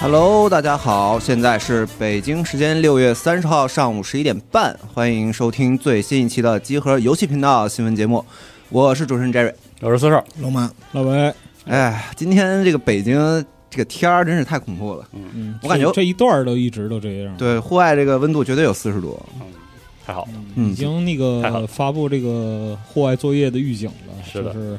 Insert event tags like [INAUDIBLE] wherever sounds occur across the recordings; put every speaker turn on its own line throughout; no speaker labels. Hello，大家好，现在是北京时间六月三十号上午十一点半，欢迎收听最新一期的集合游戏频道新闻节目，我是主持人 Jerry。
我是四少，
龙马，
老白，
哎，今天这个北京这个天儿真是太恐怖了，
嗯，
我感觉
这这一段儿都一直都这样。，
对，户外这个温度绝对有四十度，
太好了，
嗯
已经那
太好了
个发布这个户外作业的预警了，
是的
就是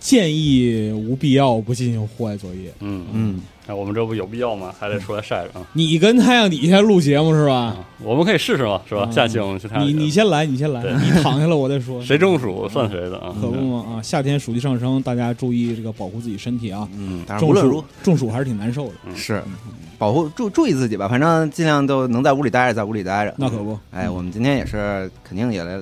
建议无必要不进行户外作业。
嗯嗯，
嗯，
哎我们这不有必要吗？还得出来晒晒啊
你跟太阳底下录节目是吧？
啊！我们可以试试嘛，是吧？
嗯
下期我们去太阳
你
穴
你先来，你先来
对，
你躺下了我再说。
谁中暑算谁的啊？
可不嘛啊！夏天暑气上升，大家注意这个保护自己身体啊。
嗯，
但是无
中
论如
暑中暑还是挺难受的，
是保护注注意自己吧，反正尽量都能在屋里待着，在屋里待着。
那可不。嗯
哎，我们今天也是肯定也来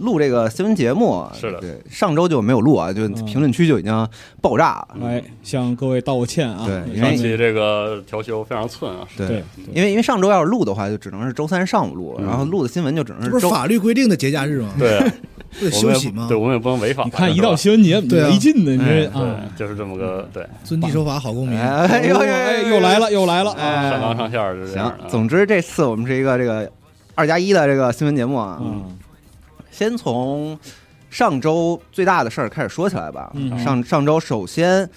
录这个新闻节目，
是的
对，上周就没有录啊，就
嗯
评论区就已经爆炸
嗯
了，
哎，向各位道个歉啊！
对因为
上
上
面
期这个调休非常寸啊，
对。
对，
因为因为上周要是录的话，就只能是周三上午录，
嗯
然后录的新闻就只能
这不是
周
法律规定的节假日吗？
对，
不得
我
休
们也
息吗
不对，？我们也不能违法。
你看一
是吧
到新闻节怎么
对啊
没劲呢？你这
哎
啊，
对，就是这么个对，
遵纪守法，好公民。
哎呦呦
哎又来，了又来了啊！
上纲上线儿就这样
行
啊。，
总之这次我们是一个这个二加一的这个新闻节目啊，
嗯
先从上周最大的事儿开始说起来吧。
嗯
上上周首先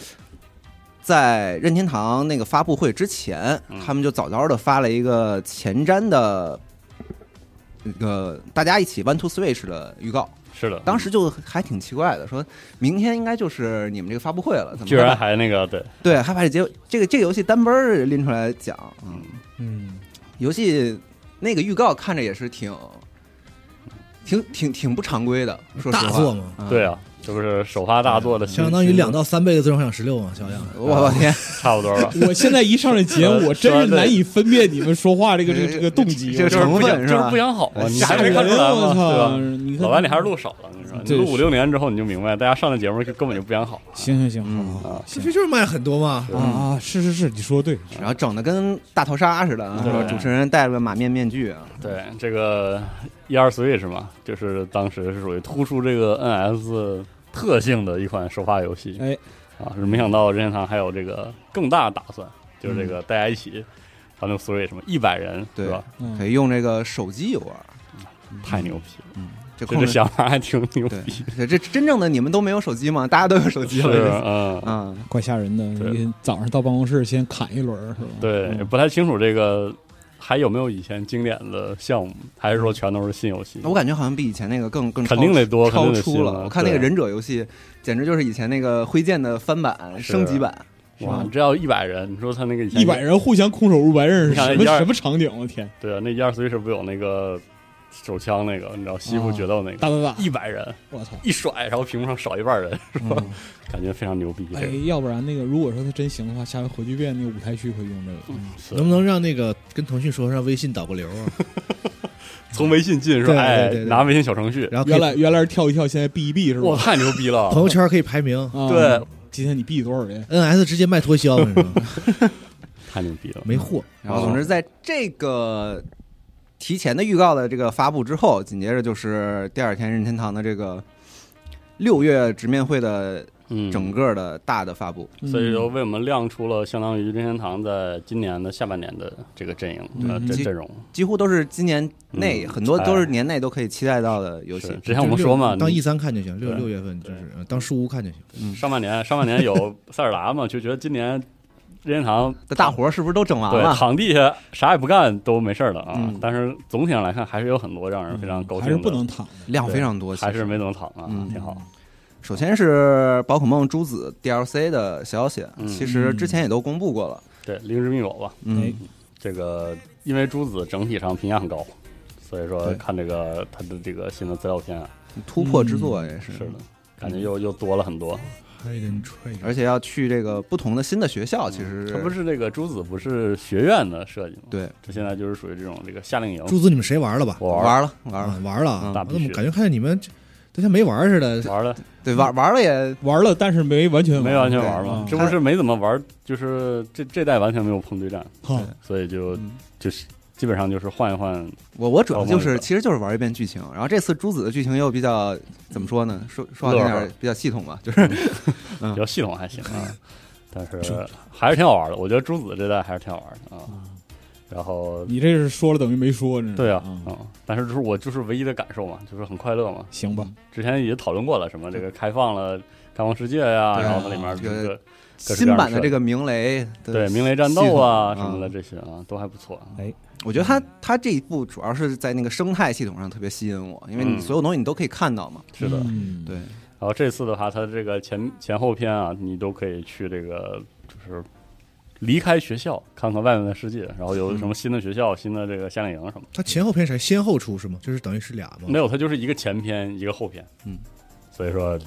在任天堂那个发布会之前，
嗯
他们就早早的发了一个前瞻的。那个大家一起 One to Switch 的预告，
是的，
当时就还挺奇怪的，说明天应该就是你们这个发布会了，怎么
居
还
然
把
还那个对，
对还把这节这个这个游戏单本儿拎出来讲，嗯，
嗯，
游戏那个预告看着也是挺挺挺挺不常规的，说实话
大作嘛，
嗯
对，啊，这不是首发大作的新，
相当于两到三倍的最终幻想十六嘛，小样。
我
[LAUGHS]
天，
差不多吧。
嗯我现在一上这节目，我真是难以分辨你们说
[LAUGHS]
话这个这个这个动
[LAUGHS]
机。
这个
就是不
成
想，
分
就是
吧
是不想好啊，你
吓
还没
人
看出来吗？
我
对吧
操！？你看
老白，你还是录少了，你说你
对
录五六年之后你就明白，大家上的节目就根本就不想好。
行行行，
嗯
好好好
这
行
不就是卖很多吗？
嗯
啊啊！是是是，你说的对，
然后整的跟大逃杀似的啊，
对
是吧主持人戴了个马面面具啊，
对，这个 E R Switch 嘛，就是当时是属于突出这个 N S 特性的一款首发游戏。
哎，
啊，是没想到任天堂还有这个更大打算，就是这个大家一起。咱们 Switch 什么一百人
对
是吧？
嗯
可以用这个手机游玩，
太牛逼了！
这
这
控
这
制。
想法还挺牛
对 [LAUGHS]
逼，，
这这真正的你们都没有手机吗？大家都有手机
是
了，
嗯，
嗯，
怪吓人的。
对
你早上到办公室先砍一轮儿是吧？
对，
嗯
不太清楚这个还有没有以前经典的项目，还是说全都是新游戏？
我感觉好像比以前那个更更超
肯定得多肯
超
定得
出
新
了。
了
我看那个
对
忍者游戏，简直就是以前那个挥剑的翻版、
是
升级版。
哇，这要一百人，你说他那个以前
一百人互相空手入白刃是
你看
什
一
么
二
什么场景？我天，
对啊，那一二 Switch 不有那个手枪那个，你知道西部决斗那个，
打打打！
一百人
我操！
一甩，然后屏幕上少一半人，
嗯
感觉非常牛逼。
哎
这个，
要不然那个，如果说他真行的话，下回回去变那个舞台区可以用
[LAUGHS]
这个。嗯
是
能不能让那个跟腾讯说让微信导个流
[LAUGHS]
啊？
从微信进是吧？
对
哎，
对对对
拿微信小程序，
然后可
原
以
来原来是跳一跳，现在避一避是
哇，
吧？
太牛逼了！
朋友圈可以排名
啊
对，
今天你避多少人？
，NS 直接卖脱销，你知道吗？
[LAUGHS] 太牛逼了！
没货。
然
哦
后，总之在这个提前的预告的这个发布之后，紧接着就是第二天任天堂的这个六月直面会的
嗯，
整个的大的发布。
所以说为我们亮出了相当于任天堂在今年的下半年的这个阵营呃
嗯
阵
其
阵容。
几乎都是今年内、
嗯
很多都是年内都可以期待到的游戏
是，。之前我们说嘛，
当 E 三看就行，六
对
六月份就是呃当书屋看就行。
上半年上半年有塞尔达嘛，就觉得今年任天堂
的大活儿是不是都整完
对，
了？
躺地下啥也不干都没事儿了啊。
嗯
但是总体上来看，还是有很多让人非常高兴的，
还是不能躺的。
量非常多，
还
其
是
实
没怎么躺啊，
嗯
挺好。
首先是宝可梦朱子 DLC 的消息，
嗯
其实之前也都公布过了。
对，灵之密宝吧，
嗯
哎，
这个因为朱子整体上评价很高，所以说
对
看这个他的这个新的资料片啊，
嗯突破之作也是，
嗯是的，感觉又又多了很多。
Hide and Trade
而且要去这个不同的新的学校，其实
嗯它不是那个朱子不是学院的设计吗？，
对
这现在就是属于这种这个夏令营，
朱子，你们谁玩了吧？
我哦玩
玩
儿
了玩了，
啊玩了啊
嗯！
大
我怎
必
么
须
感觉看见你们这都像没玩似的？
玩了
对玩玩了也
玩了，但是没完全玩
没完全玩嘛
嗯？
这不是没怎么玩，就是这这代完全没有碰对战，
哈
所以就
嗯
就是基本上就是换一换
我我主要就
高光
是
的
其实就是玩一遍剧情，然后这次朱子的剧情又比较怎么说呢？说说好听点
乐
儿
呵
比较系统吧，就是
比较系统还行啊。但是还是挺好玩的。我觉得朱子这代还是挺好玩的啊。然后
你这是说了等于没说，这是
对啊，
嗯
嗯，但是就是我就是唯一的感受嘛，就是很快乐嘛。
行吧，
之前也讨论过了，什么这个开放了开放世界呀、
对啊
然后它里面这
这
个各式各
新
样的
版的
设
这个鸣雷的
对鸣雷战斗啊
系
什
统
么的，这些啊都还不错。
我觉得它它这一部主要是在那个生态系统上特别吸引我，因为你
嗯
所有东西你都可以看到嘛。
是的，
嗯，
对，
然后这次的话，它这个前前后篇啊，你都可以去这个就是离开学校，看看外面的世界，然后有什么新的学校、新的这个夏令营什么。
它前后篇是先后出是吗？就是等于是俩
没
嘛？
有，它就是一个前篇，一个后篇。
嗯，
所以说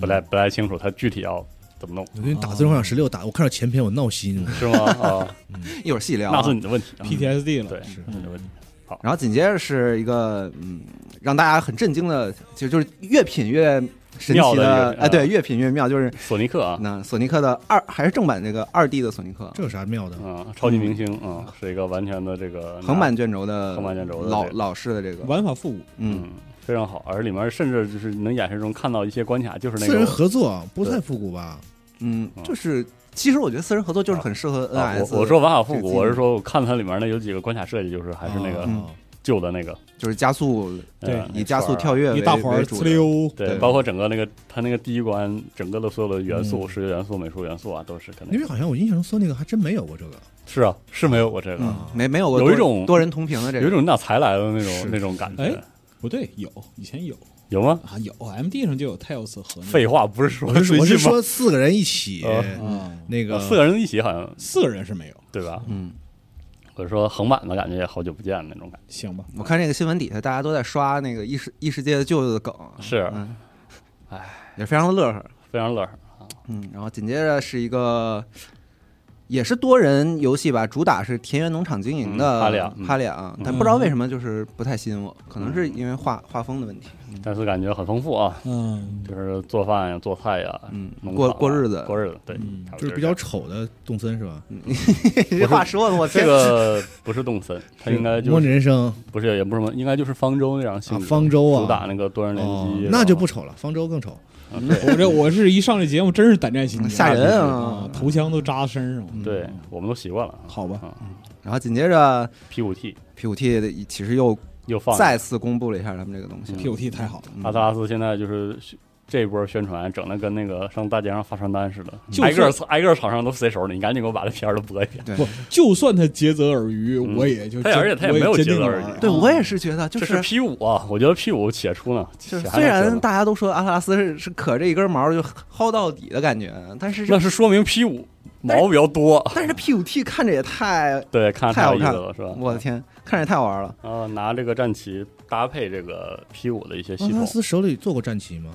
不太不太清楚它具体要怎么弄，
我最近打《最终幻想
哦
十六》，打我看到前篇我闹心，
是 [LAUGHS] 吗？啊，
一会儿细聊啊。
那是你的问题啊。
PTSD 了，
对，嗯
是
你的问题。
然后紧接着是一个嗯，让大家很震惊的，其实就是越品越神
妙
奇
的一个
哎，对，
嗯
越品越妙，就是
索尼克啊，
那索尼克的二还是正版这个二 D 的索尼克，
这有啥妙的？
嗯，超级明星啊、嗯，是一个完全的这个
横版卷轴的
横版卷轴的
老
这个
老式的这个，
玩法复古，
嗯，
嗯，非常好，而里面甚至就是能眼神中看到一些关卡，就是那
四人
个
合作不太复古吧？
嗯，就是其实我觉得私人合作就是很适合
啊
NS，、
我我说玩法复
这个
古，
技能
我是说我看它里面那有几个关卡设计，就是还是那个
嗯
啊
旧的那个，
就是加速
对
呃
以加速跳，跃为
一大环
为
儿
主
呲
的，
那
溜，
个圈儿
对
对，包括整个那个它那个第一关，整个的所有的元素、视觉元素、美术元素啊，都是跟那
因
个
为好像我印象中索尼克还真没有过这个，
是啊，是没有过这个，
嗯，没没有过
有
多
一种
多人同屏的这
有一
个，
种你哪才来的那
是
种那种感觉
哎，不对，有以前有
有吗？
啊，有 MD 上就有 Tales 和那
废话，不是说
我是
最
我是
近吗？
说四个人一起
呃
啊，
那个
呃四个人一起好像
四个人是没有，
对吧？
嗯，
或者说横版的感觉也好久不见那种感觉。
行吧，
我看这个新闻底下大家都在刷那个异世异世界旧的梗，
是
嗯，哎，也非常的乐呵，
非常乐呵。
嗯，然后紧接着是一个也是多人游戏吧，主打是田园农场经营的
嗯哈利亚嗯嗯
哈利亚啊，但不知道为什么就是不太吸引我，可能是因为画画风的问题，
嗯
但是感觉很丰富啊，
嗯，
就是做饭呀、做菜呀、
嗯
农
过
场啊
过日子
过日子，对，
嗯
差不多
就是比较丑的动森是吧？
[LAUGHS] 这话说的我
这
天，
个不是动
[LAUGHS]
森，它应该就
模拟
是
人生
不是也不是什么，应该就是方舟那样性
啊，
质，
方舟啊，
主打那啊个多人联
哦
机，
那就不
是
丑了，方舟更丑。
啊
我这我是一上这节目真是胆战心惊，
嗯吓人
啊
啊！，嗯
头枪都扎身上了，
对，我们都习惯了啊
好吧，
然后紧接着
，P 五 T
P 五 T 的其实又
又放了
再次公布了一下他们这个东西，
P 五 T 太好了，
嗯
阿特拉斯，现在就是这一波宣传整的跟那个上大街上发传单似的，
就是
挨个儿挨个儿厂商都塞手里，你赶紧给嗯我把这片儿都播一遍。
对
不，就算他竭泽而渔，
嗯
我也就
他也而且他也
我
没有
坚
竭
定
泽
地
而
玩
渔
儿
对
啊
我也是觉得 [LAUGHS] 就
这
是。
P 五啊，我觉得 P 五且出呢，
就是
且还
虽
能说
然
呢
大家都说阿特拉斯是是可这一根毛就薅到底的感觉，但是这
那是说明 P 五毛比较多，
但是 P 五 T 看着也太，
对，看着
太
太有
好
意思
看
了，是吧？
我的天，看着也太好玩了。
然后拿这个战旗搭配这个 P 五的一些
阿
系
拉
统，
斯手里做过战旗吗？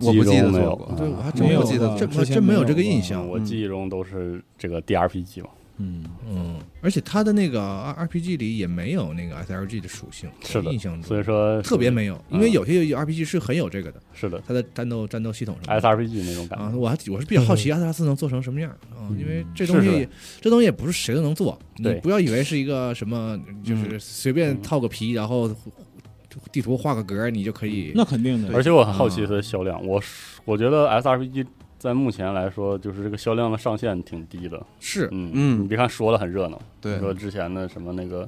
我不记得
记忆中没
做
有
过，
对，我还真
没有
不记
吧
得，这
之
我
前
真
啊没
没有
有
这个
吧
印
嗯
象。
我记忆中都是这个 DRPG 嘛，
嗯，
嗯，而且它的那个 R P G 里也没有那个 S L G 的属性，
是
我
的
印
嗯
象，
所
中
以说
特别没有，
嗯
因为有些 R P G 是很有这个的，
是的
它的战斗战斗系统什么的。
SRPG 那种
嗯
感
啊，
觉，
我还我是比较好
嗯
奇阿特拉斯能做成什么样啊，因为这
是
东西
是
这东西也不是谁都能做，你
对
不要以为是一个什么，就是随便
嗯
套个皮，然后地图画个格儿，你就可以。
那肯定的，
而且我很好奇它
嗯
的销量，我是我觉得 SRPG 在目前来说，就是这个销量的上限挺低的，
是，
嗯
嗯
你别看说的很热闹，
对
你说之前的什么那个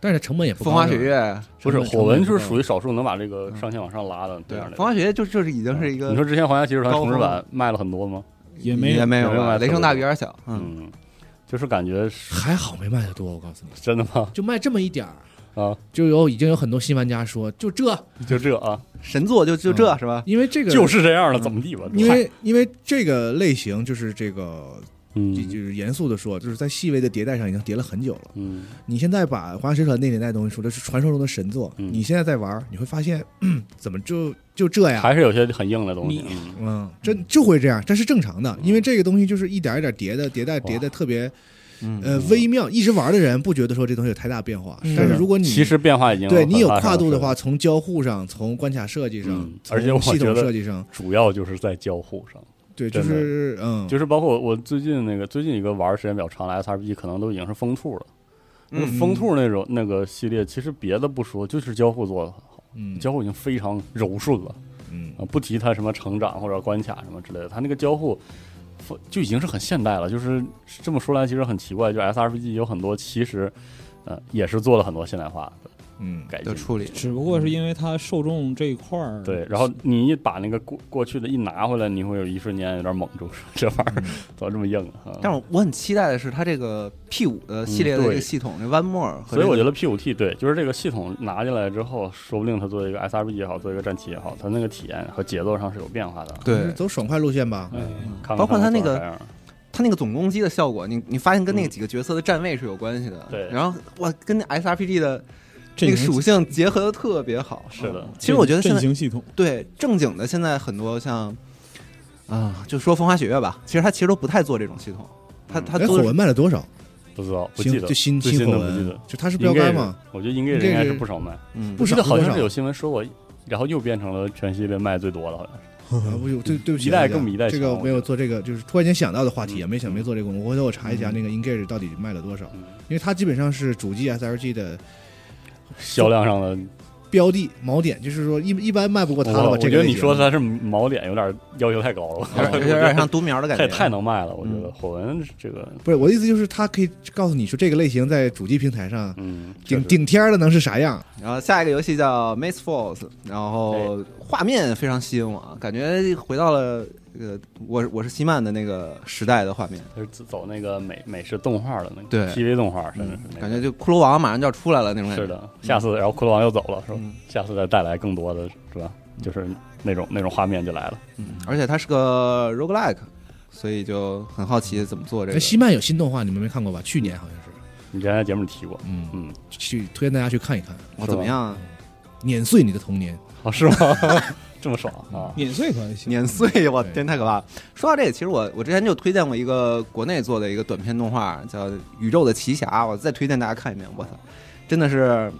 但是成本也不高。啊
风花雪，月，
不是
成本嗯
火纹，
成本也不
就是
高
属于少数能把这个上限往上拉的这样的。嗯
风花雪月就就是已经是一
你说
个
之前《皇家骑士团》
高
重置
峰
版卖了很多吗？
也没
也
有
没
有
有
没有
吧，雷声大雨点小，嗯，
嗯，就是感觉是
还好没卖的多，我告诉你，
真的吗？
就卖这么一点儿， [LAUGHS]
啊，
就有已经有很多新玩家说，就这，
就这啊，
神作就就这
嗯
是吧？
因为这个
就是这样的，怎么地吧？
嗯因为因为这个类型就是这个，就
嗯
就是严肃的说，就是在细微的迭代上已经迭了很久了。
嗯，
你现在把《华石传》那年代的东西说的是传说中的神作，
嗯
你现在在玩儿，你会发现， [CLEARS THROAT] 嗯怎么就就这样？
还是有些很硬的东西。
你
嗯
嗯，真就会这样，这是正常的，因为这个东西就是一点一点迭的，迭
哇
代迭的特别
嗯，
呃微妙。一直玩的人不觉得说这东西有太大变化，
嗯
但是如果你
其实变化已经
对
很
你有
大
跨度的
上
话，从交互上，从关卡设计上
嗯，
从
而且我
系
觉
统
得
设计上，
了，主要就是在交互上，
对，就
真的
是嗯，
就是包括我最近那个最近一个玩儿时间比较长的 SRPG，可能都已经是疯兔了。那个
嗯
疯兔那种那个系列，其实别的不说，就是交互做的很好，
嗯
交互已经非常柔顺了。
嗯
哦啊，不提它什么成长或者关卡什么之类的，它那个交互就已经是很现代了。就是这么说来，其实很奇怪，就 SRPG 有很多其实，呃，也是做了很多现代化的
嗯，
改进
的。嗯处理，
只不过是因为它受众这一块儿，
对，然后你一把那个过过去的一拿回来，你会有一瞬间有点懵住， [LAUGHS] 说这玩意儿怎么这么硬啊？
嗯但是我很期待的是它这个 P 五的系列的
嗯
这
对
个系统，这 One More，和
所以我觉
得
得 P 五 T 对，就是这个系统拿进来之后，说不定它作为一个 SRPG 也好，作为一个战棋也好，它那个体验和节奏上是有变化的。
还是
对
走爽快路线吧。
嗯，看看
包括它
它
那个
做成啥样
它那个总攻击的效果，你你发现跟那个
嗯
几个角色的站位是有关系的。
对
然后哇，跟那 SRPG 的
这
那
已
个
经
属性结合的特别好。
是的
嗯，其实我觉得现在
阵型系统
对正经的现在很多像啊，就说《风花雪月》吧，其实它其实都不太做这种系统，它
嗯
它
哎，
做
火
的是
纹卖了多少？
不知道，不
新
记得
就新
最新
火
的不记得
纹，，就它是标杆嘛，
我觉得应该应该是不少卖，
嗯
不
我记
少
得好
多
像
少
是？有新闻说过，然后又变成了全系列卖最多的，好像是。
啊，不是，对对不起，
一代
大家
更比一代
这
强
个
我觉
没有
得
做这个，就是突然间想到的话题啊，
嗯
没想没做这个功夫。回头我查一下
嗯
那个 Engage 到底卖了多少，
嗯
因为它基本上是主机 SLG 的
销量上的，
标的锚点，就是说一一般卖不过它的吧。
我
这
觉
个
得
类
你
型
说它是锚点，有点要求太高了， [LAUGHS]
有点有点像独苗的感
太
觉，
太能卖了，我觉得
嗯
火纹这个，
不是我的意思，就是它可以告诉你说这个类型在主机平台上
嗯，
顶
确实
顶天儿的能是啥样？
然后下一个游戏叫《Maze Falls》，然
哎
后画面非常吸引我，啊，感觉回到了呃，我我是西曼的那个时代的画面，
它是走那个美美式动画的那个
对
TV 动画，甚至是那个
感觉就骷髅王马上就要出来了那种感觉。
是的。嗯下次，然后骷髅王又走了，是吧？
嗯
下次再带来更多的是吧？就是那种那种画面就来了。
嗯，而且它是个 roguelike，所以就很好奇怎么做这
哎，
个。
西漫有新动画，你们没看过吧？去年好像是，
你之前在节目里提过，
嗯，
嗯，
去推荐大家去看一看，
我怎么样啊？
碾碎你的童年。
哦， [LAUGHS] 是吗？这么爽啊！
碾碎关系，
年岁，我
对
天，太可怕了！说到这个，其实我我之前就推荐过一个国内做的一个短片动画，叫《宇宙的奇侠》，我再推荐大家看一遍。我操，真的是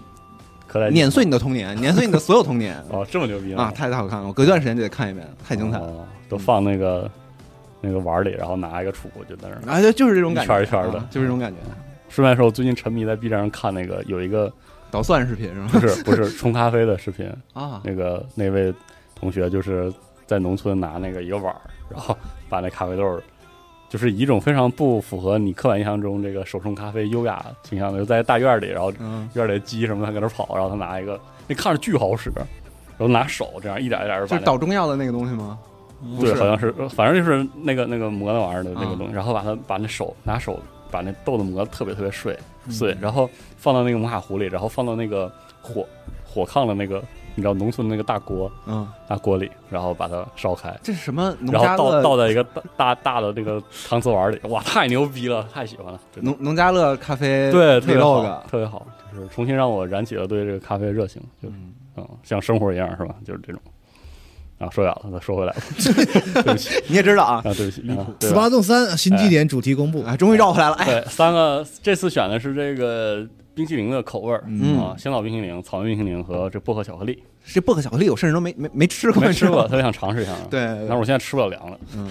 可来
碾碎你的童年，碾碎你的所有童
[LAUGHS]
年
哦，这么牛逼
啊！！太太好看了，我隔段时间就得看一遍，太精彩了。
哦都放那个那个碗儿里，然后拿一个杵就在那儿。
啊，就就是这种感觉，
一圈一圈的
啊就是这种感觉。
顺便说，我最近沉迷在 B 站上看那个有一个
捣蒜视频是
[LAUGHS]
吗？
不是不是冲咖啡的视频，
啊，
那个那位同学就是在农村拿那个一个碗儿，然后把那咖啡豆儿，就是以一种非常不符合你刻板印象中这个手冲咖啡优雅倾向的，就在大院里，然后
嗯，
院里的鸡什么的搁那儿跑，然后他拿一个，那看着巨好使，然后拿手这样一点一点儿把
就
那
是捣中药的那个东西吗？
嗯
不
对，
是嗯
好像是，呃反正就是那个那个磨那玩意儿的那个东西，然后把它把那手拿手把那豆子磨得特别特别碎
嗯
碎，然后放到那个摩卡壶里，然后放到那个火火炕的那个你知道农村那个大锅
嗯，
大锅里，然后把它烧开，
这是什么农
然后
家
倒
乐？
倒在一个大大大的那个搪瓷碗里，哇，太牛逼了，太喜欢了，真的
农农家乐咖啡
对，特别好
vlog，
特别好，就是重新让我燃起了对这个咖啡的热情，就是
嗯
嗯，像生活一样是吧？就是这种。啊，说远了，再说回
[LAUGHS]
来吧，对不起
你也知道啊
啊，对不起，啊对
十
吧
八纵三新基点主题公布，
啊，终于绕回来了。哎，
对，三个这次选的是这个冰淇淋的口味儿、
嗯
啊，香草冰淇淋、草莓冰淇淋和这薄荷巧克
[LAUGHS]
力，
这薄荷巧克力我甚至都没没没吃过，
没吃
你知道
过，
吗
特别想尝试一下啊。
对对对
但是我现在吃不了凉了，
嗯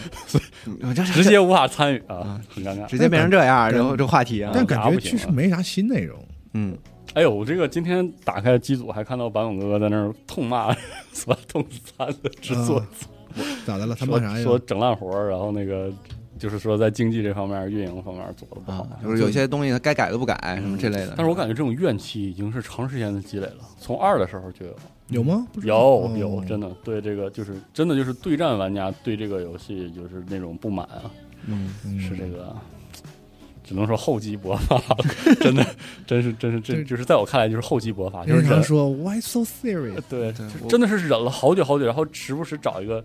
我这
直接无法参与啊，很尴尬。
直接变成这样，然后
但
这话题啊，
但感
啊
觉
不行
确实没啥新内容。
嗯，
哎呦，我这个今天打开机组还看到板勇哥哥在那儿痛骂 [LAUGHS] 酸痛三的制作，
咋的了？他
说
骂啥呀？
说整烂活儿，然后那个就是说在经济这方面、运营方面做的不好。
啊就是有些东西它该改的不改什么这类的。
但是我感觉这种怨气已经是长时间的积累了，从二的时候就有。
有吗？不知道
有有，
哦
真的对这个就是真的就是对战玩家对这个游戏就是那种不满啊，
嗯
嗯
是这个，只能说厚积薄发，真的，真是真是
对
这就是在我看来就是厚积薄发，就
人
是
常
忍，
说 Why so serious？
对，就
对
是
我
真的是忍了好久好久，然后时不时找一个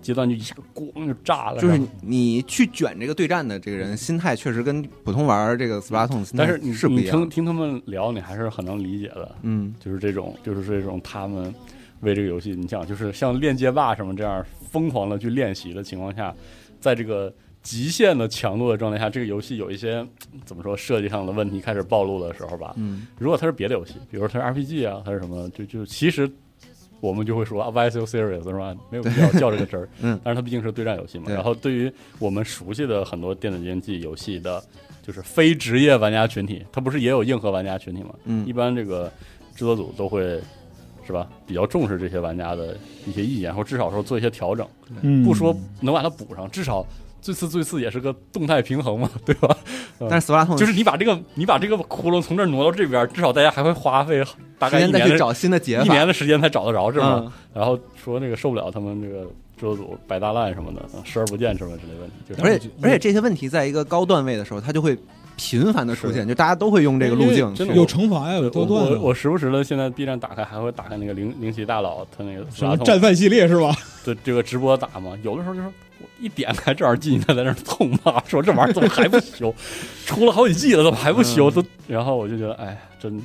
阶段就一下咣就炸了，
就是
然后
你去卷这个对战的这个人心态，确实跟普通玩儿这个 Splatoon 心态
但是你
是不
你
一样
听
的。
听他们聊，你还是很能理解的，
嗯，
就是这种，就是这种他们为这个游戏，你想，就是像练街霸什么这样疯狂的去练习的情况下，在这个极限的强度的状态下，这个游戏有一些嗯怎么说设计上的问题开始暴露的时候吧，
嗯，
如果它是别的游戏，比如说它是 RPG 啊，它是什么，就就其实。我们就会说啊，Why so serious 是吧？没有必要叫这个词儿。
[LAUGHS] 嗯
但是它毕竟是对战游戏嘛。
对
然后对于我们熟悉的很多电子竞技游戏的，就是非职业玩家群体，它不是也有硬核玩家群体吗？
嗯
一般这个制作组都会是吧，比较重视这些玩家的一些意见，或至少说做一些调整，
嗯
不说能把它补上，至少最次最次也是个动态平衡嘛，对吧？
但是斯巴达通
就是你把这个你把这个窟窿从这儿挪到这边，至少大家还会花费大
时
概一
间再
年
去
的
找新的解
一
法
年，的时间才找得着，是吗？
嗯，
然后说那个受不了他们这个制作组摆大烂什么的，嗯视而不见什么之类的问题，就是
而且而且这些问题在一个高段位的时候，它就会频繁的出现，就大家都会用这个路径去
真的
有惩罚呀，有
我
多段啊
我
子，
我时不时的现在 B 站打开还会打开那个零零奇大佬他
[LAUGHS]
那个
什
斯
么
拉
战
通
犯系列是吧？
的这个直播打嘛，有的时候就说我一点开这耳机，你还在那儿痛骂， [LAUGHS] 说这玩意儿怎么还不修，出了好几季了，怎么还不修？
嗯
都然后我就觉得哎，真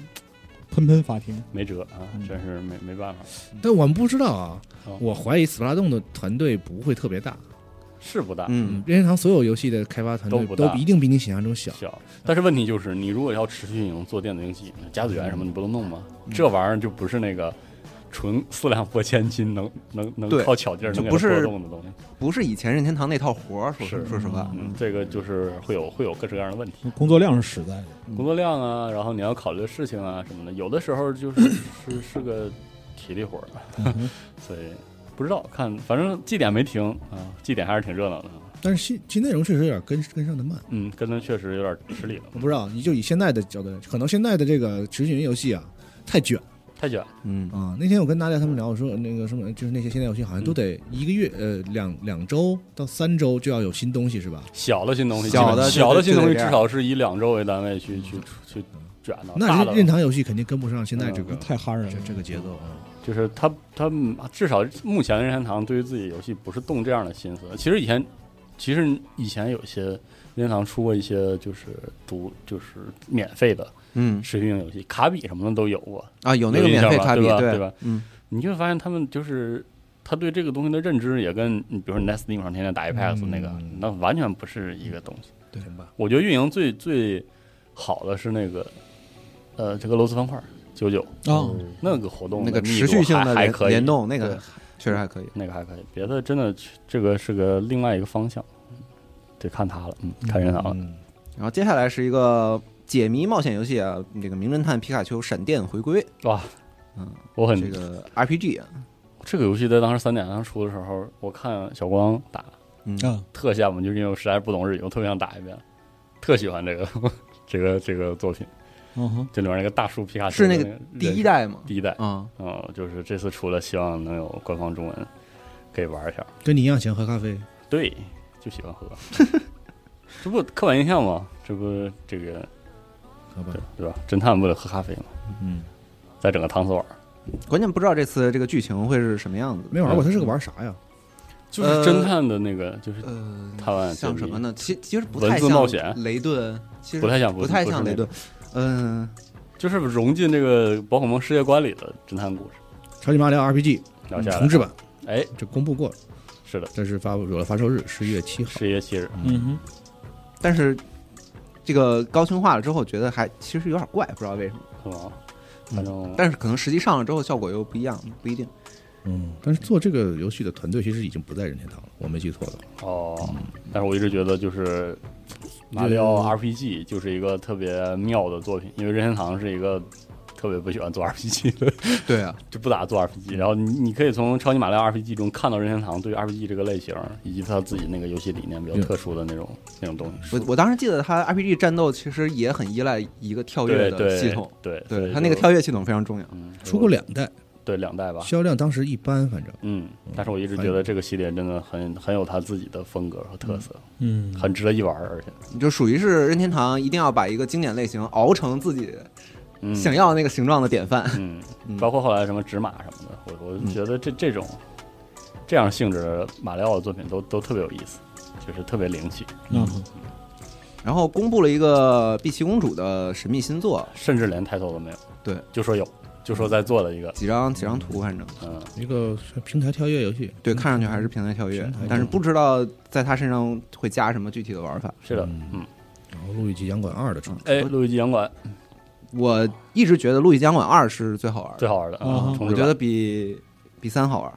喷喷法庭，
没辙啊，
嗯
真是没没办法，
但我们不知道啊
哦，
我怀疑斯巴达洞的团队不会特别大。
是不大
嗯，
任天堂所有游戏的开发团队
都不
都
大
一定比你想象中小。
小，但是问题就是你如果要持续运营做电子游戏，甲子园什么你不都弄吗？
嗯
这玩意儿就不是那个。纯四两拨千斤，能 [LAUGHS] 能能
对
靠巧劲儿
就
能给它
不是
拨动的东西，
不是以前任天堂那套活儿，说
是
说实话，
嗯，这个就是会有会有各式各样的问题。
工作量是实在的，
嗯
工作量啊，然后你要考虑的事情啊什么的，有的时候就是 [COUGHS] 是是个体力活儿，啊
嗯
所以不知道看，反正祭典没停啊，祭典还是挺热闹的。
但是新新内容确实有点跟跟上的慢。
嗯，跟他确实有点吃力了，
我不知道，你就以现在的角度来，可能现在的这个持续营游戏啊，太卷
太卷。
嗯，
啊！那天我跟娜姐他们聊，我说那个什么，就是那些现在游戏好
嗯
像都得一个月，呃，两两周到三周就要有新东西是吧？
小的新东西，
小的
小的新东西
就得这
至
样
少是以两周为单位去去去卷的，大嗯
那
的
任任堂游戏肯定跟不上现在这个、
太憨人
这
了。
这个节奏啊。
就是他他至少目前任天堂对于自己游戏不是动这样的心思。其实以前，其实以前有一些任天堂出过一些就是独就是免费的
嗯
持续性游戏，卡比什么的都有过。
啊，有那个免费卡比，
有印象吧对吧？
嗯，
你就会发现他们就是他对这个东西的认知也跟你比如说你在 Steam 上天天打 Apex 那个，
嗯
那完全不是一个东西。
对吧？
我觉得运营最最好的是那个呃这个俄罗斯方块九九
啊，
那个活动
那个
密度
持续性
还
的
还
联
可以
联动，那
对
个确实还可以。
那个还可以，别的真的这个是个另外一个方向，得看他了，嗯，看人了。
嗯，
然后接下来是一个解谜冒险游戏啊，这个名侦探皮卡丘闪电回归，
哇，
嗯，
我很
这个 RPG 啊，
这个游戏在当时三点上出的时候，我看小光打，
嗯
啊
特羡慕，就是因为我实在不懂日语，我特别想打一遍，特喜欢这个 [LAUGHS] 这个这个作品。
嗯哼，
这里面那个大叔皮卡丘
是那
个
个
人
第一代嘛，
第一代，
啊，
嗯，就是这次出了，希望能有官方中文，可以玩一下。
跟你一样喜欢喝咖啡，
对，就喜欢喝， [LAUGHS] 这不刻板印象吗？这不这个
好吧
对？对吧？侦探不得喝咖啡吗？
嗯，
再整个搪塞碗，
关键不知道这次这个剧情会是什么样子。
没玩过，它是个玩啥呀？
就是
呃
侦探的那个，就是
呃，
探案
像
解
什
谜
么呢？其其实不
文
太
字
像
冒险
雷顿，其实
不太像
不太像
是
雷
那
顿
个，
嗯，
就是融进这个宝可梦世界观里的侦探故事。
超级马里奥 RPG
聊
嗯
下来，
重置版，
哎，
这公布过了，
是的，
但是发布有了发售日，十一月七号。
十一月七日，
嗯
但是这个高清化了之后，觉得还其实有点怪，不知道为什么。
是吗？
嗯
反正
但是可能实际上了之后效果又不一样，不一定。
嗯，但是做这个游戏的团队其实已经不在任天堂了，我没记错的话。
哦，但是我一直觉得就是马里奥 RPG 就是一个特别妙的作品，因为任天堂是一个特别不喜欢做 RPG 的， [LAUGHS]
对啊，
就不咋做 RPG。然后你你可以从超级马里奥 RPG 中看到任天堂对 RPG 这个类型以及他自己那个游戏理念比较特殊的那种那种东西
我。我当时记得它 RPG 战斗其实也很依赖一个跳跃
对
的
对
系统，，
对
对它那个，跳跃系统非常重要。
所以就嗯，
出过两代，
对两代吧。
销量当时一般，反正
嗯，但是我一直觉得这个系列真的很很有他自己的风格和特色，
嗯
很值得一玩儿，而且，
就属于是任天堂一定要把一个经典类型熬成自己
嗯，
想要那个形状的典范。
嗯
嗯，
包括后来什么纸马什么的，我我觉得这这种这样性质的马里奥的作品都都特别有意思，就是特别灵气，
嗯哼，
然后公布了一个碧琪公主的神秘新作，
甚至连抬头都没有。
对，
就说有，就说在做的一个，
几张几张图，反正
嗯，
一个平台跳跃游戏。
对，看上去还是平台跳跃
平台，
但是不知道在它身上会加什么具体的玩法。
是的，
嗯
嗯，
然后《路易吉洋馆二》的出，
哎，路易吉洋馆
我一直觉得《路易江馆二》是最好玩的，
最好玩的，
啊
嗯，重
我
置
觉
版嗯
得比比三好玩。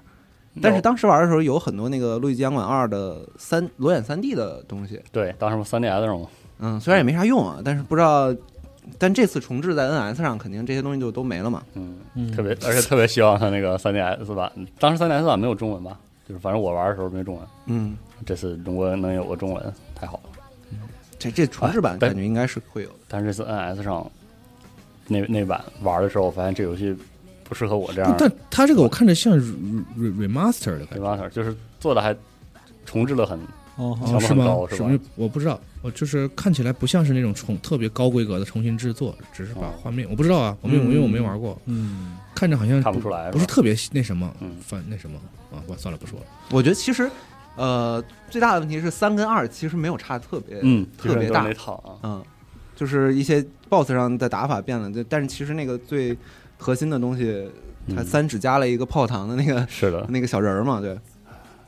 但是当时玩的时候有很多那个《路易吉洋馆二》的三裸眼三 D 的东西，
对当时三 DS 上嘛，
嗯，虽然也没啥用啊，但是不知道，但这次重置在 NS 上肯定这些东西就都没了嘛。
嗯，
嗯
特别而且特别希望它那个三 DS 版，当时三 DS 版没有中文吧，就是反正我玩的时候没中文，
嗯，
这次中国能有个中文，太好了。
这这重置版
哎对
感觉应该是会有的。
但是这次 NS 上那那版玩的时候，我发现这游戏不适合我这样
不但它这个我看着像 re- re- remaster 的感觉
remaster，就是做的还重置了很，
哦，
强度
好
哦，
很
是吗
高？是吧
不是？我不知道，我就是看起来不像是那种重特别高规格的重新制作，只是把
哦
画面我不知道啊，我没有，
嗯
因为我没玩过，
嗯，
看着好像
看不出来
不是
是吧
特别那什么
嗯，
反那什么啊，我算了不说了。
我觉得其实，呃，最大的问题是三跟二其实没有差特别，
嗯，
特别大
那套啊，
嗯，就是一些 BOSS 上的打法变了，就但是其实那个最核心的东西，它
嗯
三只加了一个泡糖的那个、
是的。
那个小人儿嘛，对，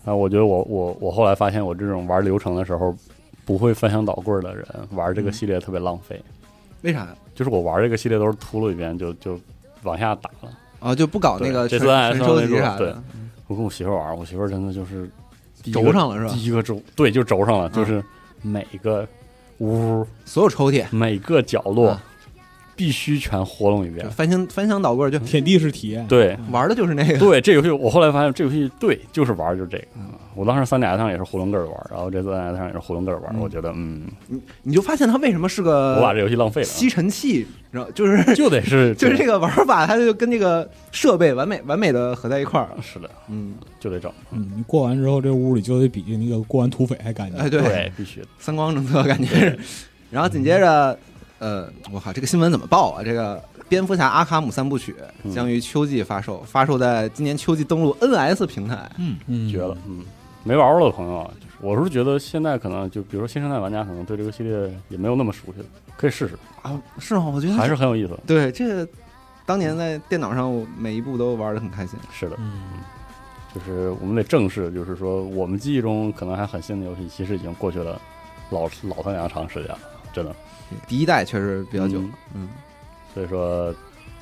啊，我觉得我我我后来发现，我这种玩流程的时候不会翻箱倒柜儿的人，玩
嗯
这个系列特别浪费。
为啥呀？
就是我玩这个系列都是秃噜一遍就就往下打了。
啊，就不搞那个全
对这次按
全收
那
集
种
啥
对
的，
我跟我媳妇儿玩，我媳妇儿真的就是第一个
轴上了是吧？嗯
第一个轴，对，就轴上了，就是每个屋、
所有抽屉，
每个角落
啊
必须全活动一
就
遍。
翻箱翻箱倒柜儿就
舔嗯地式体验，
对
玩的就是那 [LAUGHS] 个，
对，这游戏我后来发现，这游戏对，就是玩儿就这个。
嗯
我当时三 DS 上也是囫囵个儿玩儿，然后这次 NS 上也是囫囵个儿玩儿。我觉得，嗯，
你就发现它为什么是
我把
个
这游戏浪费了，啊
吸尘器，然后就是
就得是
[LAUGHS] 就是这
个，
个玩法，它就跟这个设备完美完美的合在一块儿了，
是的，
嗯，
就得整。
嗯，你过完之后，这屋里就得比那个过完土匪还干净。
哎，
对，必须的。
三光政策感觉是。然后紧接着，呃，我靠，这个新闻怎么报啊？这个蝙蝠侠阿卡姆三部曲
嗯
将于秋季发售，发售在今年秋季登陆 NS 平台。
嗯，
绝了，嗯，没玩过的朋友啊，就是我是觉得现在可能就比如说新生代玩家可能对这个系列也没有那么熟悉了，可以试试，
啊，是吗？我觉得
还是很有意思的。
对这个，当年在电脑上我每一步都玩的很开心。
是的，
嗯，
就是我们得正视，就是说我们记忆中可能还很新的游戏，其实已经过去了老老他娘长时间了，真的，
第一代确实比较久，嗯，
所以说。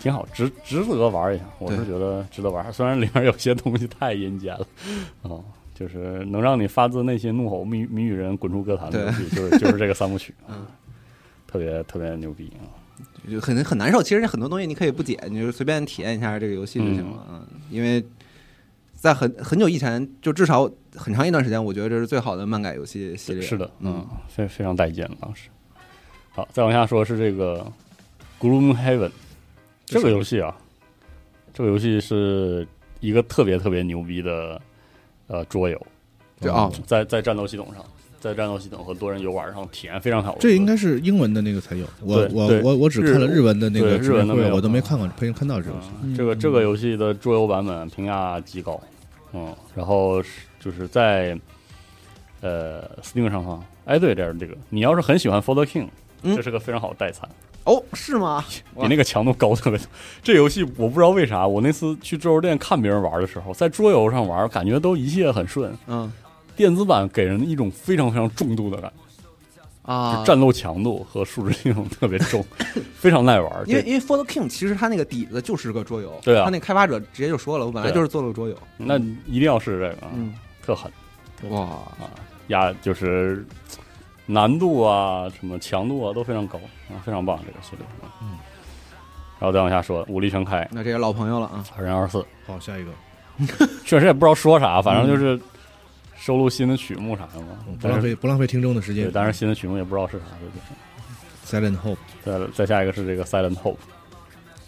挺好，值值得玩一下，我是
对
觉得值得玩。虽然里面有些东西太阴间了， [LAUGHS] 啊、就是能让你发自内心怒吼谜谜语人滚出歌坛的游戏，就是就是这个三部曲，
[LAUGHS] 嗯，
特别特别牛逼啊！
就很很难受。其实很多东西你可以不解，你就随便体验一下这个游戏就行了。嗯，因为在很很久以前，就至少很长一段时间，我觉得这是最好的漫改游戏系列。
是的，
嗯
嗯，非非常带劲，当时。好，再往下说是这个《Gloom Heaven》这个游戏啊，这个游戏是一个特别特别牛逼的呃桌游，
就啊、
在在战斗系统上，在战斗系统和多人游玩上体验非常好。
这应该是英文的那个才有，我
对
我
对
我我只看了日文的那个
对
直面
日文的
会
没有
我都没看过，没看到这个游戏。
嗯这个这个游戏的桌游版本评价极高，嗯，然后是就是在呃 Steam 上哈，哎对，这是这个，你要是很喜欢 Folder King，
嗯
这是个非常好的代餐。
哦，是吗？
比那个强度高特别多。这游戏我不知道为啥，我那次去桌游店看别人玩的时候，在桌游上玩，感觉都一切很顺。
嗯
电子版给人一种非常非常重度的感觉，
啊
就，战斗强度和数值系统特别
[LAUGHS]
重，非常耐玩。
因为
这
因为 For the King 其实它那个底子就是个桌游，
对啊
它那开发者直接就说了，我本来
对啊
就是做了个桌游，
那一定要试这个，啊，
嗯，
特狠
哇，
啊！压就是难度啊，什么强度啊都非常高，啊，非常棒这个系列。嗯，然后再往下说，武力全开，
那这个老朋友了啊，
二人二四，
好，下一个，
确实也不知道说啥，反正就是收录新的曲目啥的嘛
嗯。不
但
浪
是
费不浪费听众的时
对，
间。
当然新的曲目也不知道是啥，对不
Silent Hope
对？再再下一个是这个 Silent Hope，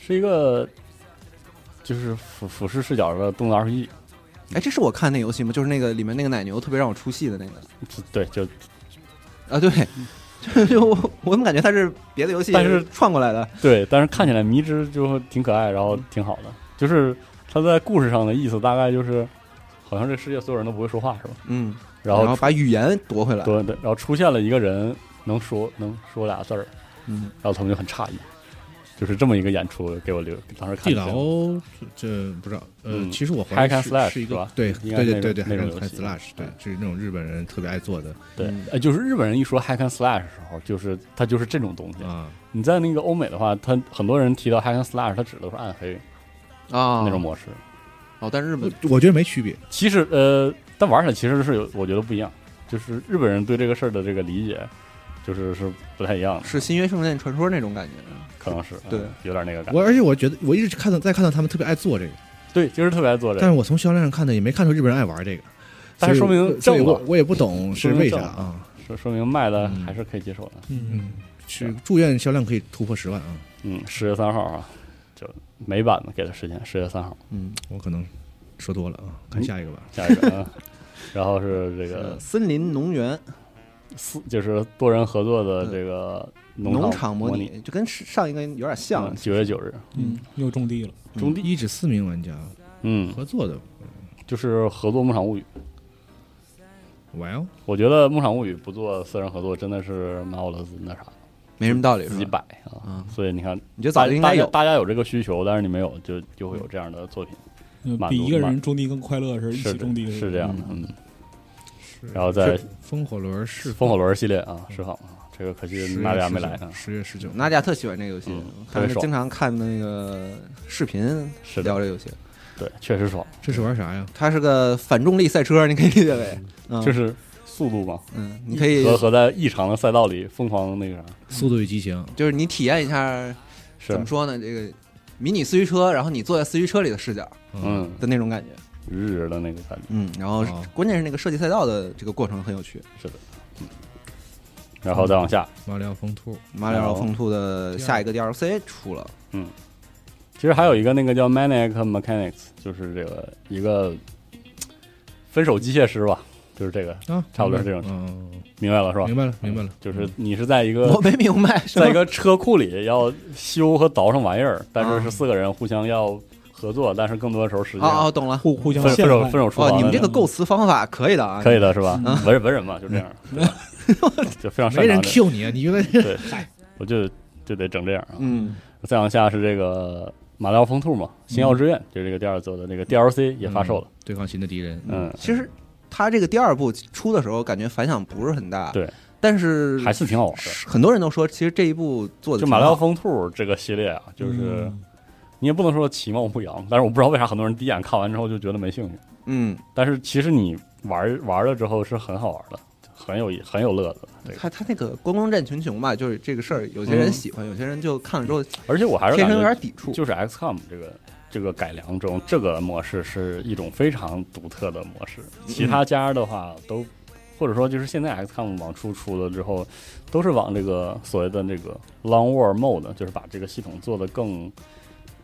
是一个就是俯俯视视角的动作 RPG，
哎，这是我看那游戏吗？就是那个里面那个奶牛特别让我出戏的那个
就对，就
啊，对， [LAUGHS] 就就我我怎么感觉它是别的游戏
但是
串过来的？
[LAUGHS] 对，但是看起来迷之就挺可爱，然后挺好的，就是它在故事上的意思大概就是，好像这世界所有人都不会说话是吧？
嗯，
然后
把语言夺回来，
对对，然后出现了一个人能说能说俩字儿，
嗯，
然后他们就很诧异，就是这么一个演出给我留，当时看
地
见了
牢，这不知道。呃，
嗯
其实我怀疑
Hack and
是
slash
是一
是
个
吧
对
应
对
该
对
那
对
种
对，
那种
Hack and
游戏
Slash，对
嗯，
就是那种日本人特别爱做的
对
嗯，
呃就是日本人一说 hack and slash 的时候，就是他就是这种东西。
啊。
你在那个欧美的话，他很多人提到 hack and slash，他指的是暗黑
啊
那种嗯模式。
哦，但日本
我我觉得没区别，
其实呃，但玩起来其实是有，我觉得不一样，就是日本人对这个事儿的这个理解，就是是不太一样的，
是新约圣剑传说那种感觉，啊
可能是
对
嗯有点那个感觉。
我而且我觉得我一
嗯
直看到在看到他们特别爱做这个，
对，就是特别爱做这
但
个，
是我从销量上看的也没看出日本人爱玩这个。
但是
所
说
以
明
所以
正
我
了，
我也不懂是
说明
为啥
正了
啊？
说说明卖的还是可以接受的。
嗯，
是住院销量可以突破十万啊！
嗯，十月三号啊，就美版的给的时间，十月三号，
嗯，
我可能说多了啊，看下一个吧。
下一个。啊 [LAUGHS] 然后是这个
森林农园
四，就是多人合作的这个
农
场
场
模
模拟，就跟上一个有点像
嗯，，九月九日，
嗯，又种地了，
中地，
一至四名玩家
嗯，
合作的
就是合作《牧场物语》。
，Well，
我觉得《牧场物语》不做私人合作真的是蛮有乐子那啥，
没什么道理，
自己
是吧？
摆啊。
嗯，
所以你看，
你觉得
大
早就应该
大家
有，
大家有这个需求，但是你没有，就就会有这样的作品，
嗯
满足
比一个人种地更快乐是一起
是
种地
这是这样的，嗯。
嗯
然后再
在风火轮是
风火轮系列啊，释放啊，这个可惜娜迦没来啊，
十月十九，
纳迦特喜欢这个游戏
嗯，
我
特
看
别
他
爽
经常看那个视频
是的，
聊这游戏。
对，确实爽，
这是玩啥呀？
它是个反重力赛车，你可以理解
[LAUGHS]
为，嗯，
就是速度嘛，
嗯，你可以
和和在异常的赛道里疯狂那个啥，
速度与激情，啊
就是你体验一下
是
怎么，说呢，这个迷你四驱车，然后你坐在四驱车里的视角
嗯，
的那种感觉，
日日的那个感觉。
嗯，然后
哦
关键是那个设计赛道的这个过程很有趣。
然后再往下，
嗯
马里奥风兔，
马里奥
哦
风兔的下一个 DLC 出了，
其实还有一个那个叫 Maniac Mechanics，就是这个一个分手机械师吧，就是这个，
啊，
差不多是这种
嗯，
明白了是吧？嗯
明白了，明白
嗯
了，
就是你是在一个
我没明白什
在一
么。
个车库里要修和倒上玩意儿，但是
啊
是四个人互相要合作，但是更多的时候实际
哦
上
哦，懂了，
互互相
分
陷
分手
害
分。手厨
哦，
房
你
的
们这
那
个
种
构思方法可以的啊，
可以的是吧
嗯？
文人文人嘛，就这样，对吧
[LAUGHS]
就非常
没
擅
人
长这，
Q 你啊，你原来
对，我就就得整这样啊。
嗯，
再往下是这个马里奥风兔嘛，《星耀之愿》就是这个第二座的那个 DLC 也发售了，
对抗新的敌人，
嗯，
其实它这个第二部出的时候，感觉反响不是很大，
对，
但是
嗯还是挺好玩的。
很多人都说，其实这一部做的
就马里奥风兔这个系列啊，就是
嗯
你也不能说其貌不扬，但是我不知道为啥很多人第一眼看完之后就觉得没兴趣，
嗯，
但是其实你玩玩了之后是很好玩的，很有很有乐子。这个，
他他那个光光战群雄吧，就是这个事儿，有些人喜欢，有些人就看了之后
而且我嗯还是
天
感
生有
觉
点抵触。
就是 XCOM 这个这个改良中这个模式是一种非常独特的模式，
嗯
其他家的话都。或者说，就是现在 XCOM 往出出了之后，都是往这个所谓的这个 Long War Mode，就是把这个系统做得更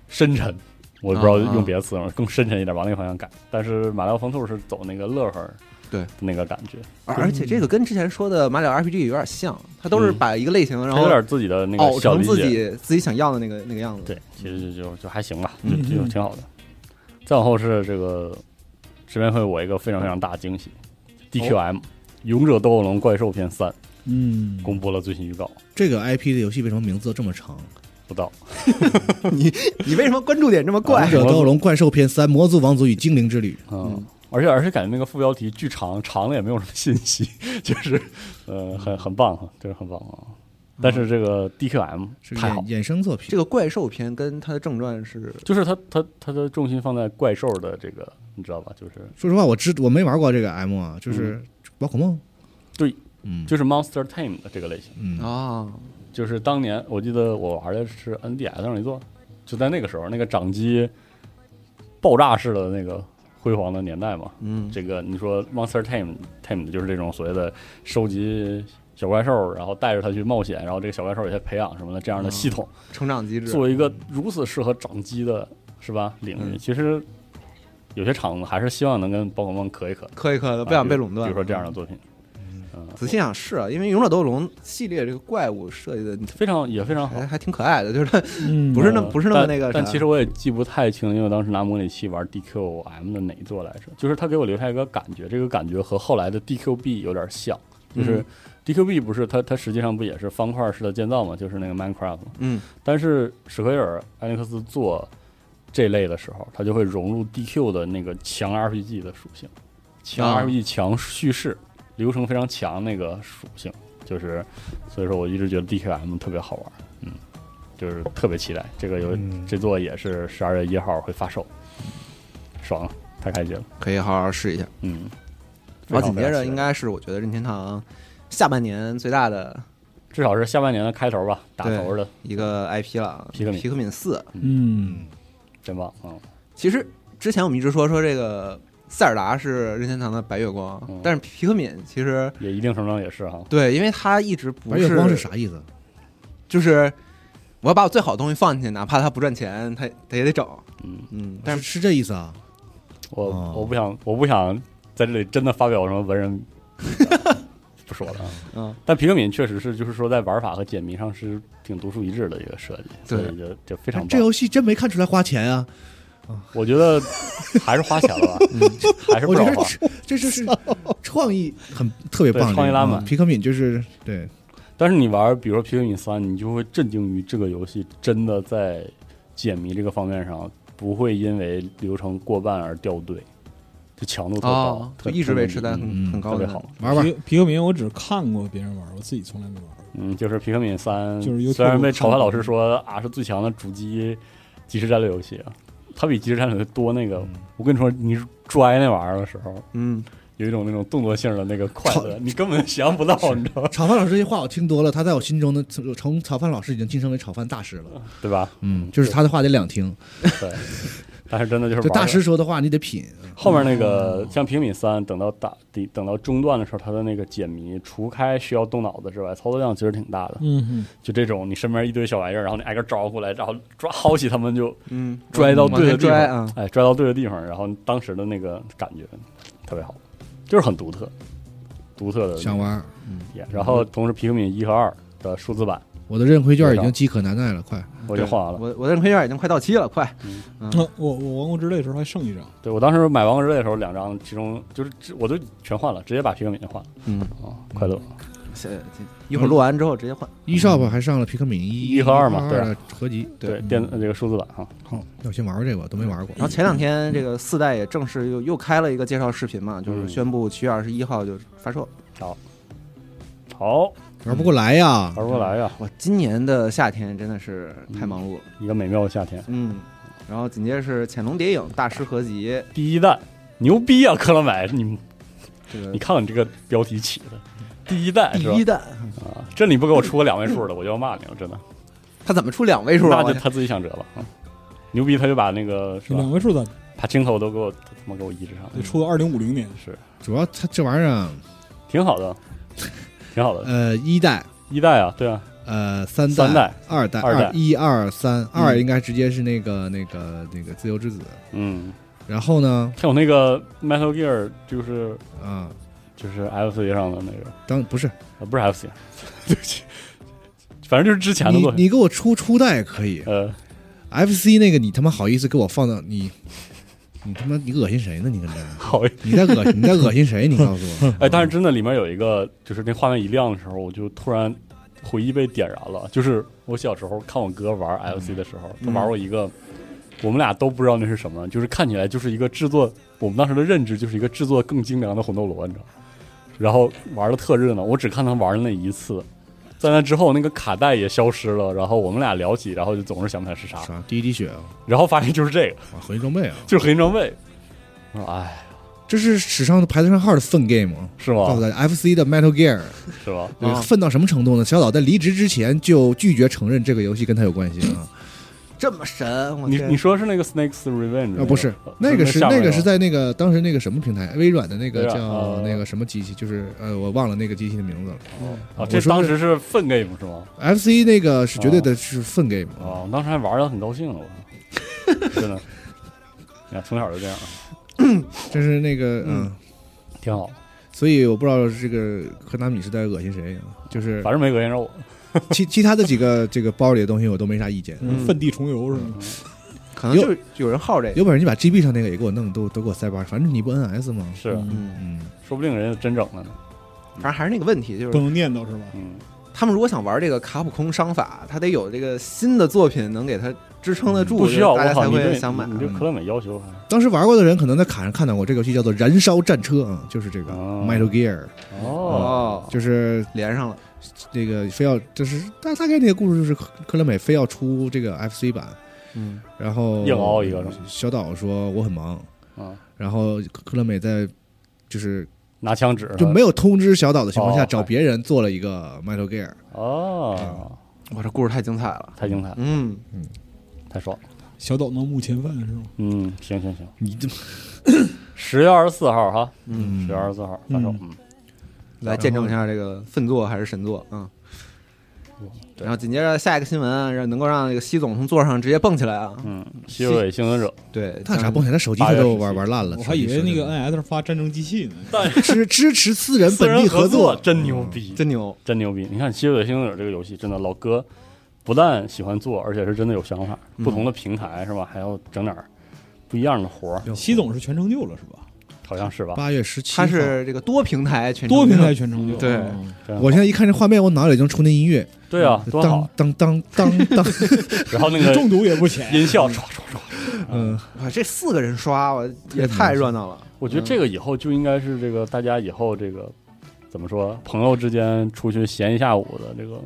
深沉。我不知道
啊啊
用别的词了，更深沉一点，往那个方向改。但是马里奥风兔是走那个乐呵儿
对
那个感觉，
而而且这个跟之前说的马里奥 RPG 有点像，它都是
嗯
把一个类型，然
它有
后
点自己的那个
熬
小
成
理
自
解。
己自己想要的那个那个样子。
对，其实就就就还行吧，就
嗯
就挺好的。再往后是这个这边会有我一个非常非常大的惊喜，DQM《勇者斗恶龙怪兽篇三》
嗯，
公布了最新预告，
这个 IP 的游戏为什么名字都这么长？
不到
你为什么关注点这么
《
哎
怪
[LAUGHS]
忍？者斗恶龙怪兽篇三：魔族王族与精灵之旅》
嗯。而且而且感觉那个副标题巨长，长了也没有什么信息， [LAUGHS] 就是，呃，很很棒哈，真是很棒啊！但是这个 DQM
是
太好
衍，衍生作品，
这个怪兽篇跟它的正传是
就是它它它的重心放在怪兽的这个，你知道吧？就是
说实话，我知我没玩过这个 M 啊，就是宝可梦。
嗯对，
嗯，
就是 Monster Tame 的这个类型。
嗯，
啊，
就是当年我记得我玩的是 NDS 上一座，就在那个时候，那个掌机爆炸式的那个辉煌的年代嘛。
嗯，
这个你说 Monster Tame Tame 就是这种所谓的收集小怪兽，然后带着它去冒险，然后这个小怪兽有些培养什么的这样的系统，嗯
成长机制
作为一个如此适合掌机的是吧领域，
嗯
其实有些厂子还是希望能跟宝可梦磕一磕，
磕一磕的，
啊
呃不想被垄断。
比如说这样的作品，嗯，
仔细想是啊，因为勇者斗恶龙系列这个怪物设计的
非常也非常好
还。还挺可爱的，就是它
嗯
不是那么不是那么
但
那个
但
啥
其实我也记不太清，因为我当时拿模拟器玩 DQM 的哪一座来着，就是它给我留下一个感觉，这个感觉和后来的 DQB 有点像，就是
嗯
DQB 不是它它实际上不也是方块式的建造嘛，就是那个 Minecraft 嘛，
嗯
但是史克威尔艾利克斯做这类的时候，它就会融入 DQ 的那个强 RPG 的属性，强
啊
RPG 强叙事流程非常强那个属性，就是所以说我一直觉得 DQM 特别好玩，嗯，就是特别期待这个游、
嗯
这座也是十二月一号会发售，爽了，太开心了，
可以好好试一下。
嗯，
然后
非常
紧接着应
非常期待
该是我觉得任天堂下半年最大的
至少是下半年的开头吧，打
对
头的
一个 IP 了啊，
皮克敏
皮克敏四。
嗯
真棒，嗯
其实之前我们一直说说这个塞尔达是任天堂的白月光，
嗯
但是皮克敏其实
也一定程度上也是哈。
对，因为它一直不
白月光是啥意思？
就是我要把我最好的东西放进去，哪怕它不赚钱，它它也得整。
嗯，
嗯，但
但
是
是是这意思啊？
我
嗯
哦
我不想我不想在这里真的发表什么文人， [LAUGHS] 不说了啊。
嗯，
但皮克敏确实是，就是说在玩法和解谜上是挺独树一帜的一个设计，所
对
以就就非常
哎这
棒。
游戏真没看出来花钱啊！
我觉得还是花钱了
[LAUGHS]
吧，
嗯
还是不
我觉
少
得
花。
这这就是
[LAUGHS]
创意很特别棒，
对创意拉满
嗯皮克敏就是对，
但是你玩，比如说《皮克敏三》，你就会震惊于这个游戏真的在解谜这个方面上不会因为流程过半而掉队，就强度特高，
哦，
特
就一直维持在
特别
很
嗯
很
特
高
别
的
好。
玩玩
皮皮克敏我只看过别人玩，我自己从来没玩过。
嗯，就是《皮克敏三
就是有》，
虽然被
特
炒饭老师说啊是最强的主机即时战略游戏啊，它比即时战略多那个。我跟你说，你拽那玩意儿的时候，
嗯，
有一种那种动作性的那个快乐
炒，
你根本想不到，你知道吗？ [LAUGHS]
炒饭老师这些话我听多了，他在我心中呢，从从炒饭老师已经晋升为炒饭大师了。
对吧？
嗯，就是他的话得两听，
对。但是真的就是
就
玩
大
儿
师说的话你得品。
后面那个
嗯
像《平米三》，等到打底等到中段的时候，它的那个解谜，除开需要动脑子之外，操作量其实挺大的。
嗯哼，
就这种，你身边一堆小玩意儿，然后你挨个招呼来，然后抓薅起他们就
嗯，
拽到
往
对的
前
地
拽
方
啊，，
哎，拽到对的地方，然后当时的那个感觉特别好，就是很独特，独特的
想玩儿，
体验。然后同时《皮克敏一》和二的数字版
我的认亏券已
知道
经饥渴难耐了，快！
我就画完了。
嗯我我的亏券已经快到期了，快，嗯
我我《王国之泪》的时候还剩一张，
对我当时买《王国之泪》的时候，两张，其中就是我都全换了，直接把《皮克敏》换了
[LAUGHS] 嗯，
啊，快乐。
行行一会儿录完之后直接换。
一 shop 还上了皮克敏一
嗯一和二嘛对啊
的合集，
对，电
嗯
这个数字版啊哈，
好，要先玩玩这个，我都没玩过。
然后前两天这个四代也正式又又开了一个介绍视频嘛，就是
嗯
宣布七月二十一号就发售。
好，
玩不过来呀，
玩不过来呀、
我今年的夏天真的是太忙碌了，
一个美妙的夏天。
嗯。然后紧接着是《潜龙谍影》大师合集，
第一代，牛逼啊，克罗买，你
这个
你看看你这个标题起的，第一代是吧
第一？弹，
啊，这你不给我出个两位数的，我就要骂你了，真的。
他怎么出两位数啊？
那就他自己想辙吧。啊牛逼，他就把那个是吧嗯
两，位数咋
把青头都给我他妈给我移植上了
得，出到二零五零年？
是
主要它这玩意儿啊，
挺好的，挺好的。
呃，一代、
一代啊，对啊，
呃，三
三代、
二代、
二代
一二三二应该直接是那个那个那个自由之子。
嗯，
然后呢，
他有那个 Metal Gear，就是
啊，
就是 F 四上的那个，
当不是
呃，不是 F 四， [LAUGHS] 对不起，反正就是之前的作
你
品。
你给我出初代可以
呃，
，FC 那个你他妈好意思给我放到你，你他妈你恶心谁呢？你跟这儿，
好
你在
[LAUGHS]
恶心你在恶心谁？你告诉我。
哎，但是真的里面有一个，就是那画面一亮的时候，我就突然回忆被点燃了。就是我小时候看我哥玩 FC 的时候，他玩过一个，我们俩都不知道那是什么，就是看起来就是一个制作，我们当时的认知就是一个制作更精良的魂斗罗，你知道吗？然后玩的特热闹，我只看他玩了那一次。在那之后，那个卡带也消失了，然后我们俩聊起，然后就总是想不起来是啥，
啥？第一滴血啊，
然后发现就是这个，
哇，合金装备啊，
就是核心装备。我说，哎，
这是史上排得上号的 fun game 啊。
是
告诉
吗？
大家，FC 的 Metal Gear
是吧？
对
啊
呃愤到什么程度呢？小岛在离职之前就拒绝承认这个游戏跟他有关系啊。
这么神，我
你
天
你说是那个 Snakes Revenge 哦那
啊，
个
哦不是，那个是
下面
那个是
吗
在那个当时那个什么平台，微软的那个
微
叫
软哦
那个什么机器，就是呃，我忘了那个机器的名字了。
啊，
我
这
说
当
是
时是粪 game 是吗？
FC 那个是绝对的是粪 game，
啊，我当时还玩的很高兴呢，我
[LAUGHS]
真的。你看，从小就这样，啊
这是那个嗯，
挺好，
所以我不知道这个科纳米是在恶心谁，啊
[LAUGHS]
就是
反正没恶心着我。
其其他的几个这个包里的东西我都没啥意见。
嗯
奋地重游是吗？
可能就是有人好这个，
有本事你把 GB 上那个也给我弄，都都给我塞班，反正你不 NS 吗？
是，啊
嗯，
嗯，
说不定人家真整了呢。
反正还是那个问题，就
不
是
能念叨是吧？
嗯，
他们如果想玩这个卡普空商法，他得有这个新的作品能给他支撑得住，
嗯不需要，
大
我
家
靠，
才
你对
会想买。
嗯
你对克乐美要求啊还
当时玩过的人可能在卡上看到过这个游戏叫做《燃烧战车》啊，就是这个
哦
Metal Gear，
哦，
哦，
就是
连上了，
这个非要就是大大概那个故事就是克克莱美非要出这个 FC 版，
嗯，
然后
硬凹一个是吗
小岛说我很忙，
嗯，
然后克莱美在就是
拿枪指
就没有通知小岛的情况下
哦
找别人做了一个 Metal Gear，
哦，
我这故事太精彩了，
太精彩，了，
嗯，
太爽了。
小岛当幕前饭是吗？
嗯，行行行，
你这
十月二十四号哈，
嗯，
十月二十四号发售，嗯，
来见证一下这个粪作还是神作啊
哇！对
然后紧接着下一个新闻啊，让能够让这个西总从座上直接蹦起来啊！
嗯，《吸血鬼幸存者
对，
他有啥
像
蹦起来？手机他都玩玩烂了。
我还以为
手机
那个 NS 发战争机器呢，
支支持私
[LAUGHS]
人》，
私
本
人
地
合
作，
真牛逼，
真牛，
真牛逼！你看《吸血鬼幸存者》这个游戏，真的老哥不但喜欢做，而且是真的有想法，
嗯
不同的平台是吧，还要整点儿不一样的活儿，
西总是全成就了是吧？
好像是吧？
八月十七，
它是这个多平台全程
多平台全成就，
对
嗯
真好
我现在一看这画面，我脑里已经出那音乐，
对啊，多好
当！当当当
[LAUGHS]
当，
然后那
你
个
中毒也不浅，
音效唰唰唰，
嗯，
哇，这四个人刷，我也太热闹了。
我觉得这个以后就应该是这个大家以后这个怎么说，朋友之间出去闲一下午的这个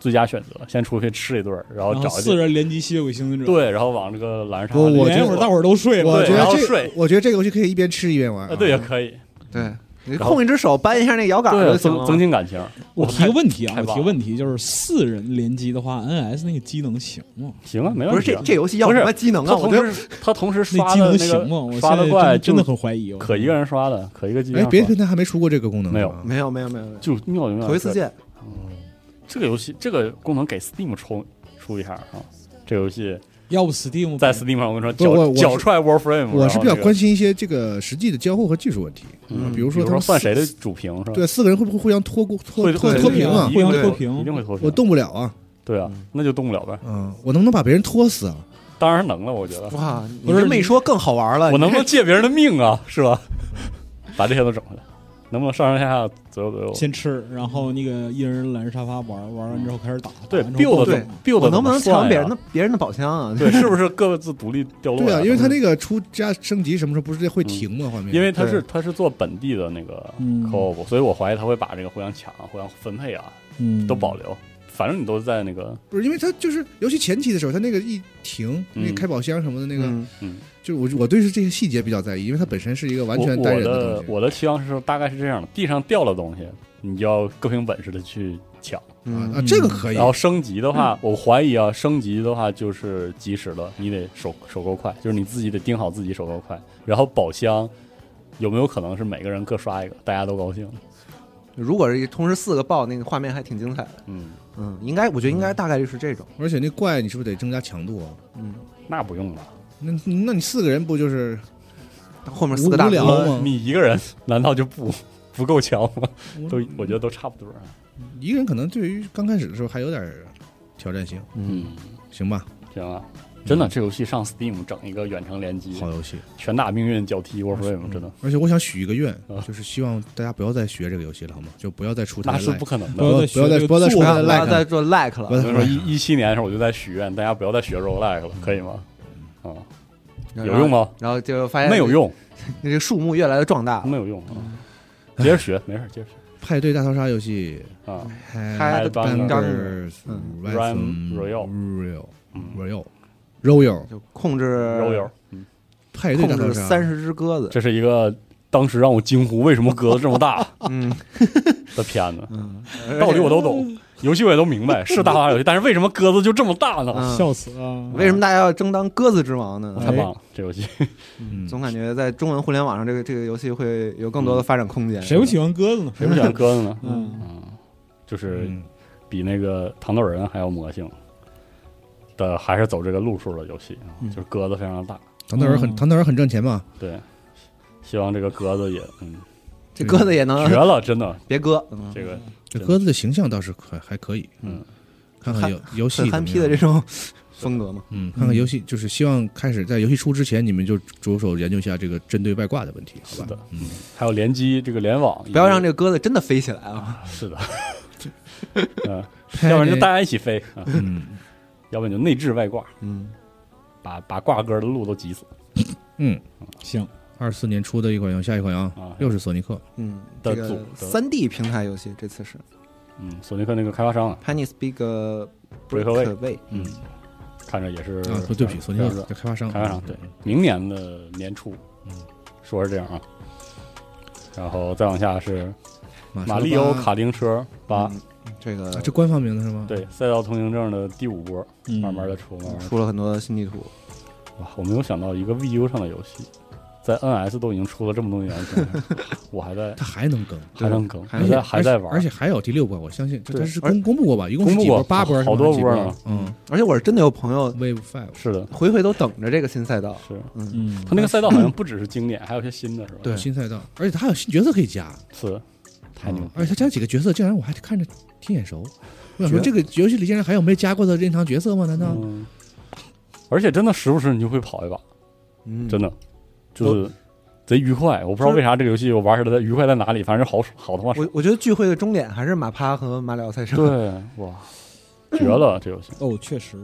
最佳选择，先出去吃一顿儿，然后
然后
找一
四
点
人联机吸血鬼幸存者，，啊
对，然后往这个栏上啊
不我觉
连
得
一会儿大伙儿都睡
我
了，
对
觉
然后
得这
睡，
我觉得这个游戏可以一边吃一边玩
啊，。对也可以，
对你
然后
空一只手扳一下那摇杆
对啊
就行
增
了
增
嘛。
进感情。
我提个问题啊，
太
我
棒
提个问题，就是四人联机的话，NS 那个机能行吗？
行啊，没
不
问
是
题
这
啊。
这游戏要
不是
什么技能
[LAUGHS] 他
啊？我
同
觉得
时他同时
那
刷
机
的
能
那
行吗？我
个
现
刷
在
的怪
真真的
就
很怀疑。我
可一个人刷的，可一个机
哎，
上
别的
刷
平台还没出过这个功能，
嗯
啊
没有
是吧
没有没有没有没有，
就妙就妙。
头一次见。
这个游戏，这个功能给 Steam 出出一下啊。这个游戏
要不 Steam
在 Steam 上，我跟你说，
不是
脚
我我是
脚踹 Warframe，
我是
嗯然后
比较
这个
关心一些这个实际的交互和技术问题，
嗯
比如
比
说
如
他们
说算
四
谁的主屏是吧？
对四个人会不会互相拖过
嗯
拖
会
拖
会
拖
对
屏啊
对？互相
一定会
脱
脱
屏
一定会脱屏。
我动不了啊，
对啊，那就动不了呗。
嗯，我能不能把别人拖死啊？
当然能了，我觉得，
哇，你
不是
这么一说更好玩了。
我能不
你
能借别人的命啊？是吧？把这些都整回来，能不能上上下下左右左右？
先吃，然后那个一人拦着沙发玩，玩完之后开始打，
对
打完之后
，build
爆
怎
对
么
这
build
我能不能
怎么算
抢
呀
别人的？别人的宝箱
[LAUGHS]
啊？
对，嗯是不是各自独立掉落呀？
对啊，因为他那个出加升级什么时候不是会停吗？画面
嗯因为他
对
是他是做本地的那个
嗯
co-op，所以我怀疑他会把这个互相抢、互相分配啊
嗯，
都保留。反正你都在那个，
不是因为他就是尤其前期的时候，他那个一停，
嗯
那个开宝箱什么的那个，
嗯
就是我我对是这些细节比较在意，因为它本身是一个完全
我
单
我
人
的
东西
我的期望是大概是这样的：地上掉了东西，你就要各凭本事的去抢。
啊
嗯，
啊，这个可以嗯
然。后升级的话，我怀疑啊，升级的话就是及时的，你得手手够快，就是你自己得盯好自己手够快。然后宝箱有没有可能是每个人各刷一个，大家都高兴？
如果是同时四个爆，那个画面还挺精彩的。
嗯，
嗯，应该我觉得应该大概率是这种。
而且那怪你是不是得增加强度啊？
嗯，
那不用了。
那那你四个人不就是
到后面四个大
无聊
哥，
吗
呃你一个人难道就不 [LAUGHS] 不够强吗？
我
都我觉得都差不多啊。
一个人可能对于刚开始的时候还有点儿挑战性，
嗯，
行吧？
行啊，真的，这游戏上 Steam 整一个远程联机，
好游戏，
拳打命运脚踢 Warframe，真的
而且我想许一个愿
啊，
就是希望大家不要再学这个游戏了，好吗？就不要再出它
那
的
是
lag
不可能
不
的。
要再
不要
学这个
再不要再
做
不
说
要
它的
不
lag
要
了
啊
再做 like
不要
了。
所以说
再
一一七年的时候我就在许愿，大家不要再学 roguelike 了，可以吗？啊，
有
有用？吗？
然后就发现
没有，用，
那这树木越来越壮大。
没有用啊。接着学，没事，接着学
派对大逃杀游戏
啊。
Head
Headbangers
Bangers
嗯
Ransom
Royale
Royale
嗯
Royale Royale
就控制
，royal，嗯
派对大
控
逃
制
杀
三十只鸽子。
啊这是一个当时让我惊呼为什么格子这么大
嗯
的片子，
嗯，
道理我都懂，游戏我也都明白，是大话游戏，但是为什么鸽子就这么大呢？
嗯
笑死啊！
为什么大家要争当鸽子之王呢？
哎
太棒了，这游戏
嗯
总感觉在中文互联网上，这个这个游戏会有更多的发展空间。
谁不喜欢鸽子呢？
谁不喜欢鸽子呢？
嗯，
嗯，就是
嗯
比那个糖豆人还要魔性的，还是走这个路数的游戏啊，
嗯
就是鸽子非常的大，
唐德尔
嗯
很唐德尔很挣钱嘛，
对。希望这个鸽子也
[LAUGHS]
嗯
这鸽子也能
绝了，真啊的
[LAUGHS] 别鸽，嗯
这个
这
对
鸽子的形象倒是可还可以，
嗯，
看看游游戏
很
怎
憨
么
批的
样
这种风格嘛。
嗯，看看游戏，就是希望开始在游戏出之前，你们就着手研究一下这个针对外挂的问题，好
是
吧？
的，嗯，还有联机这个联网，
不要让这个鸽子真的飞起来啊！
是
[LAUGHS]
的，嗯，要不然就大家一起飞啊，
嗯
要不然就内置外挂，
嗯，
把把挂钩的路都挤死。
嗯，
行，
二四年出的一款游戏，下一款
啊
啊，又是索尼克，
嗯，
的
这
组
个
的
三 D 平台游戏这次是
嗯，索尼克那个开发商啊，
Penny Speak
Breakaway
Breakaway，
嗯，看着也是
啊，不对不起，索尼
非
克
常热
的开发商，啊
开发商对，明年的年初，
嗯，
说是这样啊。然后再往下是
马
马
上
里奥
八
卡丁车八，
嗯这个
啊这官方名字是吗？，
对赛道通行证的第五波，
嗯
慢慢的出，慢慢地出
出了很多新地图，
哇，我没有想到一个 VU 上的游戏在 NS 都已经出了这么多年了，现在我还在
它还能更，
还能更，
还
还
而
能
且
在还在玩
而且，还有第六波，我相信这
对
它是
而
公公布过吧？一共
公
是
布
几波？
过
八波还是
好多
几
波啊呢
嗯
而且我是真的有朋友
，Wave Five，
是的，
回回都等着这个新赛道，
是
嗯
他那个赛道好像不只是经典，还有一些新的是吧？
对
新赛道，而且它还有新角色可以加，
是太牛了，
而且它加几个角色，竟然我还看着挺眼熟。我想说，
觉
这个游戏里竟然还有没加过的任天堂角色吗？难道
嗯，而且真的时不时你就会跑一把，
嗯，
真的就是贼愉快。我不知道为啥这个游戏我玩起来愉快在哪里，反正好好他妈爽
我我觉得聚会的终点还是马趴和马里奥赛车， [LAUGHS]
对，哇，绝了！这游戏，
哦，确实，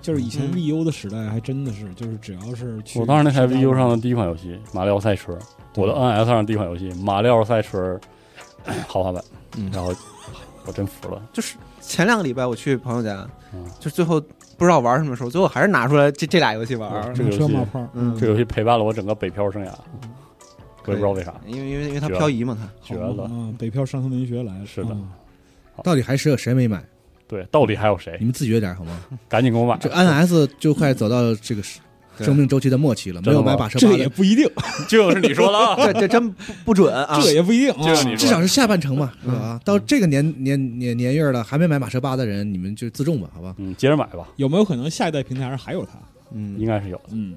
就是以前
嗯
VU 的时代，还真的是，就是只要是去
我当时那台
去大
VU
陆
上的第一款游戏《马里奥赛车》，我的 NS 上的第一款游戏《马里奥赛车》豪华版，
嗯
然后我真服了。
就是前两个礼拜我去朋友家
嗯，
就最后不知道玩什么的时候，最后还是拿出来这这俩游戏玩
嗯
儿，
这个游戏
车冒泡儿，
嗯
这个游戏陪伴了我整个北漂生涯，我也不知道为啥，
因为因为因为它
绝了
漂移嘛，它
绝
好
了！
啊！北漂伤痕文学来了，
是的
啊
到底还是有谁没买？
对，到底还有谁
你？们自觉点
[LAUGHS]
好吗？
赶紧给我买！
这 NS 就快走到这个时
对
生命周期的末期了，没
真的
有
吗
买把车
这
八
也
的，
不一定，
这是你
[LAUGHS]
说的啊，
这这真不不准啊，
这也不一定啊
[LAUGHS] 这。是你
至
说
少
的。
是下半程嘛，
嗯
是吧？到这个年年年年月了，还没买马车八的人，你们就自重吧，好吧？
嗯，接着买吧，
有没有可能下一代平台上还有它？
嗯
应，该是有的，
嗯，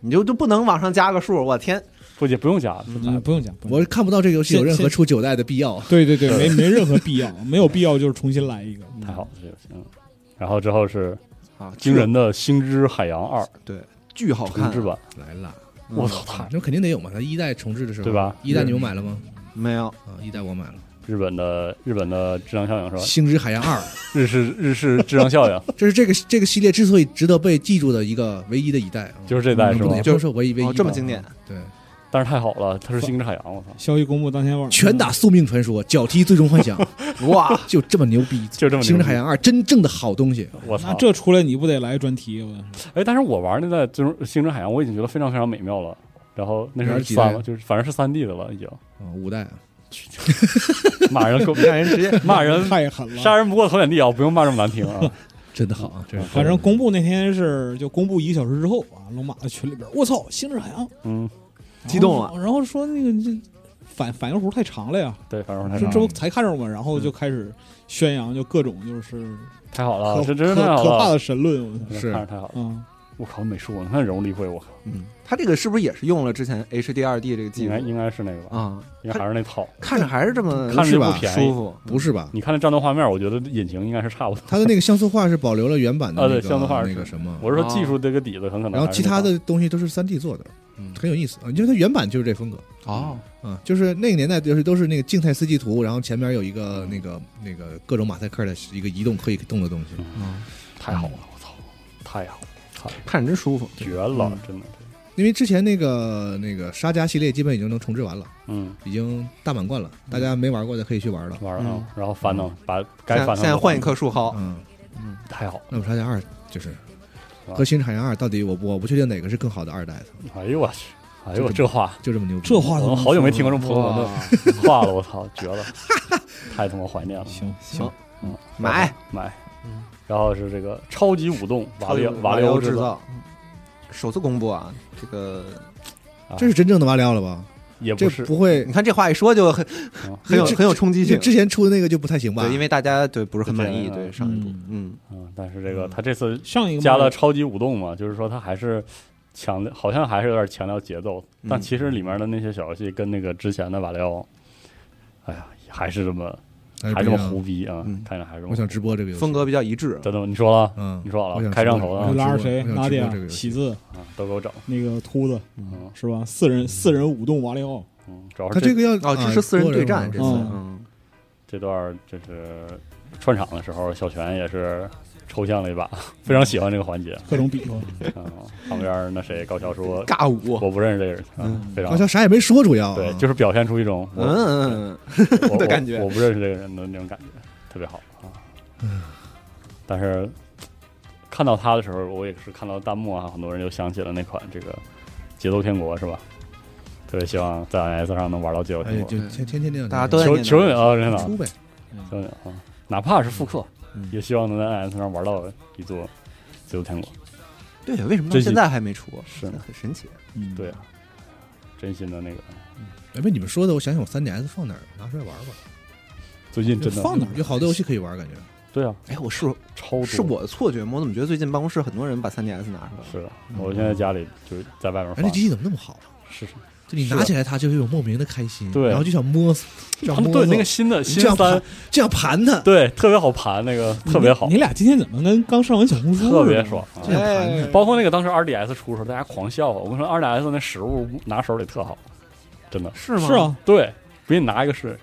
你就就不能往上加个数，我天，
不不用加了，
嗯
不用讲，不用
我
讲
看不到这个游戏有任
先
何出九代的必
[LAUGHS]
要。
对对对，没没任何必要，没有必要就是重新
[LAUGHS]
来一个。
太好了，这游戏。嗯，然后之后是
啊，
惊人的《星之海洋二》
巨，巨好
重
看
置，版，
来啦，
嗯
我操，太
啊那肯定得有嘛，它一代重置的时候，
对吧嗯
一代你们买了吗？
没有，
啊，一代我买了，
日本的日本的质量效应是吧？
《 [LAUGHS] 星之海洋二》，
日式日式质量效应
这是这个这个系列之所以值得被记住的一个唯一的一代啊，
就是这代是
不
吧
能？也不能说唯一唯一
哦
吧，
这
啊
么经典，
对，
但是太好了，它是《星之海洋》，我操，
消息公布当天晚上，
拳打宿命传说，脚踢最终幻想，
[LAUGHS] 哇，
就这么牛逼，
嗯就这么牛逼
《星之海洋二》真正的好东西，
我
嗯那
操！
这出来你不得来个专题？我
哎，但是我玩那代就是《星之海洋》，我已经觉得非常非常美妙了。然后那
玩
是
几
三
代
了，就是反正是三 D 的了，已经
啊，五代啊，
骂人够
让人直接
[LAUGHS] 骂人
太狠了
杀。人不过头脸地啊，不用骂这么难听啊。
真的好啊，真是
反正公布那天是就公布一个小时之后啊，龙马在群里边，我操，星之海洋
嗯，
激动了，
然后然后说那个这反反应弧太长了呀，
对，反正太嗯
这
好
这不才看着吗？然后就开始宣扬，就各种就是
太好
可
了，啊这真
可
是太好
可怕
了，
的神论，我操
看
是
着太好了。
嗯，
我靠，美术，你看人物立绘，我靠，
嗯，它这个是不是也是用了之前 H D R D 这个技
应该
术
应该是那个吧，
啊？
应该
它
还是那套。
看着还是这么
看着就
吧
不便
舒
宜，
服，
不是吧？
你看那战斗画面，我觉得引擎应该是差不多。
它的那个像素画是保留了原版
[LAUGHS]
的
啊
那个
对像素画是
那个什么，
我是说技术这个底子很可能。
然后其他，的东西都是三 D 做的
嗯，
很有意思啊，因为它原版就是这风格。
哦，
啊，就是那个年代，就是都是那个静态四季图，然后前面有一个那个那个各种马赛克的一个移动可以动的东西，
嗯，
太好了，我操，太好了，太
看着真舒服，
绝了，真的。
因为之前那个那个沙加系列基本已经能重置完了，
嗯，
已经大满贯了，大家没玩过的可以去玩了。
玩
嗯
了，然后翻腾，把该
现在
翻腾的
现在换一棵
翻
树薅，
嗯，
腾，太好了。
那我沙加二就是和星之海洋二到底我不我不确定哪个是更好的二代，
哎呦我去，哎呦这话，
就这么牛逼。
这话
我
怎么
嗯好久没听过这么普通的
哇，
话了，我操，绝了，太他妈怀念了。
行
行，
嗯，
买
买
嗯。
然后是这个超级舞动瓦里奥
瓦
瓦里奥
制
造，
造，嗯首次公布啊，这个
这是真正的马里奥了吧？
也
这
不是
不会
你看这话一说就很
嗯
很有
这
很有冲击
就
性，
之前出的那个就不太行吧？
对，因为大家对不是很
对
满意
嗯
对上一部，嗯，
嗯，但是这个他这次
上一个
加了超级舞动嘛，就是说它还是强调，好像还是有点强调节奏，
嗯
但其实里面的那些小游戏跟那个之前的瓦里奥，哎呀，还是这么
还是
还
不
这
一
么
样
胡逼啊
嗯，
看着还是这么
我想直播这个游戏
风，格比较一致，啊
真的吗，你说了，
嗯，
你说好
我
了，
想
开
直播
上头
我
啊
就，拉着
直播
谁？
我想
拉
直
迪
播
亚
这个游戏
喜字
啊都给我整，
那个秃子
嗯
是吧？四人四人舞动瓦里奥，
嗯，主要
它
是
这个要啊
哦，支持四人对战这次，
嗯
嗯，
这段就是串场的时候，小泉也是抽象了一把，非常喜欢这个环节，
各种比划。
嗯，旁边那谁高桥说。
尬舞，
我不认识这个人，啊，非常
好像啥也没说，主要
对，
啊
就是表现出一种
嗯
我
嗯，嗯
我
的感觉
我，我不认识这个人的那种感觉，特别好啊。但是看到他的时候，我也是看到弹幕啊，很多人就想起了那款这个《节奏天国》，是吧？特别希望在 NS 上能玩到《节奏
哎
天，国
就天天天这样，
大家都在
求
念叨
求你了，啊真的，
出呗。
求你了啊！哪怕是复刻，
嗯
也希望能在 NS 上玩到一座《节奏天国》。
对，为什么到
这几
现在还没出？
是
很神奇，
嗯，
对啊，真心的那个，
哎，被你们说的，我想想我 3DS 放哪儿，拿出来玩玩。
最近真的
放哪儿
有好多游戏可以玩，感觉。
对啊，
哎，我是
超多
是我的错觉吗？我怎么觉得最近办公室很多人把 3DS 拿出来了？
是的，啊我现在家里就是在外面
哎，
放
这，机器怎么那么好？
是是，
就你
是
拿
啊
起来它就有一种莫名的开心，
对
然后就想摸，就
他
想
们
摸
对
摸
那个新的
你
新
这样
三
盘，这样盘它，
[LAUGHS] 对特别好盘，那个特别好
你，你俩今天怎么跟刚上完小红书似的
特别爽。啊
哎
这样盘它。
包括那个当时 2DS 出的时候，大家狂笑啊！我跟你说，2DS 那实物拿手里特好，真的。
是吗？
是，啊，
对，给你拿一个试，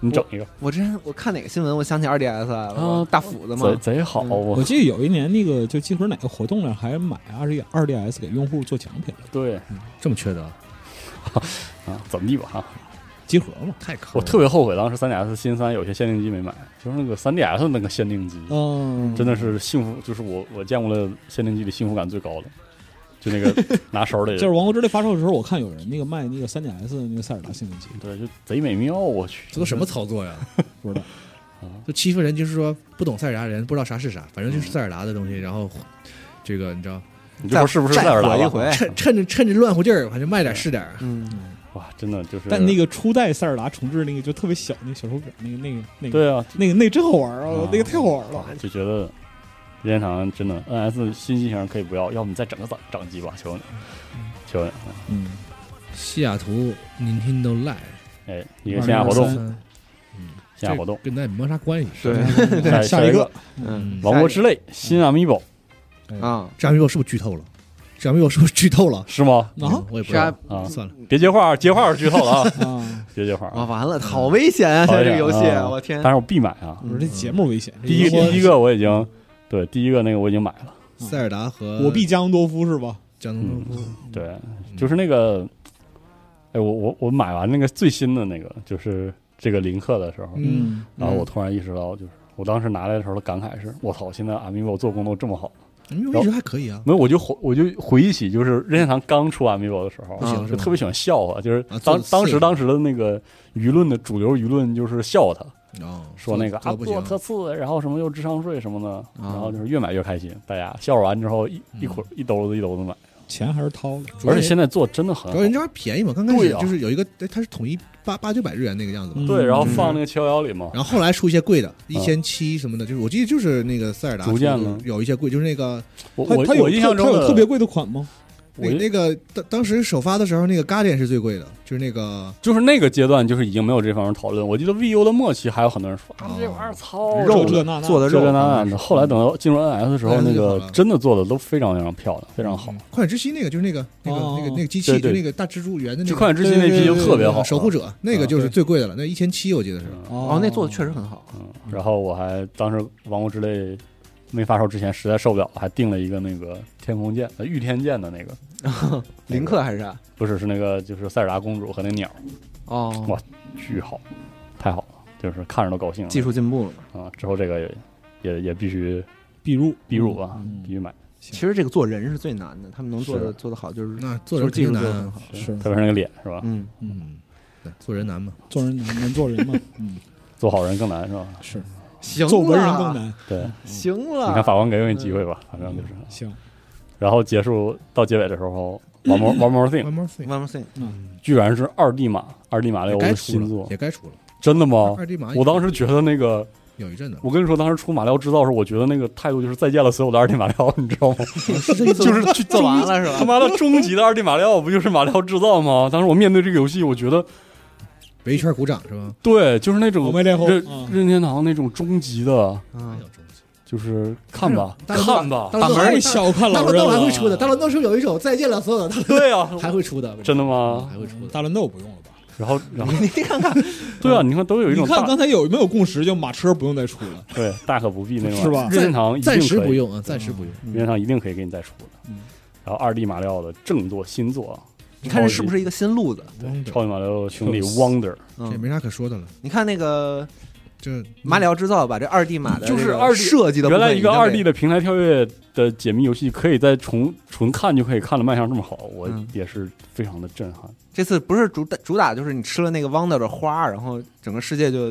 你整一个，
我之前我看哪个新闻，我想起 2DS 来了，
啊
大斧子嘛
贼，贼好。
嗯
我
我记得有一年那个就集合哪个活动上还买二十二 DS 给用户做奖品了，
对
这么缺德，
啊，怎么地吧哈。
集合嘛。
太坑了！
我特别后悔当时 3DS 新三有些限定机没买，就是那个 3DS 那个限定机，
嗯，
真的是幸福，就是我我见过了限定机里幸福感最高的，就那
[LAUGHS]
个拿手里，
就是《王国之泪》发售的时候，我看有人那个卖那个 3DS 的那个塞尔达性能机，
对，就贼美妙。我去，
这都什么操作呀？
[LAUGHS]
不知道
啊
就欺负人，就是说不懂塞尔达人不知道啥是啥，反正就是塞尔达的东西。然后这个你知道，
你就
再
说是不是
再
塞尔达
火
吧
一回？
趁趁着趁着乱乎劲儿，反正卖点是点儿。
嗯，
哇，真的就是。
但那个初代塞尔达重置那个就特别小，那个小手柄，那个那个那个，
对啊，
那个那个真好玩儿啊
啊，
那个太好玩了。
就觉得任天堂真的 NS 新机型可以不要，要不你再整个掌掌机吧，求你，求你。啊
嗯，
西雅图 Nintendo Live
哎，一个线下活动，
2023
线下活动，
跟咱也没啥关系。
对，
下
下
一
一个
个
嗯，
王国之泪新 Amiibo
啊，
这样 a 是不是剧透了？这样 a 是不是剧透了？
是吗？
啊
嗯我也不知
是啊
道，
啊，
算了，
别接话，接话剧透了
[LAUGHS]
啊，
啊，
别接话
啊，
啊。
完了，好危险啊！现在这个游戏，
啊
我天
但，是我必买啊，
我说这节目危险，
嗯
第一
这
第一个我已经对第一个那个我已经买了，
嗯
塞尔达和
我必江多夫是吧？
江
嗯
东夫
对，
嗯
就是那个，哎，我我我买完那个最新的那个，就是这个林克的时候，
嗯，
然后我突然意识到，就是我当时拿来的时候的感慨是，我操，现在 Amiibo 做工都这么好。
因为我一直还可以啊。
没有，我就回我就回忆起就是任天堂刚出 Amiibo 的时候，
不行
啊
是
就
吗
特别喜欢笑话，就是
啊做
当
得次
当时当时的那个舆论的主流舆论就是笑他，
哦，
说那个
做
啊
得不
做特
行，
次，然后什么又智商税什么的，然后就是越买越开心，大家笑完之后一一捆一兜子一兜子买，
钱还是掏了，
主要
而且
也
现在做真的很
主要人
好，
这玩意儿便宜嘛，刚开始
对啊
就是有一个，哎它是统一八八九百日元那个样子嘛。
嗯
对，然后
嗯
放那个七幺幺里嘛，
然后后来出一些贵的，一千七什么的，就是我记得就是那个塞尔达
逐渐了
有一些贵，就是那个
我
他
我
他有
我印象中
他有
的
特别贵的款吗？
我
那那个当当时首发的时候，那个 Guardian 是最贵的，就是那个
就是那个阶段就是已经没有这方面讨论，我记得 VU 的末期还有很多人说啊
哦
这玩意儿糙
肉
这
这那那
做的
这
肉啊
这啊那那的，后来等到进入 NS 的时候，
NS
那
就好
个
了
真的做的都非常非常漂亮，非常好。
嗯快闪之息那个，就是那个那个
哦
那个那个机
对
器，
对
就那个大蜘蛛圆的那
就
个
《快闪之息》那批就特别好，
守护者，那个就是最贵的了，那一千七我记得是。
哦，那做的确实很好，
嗯。然后我还当时《王国之泪》没发售之前，实在受不了了，还订了一个那个天空剑、呃御天剑的那个，
[LAUGHS] 林克还是啊啥？
不是是那个就是塞尔达公主和那鸟，
哦
哇，巨好，太好了，就是看着都高兴了。
技术进步了嘛。
啊，之后这个也也也必须
必入
必入啊，
嗯
必须买。
其实这个做人是最难的，他们能做
是
的做得好就是
那
就
做
是
人
技术
肯定
做
难
得很
啊，
好。
是
特别是那个脸是吧？
嗯，
嗯，对做人难嘛。
做人难难做人嘛，嗯，
做好人更 [LAUGHS] 难是吧？
是
行
做文人更
了，嗯
难。
对，
嗯
行了。
你看法官给我你机会吧，反正就是。
行，
然后结束到结尾的时候，王魔王魔
[LAUGHS]
thing
One more thing，
One [LAUGHS] more thing，
居然是二 D 码，二 D 码
也
六
该
的
出
新
了
作，
也，该出了。
真的吗？
二 D 马也
我当时觉得那个，
有一阵子了，
我跟你说，当时出马里奥制造的时候，我觉得那个态度就是再见了所有的二 D 马里奥， [LAUGHS] 你知道吗？就是去
做完了是
他
吧？
妈的终极的二 D 马里奥不就是马里奥制造吗？当时我面对这个游戏，我觉得
围一圈鼓掌是吧？
对，就是那
我
种
没练后
任
啊
任天堂那种终极的，
嗯，
就是看吧，
大乱斗
看吧，
大乱斗
太小看
大
老
乱
人
斗
了。
还会出的，大乱斗是不是有一首《再见了所有的》
对啊，
还会出的，嗯
真的吗？
还会出的。
大乱斗不用了吧？
然后然后
你看看，
对啊，你看都有一
你
种
看
大
刚才有没有共识？就马车不用再出了，
对大可不必那种
是吧
任天堂一定
暂时
可以
不用啊，暂时不用。
嗯
任天堂一定可以给你再出的。
嗯
然后二 D 马里奥的正作新作啊，
你看这是不是一个新路子？
对
Wonder，
超级马里奥兄弟
确实
Wonder？
这也
嗯，
没啥可说的了。
你看那个
这
马里奥制造把这二 D 码的
就是
这个
2D
设计的部
原
分
来一个
已经
二
给
D 的平台跳跃的解密游戏，可以在重纯看就可以看的卖相这么好，我
嗯
也是非常的震撼。
这次不是主打主打就是你吃了那个 Wonder 的花，然后整个世界就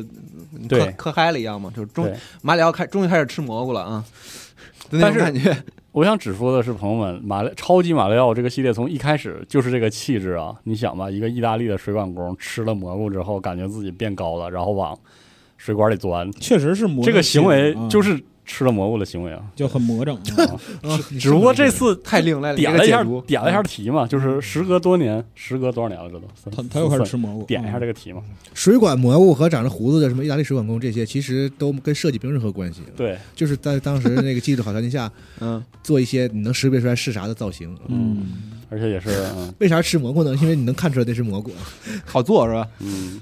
嗯
对
嗑嗑嗨了一样嘛，就是终
对，
[LAUGHS] 马里奥开终于开始吃蘑菇了啊，就那种
但是
感觉。
我想只说的是，朋友们，马里超级马里奥这个系列从一开始就是这个气质啊！你想吧，一个意大利的水管工吃了蘑菇之后，感觉自己变高了，然后往水管里钻，
确实是魔啊
这个行为就是是吃了蘑菇的行为啊！
就很魔怔。
啊你
只不过这
是
次
太另类了，
点
这
了
个
一下
解读，嗯
点了一下题嘛，就是时隔多年，时隔多少年了？这都
他
三
他又开始
三
吃蘑菇，
点一下
嗯
这个题嘛？
水管蘑菇和长着胡子的什么意大利水管工这些，其实都跟设计没有任何关系。，
对，
就是在当时那个技术好条件下，
嗯，
做一些你能识别出来是啥的造型。
嗯，
而且也是嗯
为啥吃蘑菇呢？因为你能看出来那 [LAUGHS] 是啊蘑菇。
好做是吧？
嗯，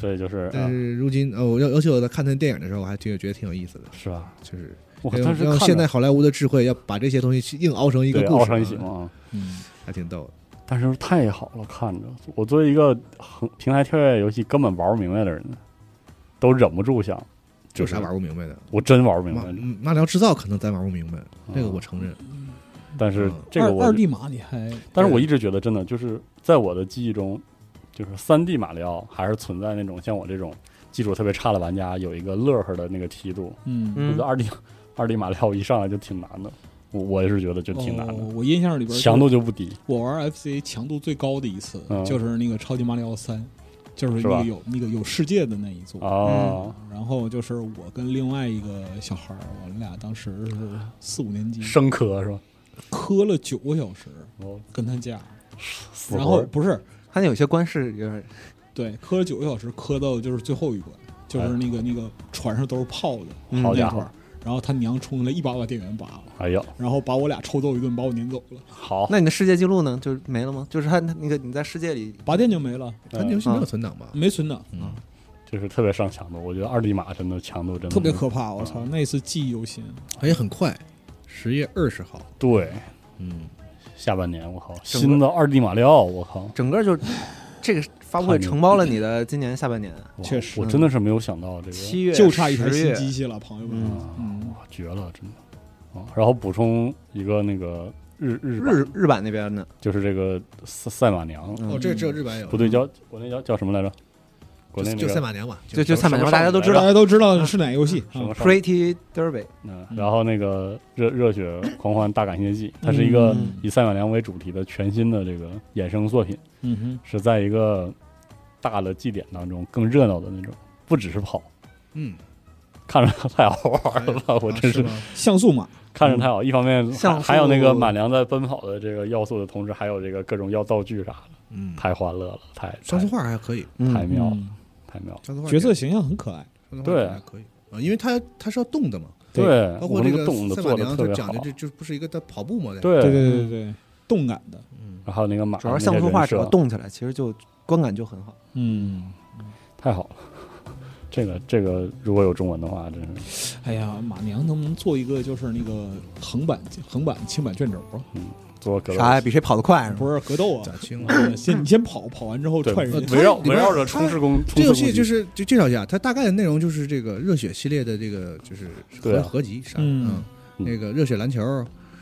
所以就是
但
啊
是如今，呃，我要尤其我在看那电影的时候，我还挺觉得挺有意思的，
是吧？
就是
我
用
当时
用
看
现
着
在好莱坞的智慧，要把这些东西去硬凹成一个
对
故事，
凹上一起嘛。啊
嗯
还挺逗的。
但是太好了，看着我作为一个横平台跳跃游戏根本玩不明白的人，都忍不住想，就
这有
是
啥玩不明白的？
我真玩不明
马
白。
马里奥制造可能咱玩不明白，这个
嗯
我承认。
但是
嗯
这个
二
我
二，D 马你还
但是我一直觉得真的就是在我的记忆中，就是三 D 马里奥还是存在那种像我这种技术特别差的玩家有一个乐呵的那个梯度。
嗯
我觉
嗯
得，二 D [LAUGHS] 二 D 马里奥一上来就挺难的，我我也是觉得就挺难
哦
的，
我印象里边
强度就不低。
我玩 FC 强度最高的一次
嗯
就是那个超级马里奥三，就
是
是那
吧
个有那个有世界的那一座。
哦，
然后就是我跟另外一个小孩儿，我们俩当时是四五年级，
生磕是吧？
磕了九个小时
哦，
跟他架，
死
然
活
后
儿
不是
它那有些关是有点
对磕了九个小时，磕到就是最后一关，
哎
就是那个、那个船上都是炮的
嗯
好
那
家
会
伙
儿，，然后他娘冲来一把把电源拔了，
哎呦，
然后把我俩抽揍一顿，把我撵走了，
好，
那你的世界纪录呢？就是没了吗？就是他那个你在世界里，
拔电就没了，
它那游戏没有存档吧？
没存档。
嗯，
哎就是特别上强度。我觉得二 D 马真的强度真的
特别可怕，我操！那次记忆犹新。
而且很快，十月二十号。
对。
嗯，
下半年我靠，
整个
新的二 D 马里奥，我靠，哇
整个就是这个发布会承包了你的今年下半年，
确实
我真的是没有想到这个，
七月
就差一台
10
新
月
机器了，朋友们。
啊
嗯，
哇绝了，真的啊！然后补充一个那个日日版
日日版那边的，
就是这个赛赛马娘，
嗯
哦，这只有日版有，
不对，叫国内叫叫什么来着？国内
就
那
就
个
赛马娘吧，
就就赛马娘，大家都知
大
道
家都知道是哪个游戏
什么
啊？
什么
Pretty Derby，
嗯，
嗯
然后那个热热血狂欢大感谢祭，它是一个
嗯
以赛马娘为主题的全新的这个衍生作品，
嗯哼，
是在一个大的祭典当中更热闹的那种，不只是跑，
嗯，
看着太好玩了吧，我真
啊是
哎是
吗
像素码，
看着太好。一方面还
像素
还有那个马娘在奔跑的这个要素的同时，还有这个各种要道具啥的，
嗯，
太欢乐了，太
像
太
素画还可以，
太
嗯，
妙了，
嗯
太妙了。
像素画
角色形象很可爱。
像素画
对
还可以啊，因为它它是要动的嘛，
对
对，
包
我
括
那
这
个动的
赛
做
马
的
娘
特
就
别
讲
好
究，这就不是一个在跑步嘛，在，
对
对，啊
对对对，动感的。
嗯，
然后那个马
主要是像素
那个
化
人
只要
设
动起来，其实就观感就很好。
嗯，
太好了。这个这个如果有中文的话，真是
哎呀，马娘能不能做一个就是那个横版横版轻版卷轴啊？
做格斗
啥呀？比谁跑得
嗯
快是吗？
不是格斗啊
假？
[LAUGHS]
青啊。
呃先你先跑，跑完之后
对
踹人家。
围绕
它里
围
边
绕着
它
冲刺攻，
这
冲刺
游
攻
戏
击
就是就介绍一下，它大概的内容就是这个热血系列的这个就是
对
合
啊
合集啥的，
嗯
嗯，那个热血篮球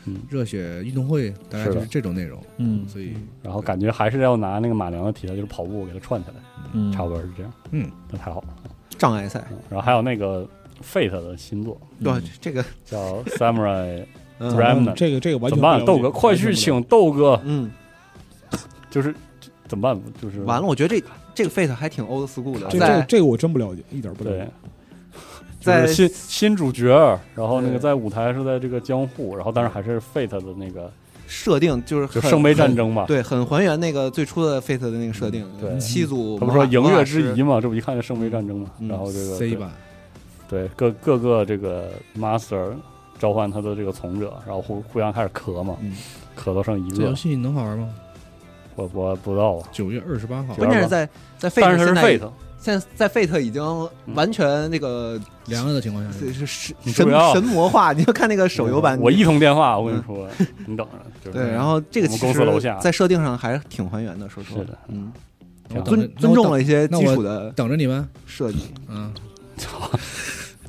嗯，
热血运动会，大概就是是
的
这种内容，
嗯
所以
然后感觉还是要拿那个马良的题材，就是跑步给它串起来，
嗯，
差不多是这样。
嗯，
那太好了。
障碍赛，
嗯然后还有那个 Fate 的新作
对这个，
叫 Samurai，
嗯
Remnant
这个这个完
怎
全
么办？
不了解
豆哥，快去！请豆哥，
嗯，
就是这怎么办？就是
完了，我觉得这这个 Fate 还挺 old school 的，
这个这个
在
这个我真不了解，一点
[LAUGHS]
不了
对就
解。，
是
在
新新主角，然后那个
对
在舞台是在这个江户，然后但是还是 Fate 的那
[LAUGHS]
个
设定就是
就
很
圣杯战，争吧
很。对，很还原那个最初的 Fate 的那个设定，
对
七组
他
魔法，
们说迎
魔法
月
师
之仪嘛，这不一看就圣杯战争嘛。
嗯
然哦后这个
C
对
吧，
对各各个这个 master 召唤他的这个从者，然后互互相开始磕嘛，
嗯
磕到剩一
这
个
游，戏能好玩吗？
我我不知道啊。
九月二十八号
九
关键是在在 Fate
但
现
是它是
在
Fate，
现在在 Fate 已经完全那个
凉了的情况下
这，是神
你
神
主要
神魔化， [LAUGHS] 你就看那个手游版，嗯
我一通电话，我跟你
[LAUGHS]
说，你等着。就是
对，然后这个
我
其
们
实
公司楼下
在设定上还是挺还原的，说实话
是的，
嗯，
我等着
尊尊重，了一些
那
基
我
础的
等着你们
设计，
嗯
啊！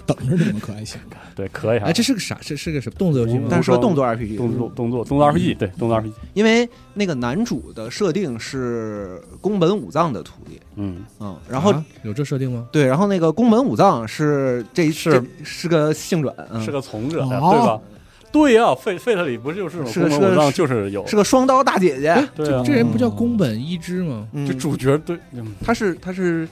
等着你们可还行？
对磕一下
哎，，这是个啥？这是个什么动作游戏
嗯
吗？
但是说动作
动
RPG，
作动作动作 RPG，对动作 RPG，
因为那个男主的设定是宫本武藏的徒弟，
嗯，
嗯，然后
啊有这设定吗？
对，然后那个宫本武藏是这
是
这是个性转，嗯
是个从者，
哦
对吧？对呀、费费特里不是就是
是个是
宫本
个
武藏就是有，
是个双刀大姐姐。
对啊
这，人不叫宫本一之吗？
嗯
就，主角对，嗯
她是她是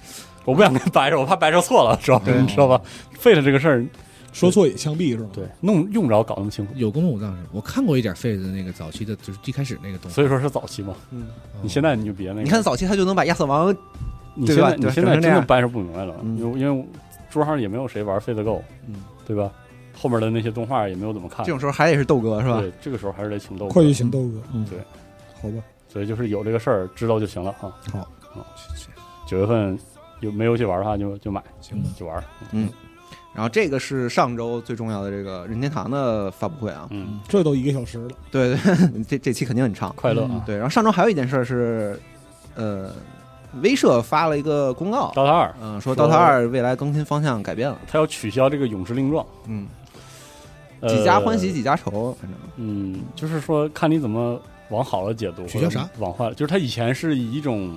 我不想跟白说，我怕白说错了，主要是
对
你 [LAUGHS] 知道吧？费特这个事儿，
说错也枪毙是吧？
对，弄用不着搞那么清楚，
有宫本武藏是吧，我看过一点 Fate 的那个早期的，就是最开始那个东西。
所以说是早期嘛。
嗯，
你现在你就别那个，
你看早期她就能把亚瑟王，
你
对
现
吧
在你
对
现
整
在
成这
真的
样
掰扯不明白了，
嗯
因为因为桌上也没有谁玩 Fate Go，
嗯
对吧？后面的那些动画也没有怎么看
这，种时候还得是豆哥是吧？
对，这个时候还是得请豆
快
哥
去，请豆哥，嗯，
对，
好吧，
所以就是有这个事儿知道就行了啊。
好
啊，九月份有没游戏玩的话就就买，
行吧
就玩，
然后这个是上周最重要的这个任天堂的发布会啊，
嗯，
这都一个小时了，
对 [LAUGHS] 对，这这期肯定很长。
快乐啊！
对，然后上周还有一件事儿是，呃，威社发了一个公告，
DOTA 二，
嗯、说《
说
DOTA 二》未来更新方向改变了，
他要取消这个永世令状，
嗯，
呃
几家欢喜几家愁，反正
嗯，就是说看你怎么往好了解读，
取消啥？
往坏了，就是他以前是以一种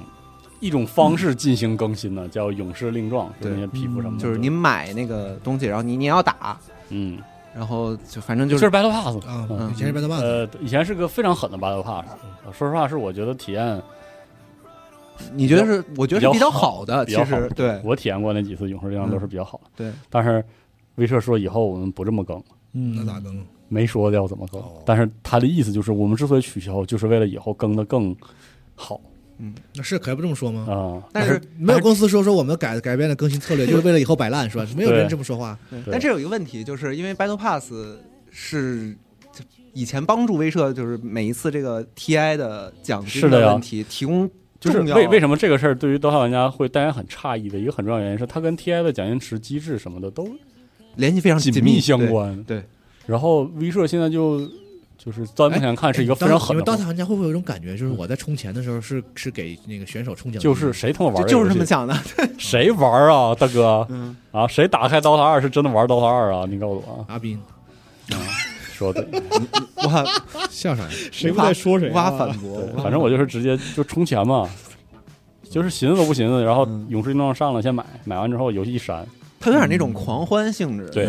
一种方式进行更新的，叫永世令状，就
嗯对嗯
是那些皮肤什么的，
就是你买那个东西，然后你你要打，
嗯，
然后就反正
就
就是
Battle Pass
啊
嗯，
以前是 Battle Pass，
呃，以前是个非常狠的 Battle Pass，说实呃话是我觉得体验，
你觉得是，我觉得是
比
比
较
较
好
好的，
比
其
较好
实对
我体验过那几次永世令
嗯
状都是比较好的，
对，
但是威社说以后我们不这么更了。
嗯，
那咋更？
没说要怎么更
哦，
但是他的意思就是，我们之所以取消，就是为了以后更的更好
那是可以不这么说吗？
啊。
嗯但是
没有公司说说我们改改变了更新策略，就是为了以后摆烂是吧？没有人这么说话。
对
对
但这有一个问题，就是因为 Battle Pass 是以前帮助威社，就是每一次这个 TI 的奖
是
金
的呀
问题提供
就
重
是
要，啊
为为什么这个事儿对于 DOTA 玩家会大家很诧异的一个很重要原因是，它跟 TI 的奖金池机制什么的都
联系非常
紧
啊密
相
对
关。
对哎
然后 V 社现在就就是在目前看是一个非常
当你
狠的
们当
方，
玩家会不会有一种感觉，就是我在充钱的时候是是给那个选手充奖金的，
就是谁他妈玩
就就是
这
这
个游
么
戏
想的， [LAUGHS]
谁玩啊，大哥
嗯，
啊，谁打开 DOTA 二是真的玩 DOTA 二啊？你告诉我啊，
阿斌
说的，
我
笑啥呀？
哦
谁不在说谁
无
啊？
法反驳，无法
[LAUGHS] 反正我就是直接就充钱嘛，
嗯
就是寻思都不寻思，然后
嗯
勇士运动上了先买，买完之后游戏一删，
他有点那种狂欢性质，
对，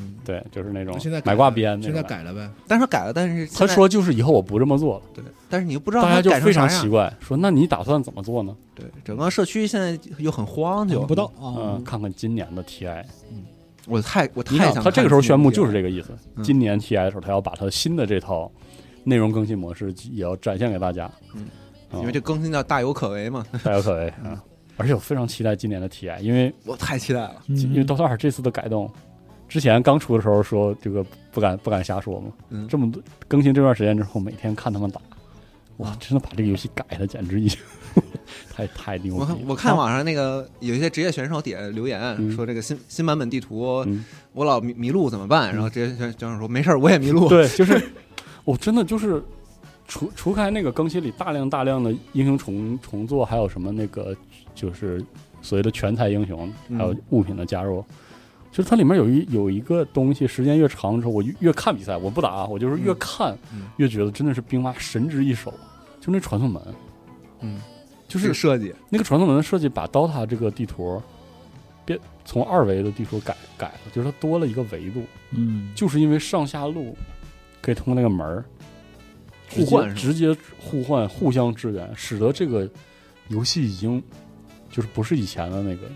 嗯
对，就是那种
现在改
买
了
挂鞭那
现在
种。
改了呗，
但是他改了，但是现
他
在
说就是以后我不这么做了，
对，但是你又不知道
大
他
家就
改成
非
啥
常
样
奇，怪，说那你打算怎么做呢？
对，整个社区现在又很慌，就
等不到，啊
嗯，，看看今年的 TI，
我太我
你想
太想
他这个时候宣布就是这
个，
个意思，
嗯
今年 TI 的时候他要把他新的这套内容更新模式也要展现给大家，
嗯
啊，
因为这嗯更新叫大有可为嘛， [LAUGHS]
大有可为啊。而且我非常期待今年的 TI，因为
我太期待了，
因
嗯
为 DOTA 二这次的改动，之前刚出的时候说这个不敢不敢瞎说嘛，
嗯
这么多更新这段时间之后，每天看他们打，哇，真的把这个游戏改的简直一 [LAUGHS] 太太牛
我
逼了！
看我看网上那个有一些职业选手底下留言、
嗯
说，这个新新版本地图、
嗯
我老迷迷路怎么办？然后职业选选手说 [LAUGHS] 没事儿，我也迷路。
对，就是 [LAUGHS] 我真的就是除除开那个更新里大量大量的英雄重重做，还有什么那个就是所谓的全才英雄，还有
嗯
物品的加入。就是它里面有一有一个东西，时间越长之后，我越越看比赛，我不打啊，我就是越
嗯
看、
嗯
越觉得真的是兵马神之一手，就那传送门，
嗯，
就
这个
是
设计，
那个传送门的设计把 DOTA 这个地图变从二维的地图改改了，就是它多了一个维度，
嗯，
就是因为上下路可以通过那个门儿直接
互换是吗
直接互换、互相支援，使得这个游戏已经就是不是以前的那个，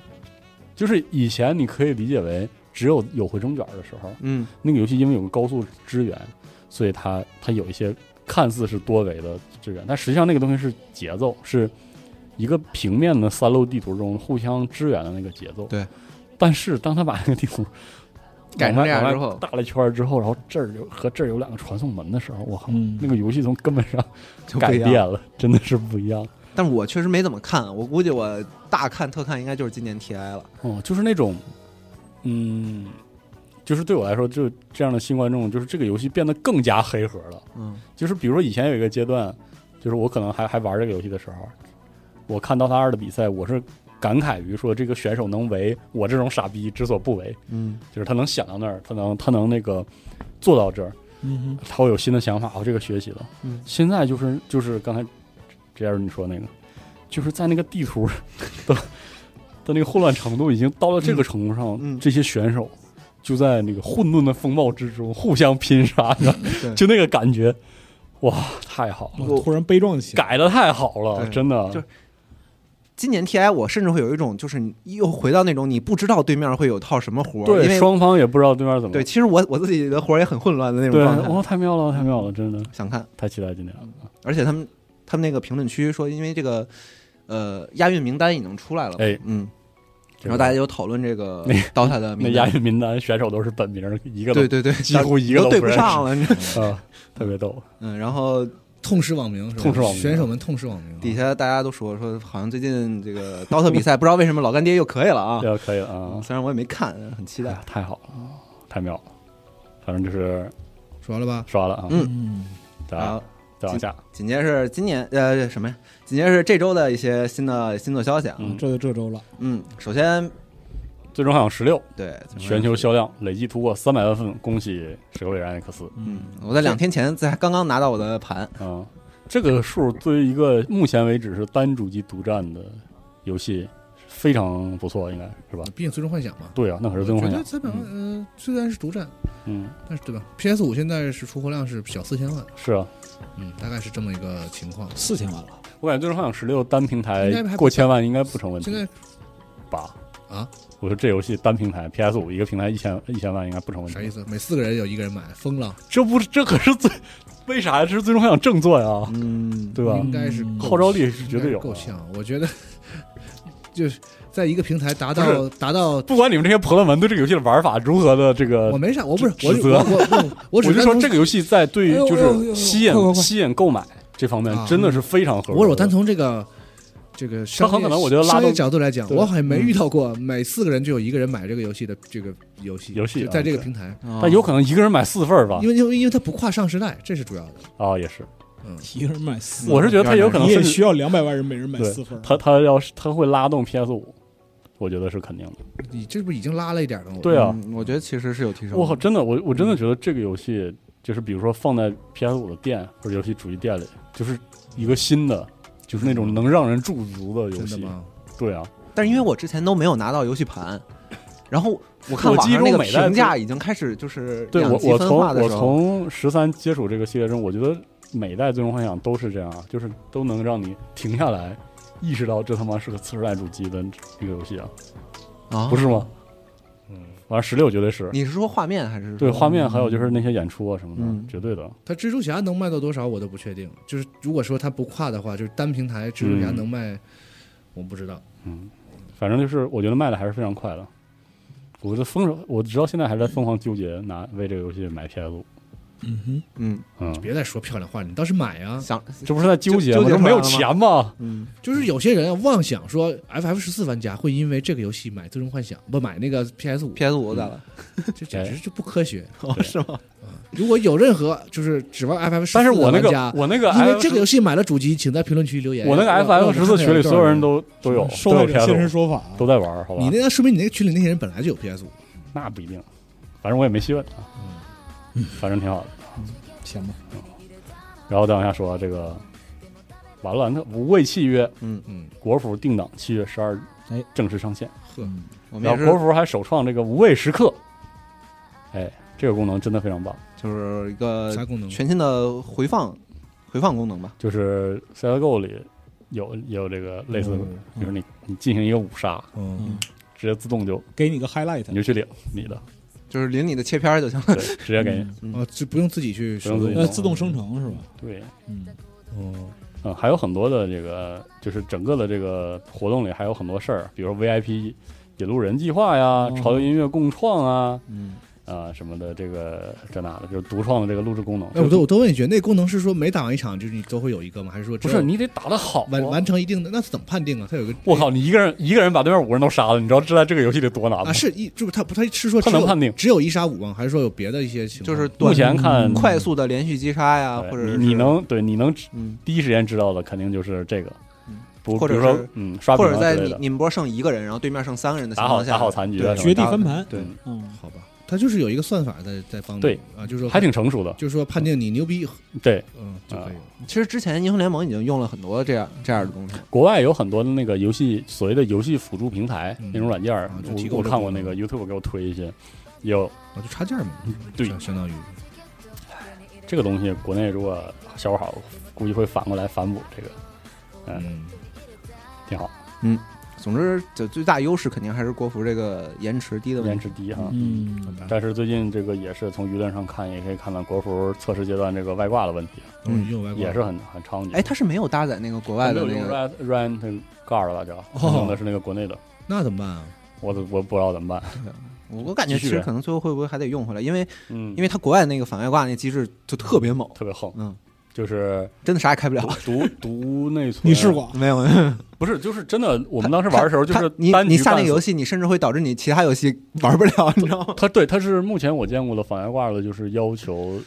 就是以前你可以理解为只有有回声卷的时候，
嗯
那个游戏因为有个高速支援，所以它它有一些看似是多维的支援，但实际上那个东西是节奏，是一个平面的三路地图中互相支援的那个节奏。
对。
但是当他把那个地图
改成
往外
这样
往外
之后
大了一圈儿之后，然后这儿有和这儿有两个传送门的时候，我靠，
嗯
那个游戏从根本 [LAUGHS] 上
就
改
不一
变
样。
了，真的是不一样。
但我确实没怎么看，我估计我大看特看应该就是今年 TI 了。
哦，就是那种，嗯，就是对我来说，就这样的新观众，就是这个游戏变得更加黑盒了。
嗯
就是比如说以前有一个阶段，就是我可能还还玩这个游戏的时候，我看到他二的比赛，我是感慨于说这个选手能为我这种傻逼之所不为，
嗯，
就是他能想到那儿，他能他能那个做到这儿，
嗯哼，
他会有新的想法，哦我这个学习了。
嗯
现在就是就是刚才这样你说那个，就是在那个地图 [LAUGHS] 的的那个混乱程度已经到了这个程度上，
嗯嗯
这些选手就在那个混沌的风暴之中互相拼杀，你知道
对
吗就那个感觉，哇，太好了，
我
突然悲壮起来。
改的太好了，
对
真的，
就是今年 TI 我甚至会有一种就是你又回到那种你不知道对面会有套什么活儿，因
对
为
双方也不知道对面怎么
对，其实我我自己的活儿也很混乱的那种
对，
状态，
哇，太妙了，太妙了，真的
想看。
太期待今天了。
而且他们他们那个评论区说，因为这个呃押韵名单已经出来了嘛，
哎
嗯，
这个
然后大家就讨论这个 [LAUGHS] DOTA 的
那
名
押
单，
韵名单选手都是本名，一个都
对对对，
几乎一个
都对不
不认识
上了，你
[LAUGHS]
知道
啊，特别逗。
嗯，然后
痛失网名是吧？
痛失网名
选手们痛失网名。啊
底下大家都说说，好像最近这个 DOTA 比赛不知道为什么老干爹又可以了啊，
对啊，可以了啊
嗯，虽然我也没看，很期
哎
待
呀，太好了，太妙了，反正就是
说完了吧？
刷了啊，
嗯
嗯，
再
然后
再往下，
紧接着是今年呃什么呀？紧接着是这周的一些新的新作消息啊。
嗯
这就这周了，
嗯，首先
最终好像十六，
对
全球销量累计突破三百万份，恭喜石油里艾克斯。
嗯，我在两天前在刚刚拿到我的盘，
啊，这个数对于一个目前为止是单主机独占的游戏非常不错，应该是吧？
毕竟最终幻想嘛，
对啊，那可是最
嗯我
终
觉
幻
得
想。
三百万，嗯，虽然是独占，
嗯，
但是对吧？PS 五现在是出货量是小四千万，
是啊，
嗯，大概是这么一个情况。
四千万了，
我感觉最终幻想十六单平台
应该还不
过千万应该不成问
现
题
在
吧？
啊，
我说这游戏单平台 PS 五一个平台一千一千万应该不成问
啥意
题。
思？每四个人有一个人买，疯了，
这不是这可是最为啥呀？这是最终幻想正作呀，
嗯，
对吧？
应该是够
号召力是绝对有啊
应该
的
够。呛。我觉得 [LAUGHS] 就是在一个平台达
不
到达到，
不管你们这些婆罗门对这个游戏的玩法如何的这个
我没啥，我不是我
指责
我我我我
我
只
就是说
单从
这个游戏在对于
哎呦
就
哎呦哎
是
呦
吸引
快快快
吸引购买这方面
啊
真的是非常合格的。
我我单从这个这个商
很
业
可能我觉得拉动
商业角度来讲，
对嗯
我好像没遇到过每四个人就有一个人买这个游戏的这个游戏
游戏
就在这个
啊
平台，
哦
但
嗯
有可能一个人买四份儿吧
因？为因为因为它不跨上时代，这是主要的。
啊，也是，
一个人买四，
我是觉得他有可能
你也
甚
需
至
要两百万人每人买
对
四份儿，
他他要是他会拉动 PS 五，我觉得是肯定的。
你这不已经拉了一点了吗？
对啊
嗯我觉得其实是有提升。
我靠，真的，我我真的觉得这个游戏就是比如说放在 PS 五的店或者游戏主机店里，就是一个新的，就是那种能让人驻足的游
真的
戏。
吗？
对啊，
但是因为我之前都没有拿到游戏盘，然后我看
我
网
记忆
上那
中
个
每代
评价已经开始就是
对
两
我
极
我
分
从
化的
我
时候，
从十三接触这个系列中，我觉得每代最终幻想都是这样啊，就是都能让你停下来，意识到这他妈是个次世代主机的一个游戏啊，
啊
不是吗？嗯，完了十六绝对是，
你是说画面还是
对
说
画面还有就是那些演出啊什么的，
嗯
绝对的。
它蜘蛛侠能卖到多少我都不确定。就是如果说它不跨的话，就是单平台蜘蛛侠
嗯
能卖，我不知道。
反正就是我觉得卖的还是非常快的。我的疯，我直到现在还在疯狂纠结拿为这个游戏买 PS 五，
嗯哼，
嗯
嗯，
别再说漂亮话，你倒是买啊！
想
这不是在纠结
纠
吗？
结出
这
来
没有
了吗
钱吗？
嗯
就是有些人啊妄想说 FF 十四玩家会因为这个游戏买《最终幻想》，不买那个 PS 五，
PS 五咋了？
这
哎
简直就不科学。
嗯
哦是吗？
如果有任何就是指望 FF 十
但是
四的
我那
玩
个
家，
我那个
因为
FF
这个游戏买了主机，请在评论区留言。
我那个
让
FF 十四群里所有人，都啊都有
嗯受
都
害
有
者
PS
现
五
身。说法，
都在玩儿，好吧？
让我们看看有多少人你那个说明你那个群里那些人本来就有 PS 五，
那不一定，反正我也没细问啊，
嗯
反正挺好的。
行吧？
然后再往下说这个，完了，那无畏契约，
嗯
嗯，
国服定档七月十二
哎
正式上线。
对
嗯
我们
然
也
后
是
国服还首创这个无畏时刻，哎，这个功能真的非常棒，
就是一
呃
个
啥功能？
全新的回放回放功能吧。
就是 CSGO 里有也有这个类似的，
嗯
比如你你进行一个五杀，
嗯，
直接自动就
给你个
你
highlight，
就去领你的，
就是领你的切片儿就行了。
对，直接给你，
哦，就不用自己去手
不
动
用
嗯呃，
己
自动生。成是吧？
对。
嗯，
哦，
嗯，还有很多的这个，就是整个的这个活动里还有很多事儿，比如说 VIP 引路人计划呀、
哦
潮流音乐共创啊，
[LAUGHS] 嗯，
啊、什么的，这个这那的，就是独创的这个录制功能。
哎，我都我都问一句，那功能是说每打完一场就是你都会有一个吗？还是说只
不
有
是你得打得好、
完
啊。
完成一定的？那是怎么判定啊？它有个
我靠，你一个人一个人把对面五个人都杀了，你知道这在这个游戏里多难吗？
啊，是一就是它不它是说
它
只
能
有
判定
只有一杀五吗？还是说有别的一些情
就
况？
是
目
短
前看，
快速的连续击杀呀，
对
或者是
你你能对你能
嗯，
第一时间知道的，肯定就是这个
嗯，
不，
或者
比如说
是
嗯，刷
或
屏
者
啊之
在
类
你
的，
你们波剩一个人，然后对面剩三个人的情
打好
况下，
打好残局啊什么
对，绝
的，
地翻盘，
对，
嗯，
好吧，它就是有一个算法在在帮你
对
啊，就是说
还挺成熟的。
就是说判定你牛逼，
对，
嗯就可以了。
其实之前英雄联盟已经用了很多这样这样的东西，
国外有很多的那个游戏所谓的游戏辅助平台
嗯
那种软件儿
啊，就提
我
供
我
这
看
功
过那
能
个 YouTube 给我推一些，也有
啊，就插件嘛，
对
相相当于
这个东西，国内如果效果好，估计会反过来反哺这个，嗯，
嗯，
挺好，
总之，就最大优势肯定还是国服这个延迟低的问
延
题。
迟低哈。
嗯，
但是最近这个也是从舆论上看，也可以看到国服测试阶段这个外挂的问题，
我已经有外挂
也是很很猖獗。
哎，它是没有搭载那个国外
没
的
有
那
用
个，
Ryan Ryan 那个盖儿了吧？叫
哦
用的是那个国内的，
那怎么办啊？
我都我不知道怎么办。
我我感觉
继续
其实可能最后会不会还得用回来，因为
嗯，
因为它国外那个反外挂那机制就特别猛，
特别横，
嗯， [LAUGHS]
就是
真的啥也开不了。
读读内存，
你试过？啊
没有，没有
不是？就是真的，我们当时玩的时候就是
它你
单局
你下那个
半死
游戏，你甚至会导致你其他游戏玩不了，你知道吗？
它对，它是目前我见过的反外挂的，就是要求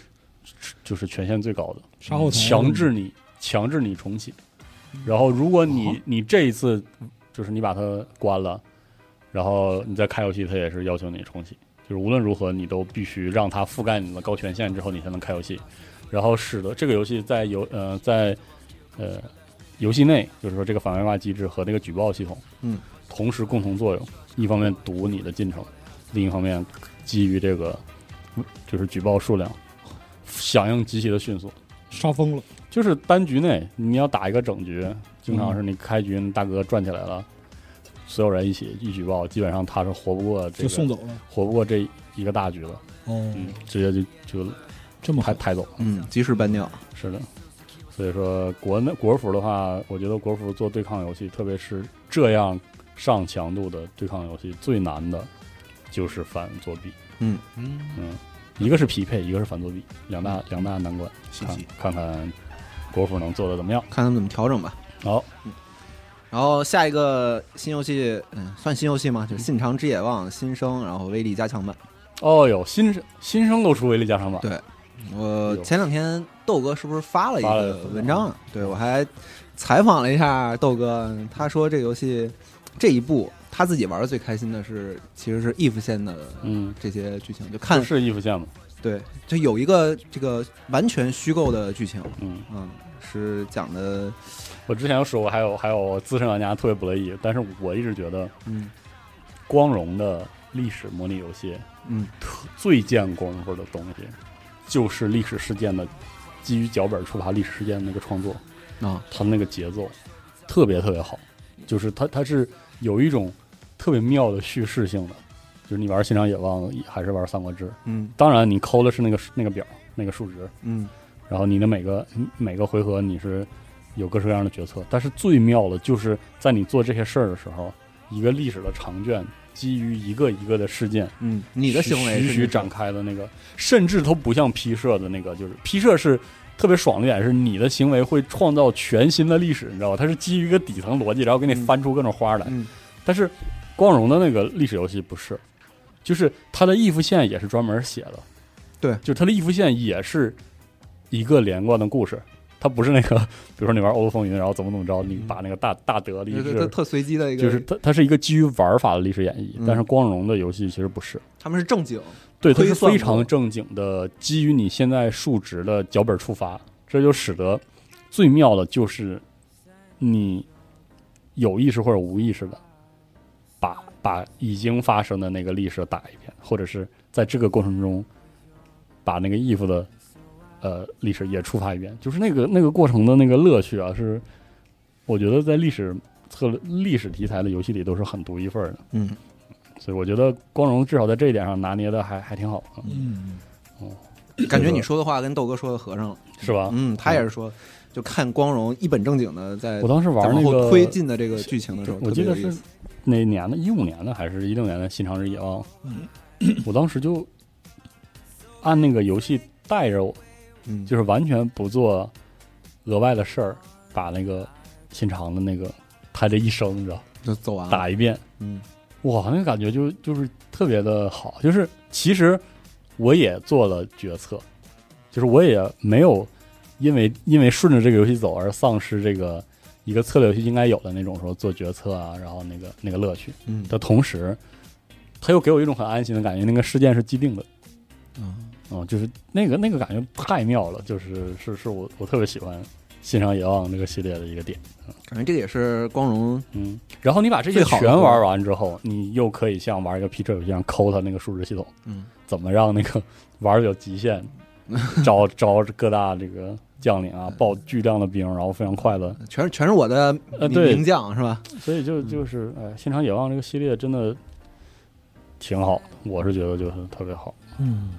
就是权限最高的，
杀后台
强制你强制你重启，然后如果
啊
你、你这一次就是你把它关了，然后你再开游戏，它也是要求你重启，就是无论如何你都必须让它覆盖你的高权限之后，你才能开游戏，然后使得这个游戏在游呃在呃游戏内，就是说这个反外挂机制和那个举报系统，
嗯，
同时共同作用，一方面堵你的进程，另一方面基于这个就是举报数量，响应极其的迅速。
杀疯了，
就是单局内你要打一个整局，
嗯
经常是你开局你大哥转起来了，所有人一起一举报，基本上他是活不过这
就送
个，
走了。
活不过这一个大局了，
哦，
嗯，直接就就
这么
抬
[LAUGHS] 狠，
抬走了。
嗯，及时搬掉。
是的，所以说国内国服的话，我觉得国服做对抗游戏，特别是这样上强度的对抗游戏，最难的就是反作弊。
嗯
嗯，
嗯，一个是匹配，一个是反作弊，两
嗯
大两大难关。
信
看
息
看看国服能做的怎么样。
看他们怎么调整吧。嗯
好，
然后下一个新游戏，嗯，算新游戏吗？就是《信长之野望》新生，然后威力加强版。
哦哟，新生新生都出威力加强版
对，我
嗯有
前两天豆哥是不是发了一
发了
个文章啊？对我还采访了一下豆哥，他说这个游戏这一部他自己玩的最开心的是，其实是 if 线的
嗯，
这些剧情，就
不
看
是衣服线吗？
对，就有一个这个完全虚构的剧情，
嗯，
嗯，是讲的，
我之前有说过，还有还有资深玩家特别不乐意，但是我一直觉得
嗯
光荣的历史模拟游戏
嗯
最见功夫的东西，就是历史事件的基于脚本出发历史事件的那个创作，
啊
它那个节奏特别特别好，就是它它是有一种特别妙的叙事性的，就是你玩《新长野望》还是玩《三国志》，
嗯
当然你抠的是那个那个表那个数值，
嗯
然后你的每个每个回合你是有各式各样的决策，但是最妙的就是在你做这些事儿的时候，一个历史的长卷基于一个一个的事件，
嗯，你的行为
徐
是
徐展开的那个，甚至都不像批社的那个，就是批社是特别爽的一点是你的行为会创造全新的历史，你知道吧？它是基于一个底层逻辑，然后给你
嗯
翻出各种花来。
嗯
但是光荣的那个历史游戏不是，就是它的 if 线也是专门写的，
对
就它的 if 线也是一个连贯的故事，它不是那个， [LAUGHS] 比如说你玩《欧陆风云》，然后怎么怎么着，你把那个大大德历
对对对，
史，
特随机的一个，
就是它它是一个基于玩法的历史演绎，
嗯
但是光荣的游戏其实不是，
他们是正经，
对，它
推
是
算
非
过
常正经的，基于你现在数值的脚本出发，这就使得最妙的就是你有意识或者无意识的把把已经发生的那个历史打一遍，或者是在这个过程中把那个 if 的呃历史也触发一遍，就是那个那个过程的那个乐趣啊，是我觉得在历史策略历史题材的游戏里都是很独一份儿的。
嗯。
所以我觉得光荣至少在这一点上拿捏的还还挺好，嗯
嗯，
感觉你说的话跟豆哥说的合上了，
是吧？
嗯，他也是说，就看光荣一本正经的在
我当时
在
玩
往
那
后
个
推进的这个剧情的时候，
我
特
记
别有
得
意
是
思。
哪年的？一五年的还是一六年的《新长之野望》？我当时就按那个游戏带着我，
嗯，
就是完全不做额外的事儿，把那个新长的那个他这一生，你知道，
就走完了。
打一遍，
嗯
哇，那个感觉就就是特别的好，就是其实我也做了决策，就是我也没有因为因为顺着这个游戏走而丧失这个一个策略游戏应该有的那种说做决策啊，然后那个那个乐趣
嗯，
的同时，它又给我一种很安心的感觉，那个事件是既定的，哦
啊，
嗯，就是那个那个感觉太妙了，就是是是我我特别喜欢《欣赏《野望》这个系列的一个点。
感觉这个也是光荣
嗯，然后你把这些
最好的
全玩完之后，你又可以像玩一个 P 车游戏一样抠它那个数值系统，
嗯，
怎么让那个 [LAUGHS] 玩的有
[LAUGHS]
极限，招招各大这个将领啊，爆巨量的兵，然后非常快的，
全是全是我的
呃
名
对
名将是吧？
所以
嗯
就就是哎，《现场野望》这个系列真的挺好的，我是觉得就是特别好。
嗯，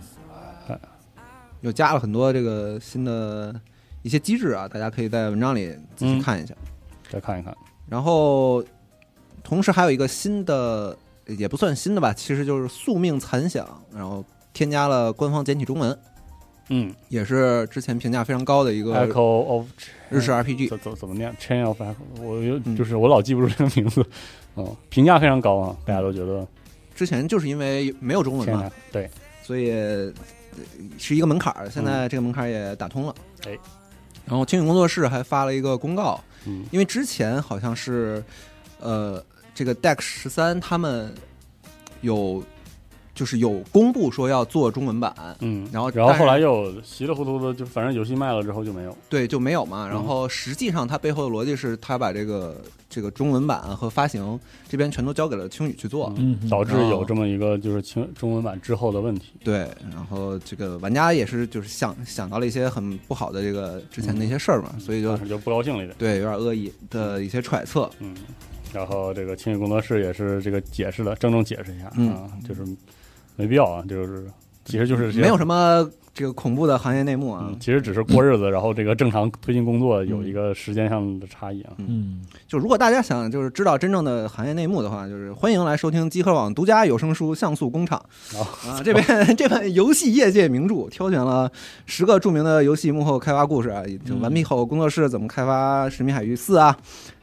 又加了很多这个新的一些机制啊，大家可以在文章里仔细
嗯
看一下。
再看一看，
然后，同时还有一个新的，也不算新的吧，其实就是《宿命残响》，然后添加了官方简体中文，
嗯
也是之前评价非常高的一个
，Echo of 哎
日
嗯
式 RPG。
怎怎怎么念？Chain of Echo，我又
嗯
就是我老记不住这个名字，嗯，评价非常高啊，大家都觉得
之前就是因为没有中文
Chain
嘛，
of- 对，
所以呃是一个门槛儿，现在这个门槛儿也打通了。
嗯哎，
然后青云工作室还发了一个公告，
嗯
因为之前好像是，呃，这个 Deck 十三他们有就是有公布说要做中文版，
嗯，
然后
然后
但是
后来又稀里糊涂的，就反正游戏卖了之后就没有。
对就没有嘛。然
嗯
后实际上它背后的逻辑是，他把这个这个中文版和发行这边全都交给了青宇去做。
嗯
嗯
导致
哦
有这么一个就是清中文版之后的问题。
对，然后这个玩家也是就是想想到了一些很不好的这个之前的一些事儿嘛，所以就
当嗯时就不高兴了一点。
对有点恶意的一些揣测。
嗯，然后这个青宇工作室也是这个解释了，郑重解释一下、
嗯
啊，就是没必要啊，就是其实就是这些
没有什么这个恐怖的行业内幕啊
嗯，，其实只是过日子，然后这个正常推进工作有
嗯
一个时间上的差异啊。
嗯，
就如果大家想就是知道真正的行业内幕的话，就是欢迎来收听集合网独家有声书《像素工厂》
哦
啊，这
[LAUGHS]
边这本游戏业界名著，挑选了十个著名的游戏幕后开发故事啊，就完
嗯
美后工作室怎么开发《神秘海域四》啊，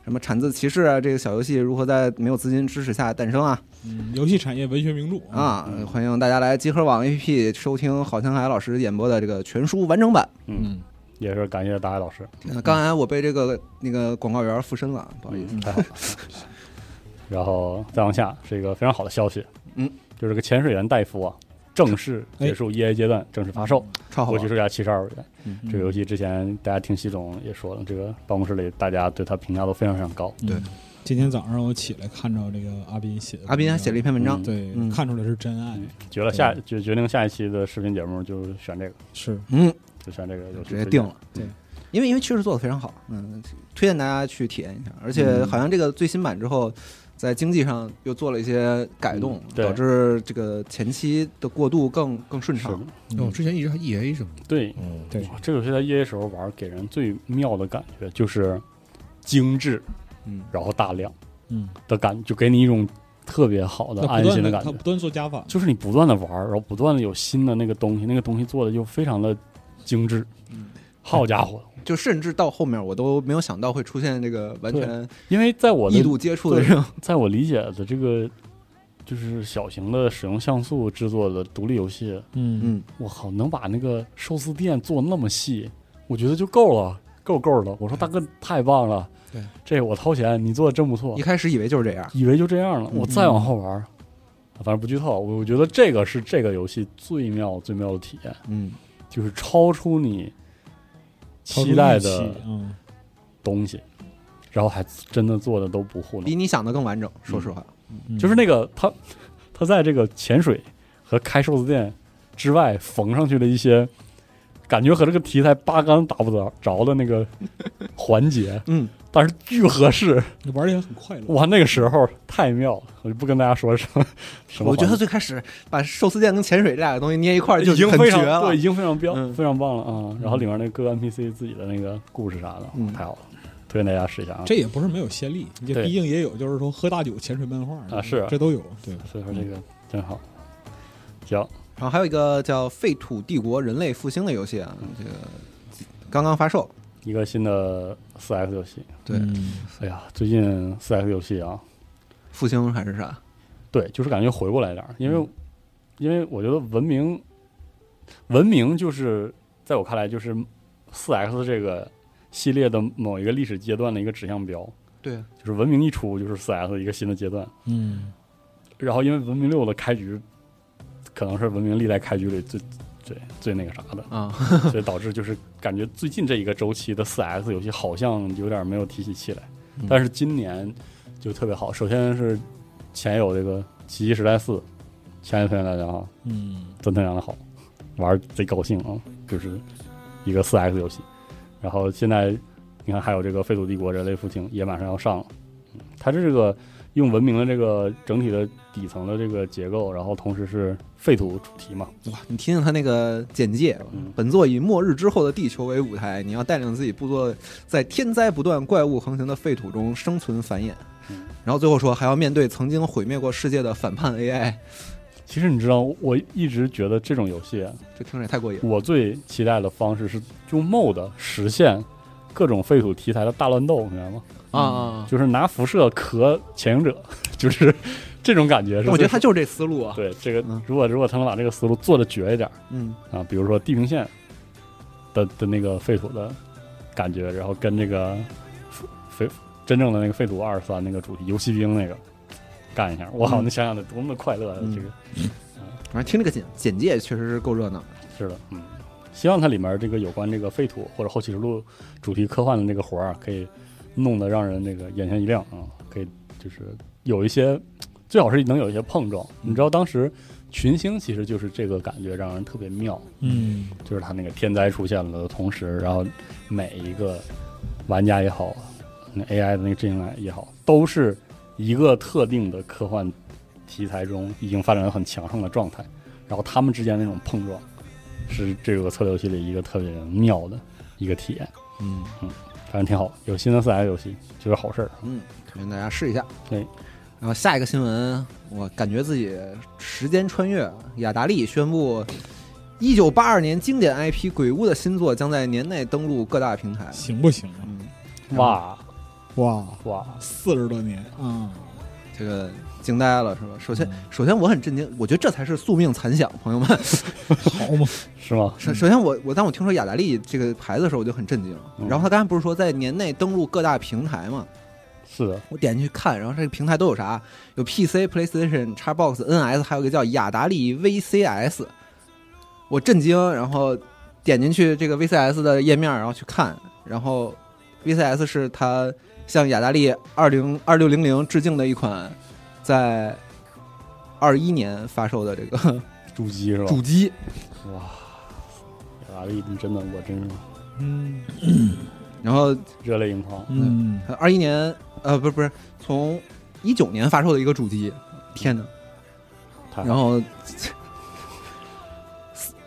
什么产自骑士啊，这个小游戏如何在没有资金支持下诞生啊
嗯游戏产业文学名
嗯
著，
啊，欢迎大家来集合网 APP 收听郝青海老师演播的这个全书完整版。
嗯，也是感谢大海老师，
天呐刚才我被这个那个广告源附身了，嗯不好意思，
太好了。哎 [LAUGHS] 然后再往下是一个非常好的消息，
嗯，哎
就是这个潜水员戴夫啊，正式结束 EA 阶段，正式发售。
超好
国际
玩。
售价七十二元。
嗯
这个游戏之前大家听习总也说了，这个办公室里大家对它评价都非常非常高。
嗯
对。
今天早上我起来看着这个阿斌写的文章，
阿斌还写了一篇文章，
对
嗯，
看出来是真爱，
决了下决决定下一期的视频节目就选这个，
是
嗯，
就选这个游戏
直接定了。嗯
对，
因为因为确实做的非常好，嗯，推荐大家去体验一下。而
嗯
且好像这个最新版之后，在经济上又做了一些改动，
嗯对
导致这个前期的过渡更更顺
是
畅。
嗯
哦，之前一直还 E A 什么的，
对，
哦，
对
哇这个游戏在 EA 时候玩，给人最妙的感觉就是精致，
嗯，
然后大量
嗯，
的感觉，就给你一种特别好的
他
安
不
心
断
的
的
感
他
觉
不。断做加法，
就是你不断的玩，然后不断的有新的那个东西，那个东西做的就非常的精致。
嗯
好家伙，
就甚至到后面我都没有想到会出现这个完全
因为在我的
异度接触的这种，
在我理解的这个，就是小型的使用像素制作的独立游戏，
嗯
嗯，
我靠，能把那个寿司店做那么细，我觉得就够了，够够了。我说大哥太棒了，
嗯对，
这我掏钱，你做的真不错
一，开始以为就是这样。
以为就这样了。
嗯
我再往后玩，啊反正不剧透，我我觉得这个是这个游戏最妙最妙的体验，
嗯，
就是超出你
超出
期待
预期
的
嗯，
东西，然后还真的做的都不糊弄
比。你想的更完整。说实话，
嗯
就是那个他他在这个潜水和开寿司店之外缝上去的一些感觉和这个题材八竿打不着着的
[LAUGHS]
那个环节，
嗯，
但是巨合适，
玩的也很快乐，
哇，那个时候太妙了，我就不跟大家说什
[LAUGHS]
么什么环节，
我觉得最开始把寿司店跟潜水这俩东西捏一块儿就
已经
很
非
绝
常
了
对，已。经非常标、
嗯
非常棒了啊！然后里面那各个 NPC 自己的那个故事啥的，
嗯
太好了，推荐大家试一下啊！
这也不是没有先例，这
对
毕竟也有就是说喝大酒、潜水漫画
啊是啊
这都有，对，
所以说这个真好，行，
然后还有一个叫《废土帝国：人类复兴》的游戏啊，这个刚刚发售。
一个新的四 X 游戏，
对，
嗯
哎呀，最近四 X 游戏啊，
复兴还是啥？
对，就是感觉回过来一点儿，因为、因为我觉得文明，文明就是在我看来就是四 X 这个系列的某一个历史阶段的一个指向标，
对，
就是文明一出就是四 X 一个新的阶段，
嗯
然后因为文明六的开局可能是文明历代开局里最对最那个啥的，
啊，
所以导致就是感觉最近这一个周期的 4X 游戏好像有点没有提起气来
嗯，
但是今年就特别好。首先是前有这个《奇异时代四》，前一天大家好，
嗯，
真他娘的好，玩儿贼高兴啊，就是一个 4X 游戏。然后现在你看还有这个《废土帝国：人类复兴》也马上要上了，嗯它这个用文明的这个整体的底层的这个结构，然后同时是废土主题嘛，
哇，你听听他那个简介
嗯，
本作以末日之后的地球为舞台，你要带领自己部落在天灾不断、怪物横行的废土中生存繁衍
嗯。
然后最后说还要面对曾经毁灭过世界的反叛 AI，
其实你知道，我一直觉得这种游戏啊，
这听着也太过瘾了。
我最期待的方式是用 MOD 实现各种废土题材的大乱斗，明白吗？
啊啊！
就是拿辐射壳潜行者， [LAUGHS] 就是这种感觉是最。
我觉得他就是这思路啊。
对这个
嗯，
如果如果他能把这个思路做的绝一点
嗯，
啊，比如说地平线的的那个废土的感觉，然后跟这个废真正的那个废土二三那个主题游骑兵那个干一下，我靠，
嗯
你想想得多么的快乐啊！
嗯
这个
反正听这个简简介确实是够热闹的。
是的，嗯，希望它里面这个有关这个废土或者后启示录主题科幻的那个活儿啊，可以弄得让人那个眼前一亮啊，可以就是有一些，最好是能有一些碰撞。你知道当时群星其实就是这个感觉，让人特别妙，
嗯，
就是它那个天灾出现了的同时，然后每一个玩家也好，那 AI 的那个阵营也好，都是一个特定的科幻题材中已经发展的很强盛的状态，然后他们之间那种碰撞，是这个策略游戏里一个特别妙的一个体验。
嗯
反正挺好，有新的 4S 游戏就是好事儿。
嗯，推荐大家试一下。
对
然后下一个新闻，我感觉自己时间穿越。雅达利宣布，一九八二年经典 IP《鬼屋》的新作将在年内登陆各大平台。
行不行啊？
嗯，
哇
哇，
哇，
四十多年啊，嗯
这个惊呆了是吧？首先，首先我很震惊，我觉得这才是宿命残响，朋友们。
好嘛，
是吗？
首首先我，我当我听说雅达利这个牌子的时候，我就很震惊。
嗯
然后他刚才不是说在年内登陆各大平台嘛？
是的，
我点进去看，然后这个平台都有啥？有 PC、PlayStation、Xbox、NS，还有一个叫雅达利 VCS。我震惊，然后点进去这个 VCS 的页面，然后去看，然后 VCS 是它向雅达利二零二六零零致敬的一款，在二一年发售的这个
主机是吧？
主机。
哇，雅达利真的，我真是
嗯
然后
热泪盈眶。
嗯，
二一年，呃，不是不是，从一九年发售的一个主机，天哪！
太好了
然后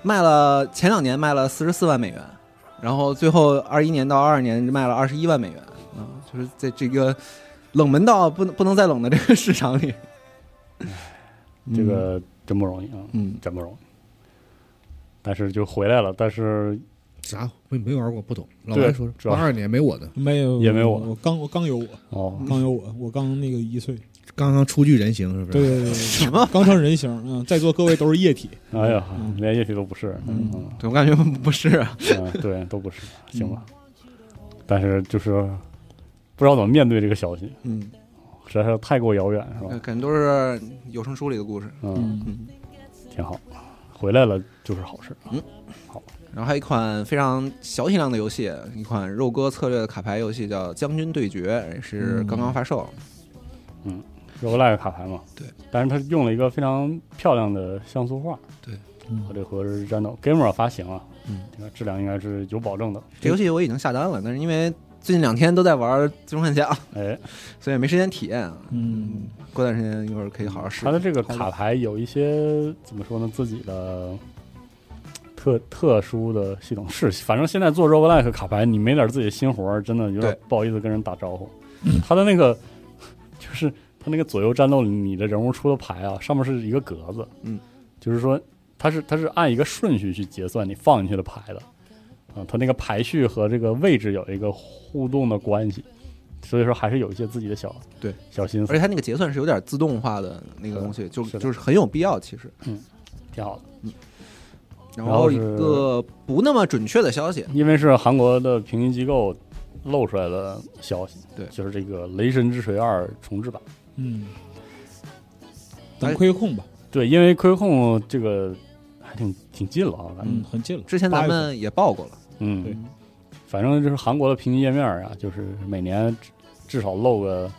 卖了前两年卖了四十四万美元，然后最后二一年到二二年卖了二十一万美元，啊、就是在这个冷门到不能不能再冷的这个市场里，
这个真不容易啊，
嗯，
真不容易。但是就回来了，但是
啥没没玩过，不懂。老
对
白说，
主要
八二年没我的，
没有
也没有我
我刚我刚有我
哦，
嗯
刚有我我刚那个一
[LAUGHS]
岁，
刚刚出具人形是不
对
是？
对对对，
什么？
刚成人形啊，在座各位都是液体，
哎呀
嗯，
连液体都不是，嗯
嗯，对我感觉不是啊，
嗯，对，都不是， [LAUGHS] 行吧。但是就是不知道怎么面对这个消息，
嗯，
实在是太过遥远，是
呃
吧？
感觉都是有声书里的故事，
[LAUGHS] 嗯，
嗯
嗯。
挺好，回来了就是好事。
然后还有一款非常小体量的游戏，一款肉鸽策略的卡牌游戏叫《将军对决》，也是刚刚发售。
roguelike 卡牌嘛，
对，
但是它用了一个非常漂亮的像素画，
对，
嗯
和这和战斗 Gamer 发行啊，
嗯，
这个质量应该是有保证的，
这游戏我已经下单了，但是因为最近两天都在玩《最终幻想》，
哎，
所以没时间体验啊。
嗯，
过段时间一会儿可以好好试。
它的这个卡牌有一些怎么说呢，自己的特特殊的系统是，反正现在做 roguelike 卡牌，你没点自己的心活儿，真的有点
对
不好意思跟人打招呼。它的那个 [LAUGHS] 就是它那个左右战斗，你的人物出的牌啊，上面是一个格子，
嗯，
就是说它是它是按一个顺序去结算你放进去的牌的，啊、它那个排序和这个位置有一个互动的关系。所以说还是有一些自己的小
对
小心思
而，且它那个结算是有点自动化的那个东西，就是
的
就是很有必要其实。
挺好的。
然
然后
后
是
一个不那么准确的消息，
因为是韩国的评级机构露出来的消息，
对
就是这个《雷神之锤二》重置版。
嗯，等亏控吧，
对，因为亏控这个，哎挺挺近了啊，感觉
嗯，很近了。
之前咱
八月份
们也报过了，
对
嗯，反正就是韩国的评级页面啊，就是每年至至少漏个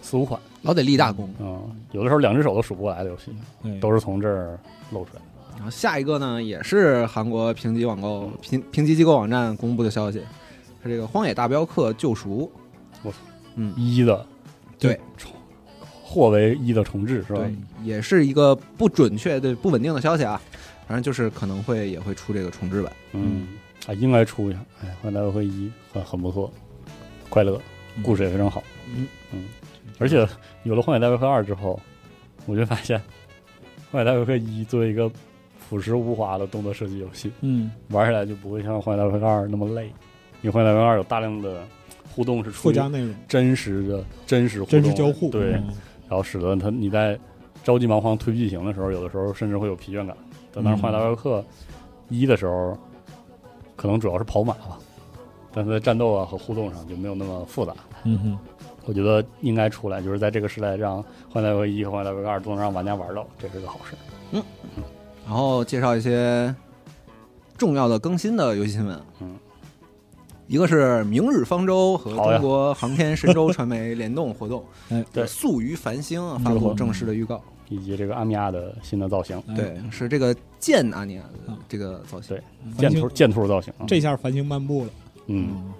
四五款，
老得立大功。
嗯，有的时候两只手都数不过来的游戏，
哎
都是从这儿漏出来的。
然后下一个呢，也是韩国评级网购
嗯
评评级机构网站公布的消息，是这个《荒野大镖客：救赎》。
一的
对
重或为一的重置是吧？
对，也是一个不准确的、不稳定的消息啊。反正就是可能会也会出这个重置版。
嗯，啊，应该出一下。哎，换来回一很很不错，快乐，
嗯
故事也非常好。
嗯
而且有了《荒野大镖客二》之后，我就发现《荒野大镖客一》作为一个朴实无华的动作射击游戏，
嗯，
玩起来就不会像《荒野大镖客二》那么累，因为《荒野大镖客二》有大量的互动是出
附
于
加内容，
真实的真实互动
真
的
实交互，
对，
嗯
然后使得他你在着急忙慌推剧情的时候，有的时候甚至会有疲倦感。但当时《荒野大镖客一》的时候，可能主要是跑马吧，但是在战斗啊和互动上就没有那么复杂。
嗯哼，
我觉得应该出来，就是在这个时代让《荒野大镖客一》和《荒野大镖客二》都能让玩家玩到，这是个好事。
然后介绍一些重要的更新的游戏新闻。
嗯，
一个是明日方舟和
好呀
中国航天神舟传媒联动活
[LAUGHS]
动
哎，
对
速于繁星啊发布正式的预告。
以及这个阿米亚的新的造型，
哎
对，，是这个剑阿尼亚的
嗯
这个造型。
对
繁
剑
星
兔剑兔造型啊，
嗯这下繁星漫步了，
嗯，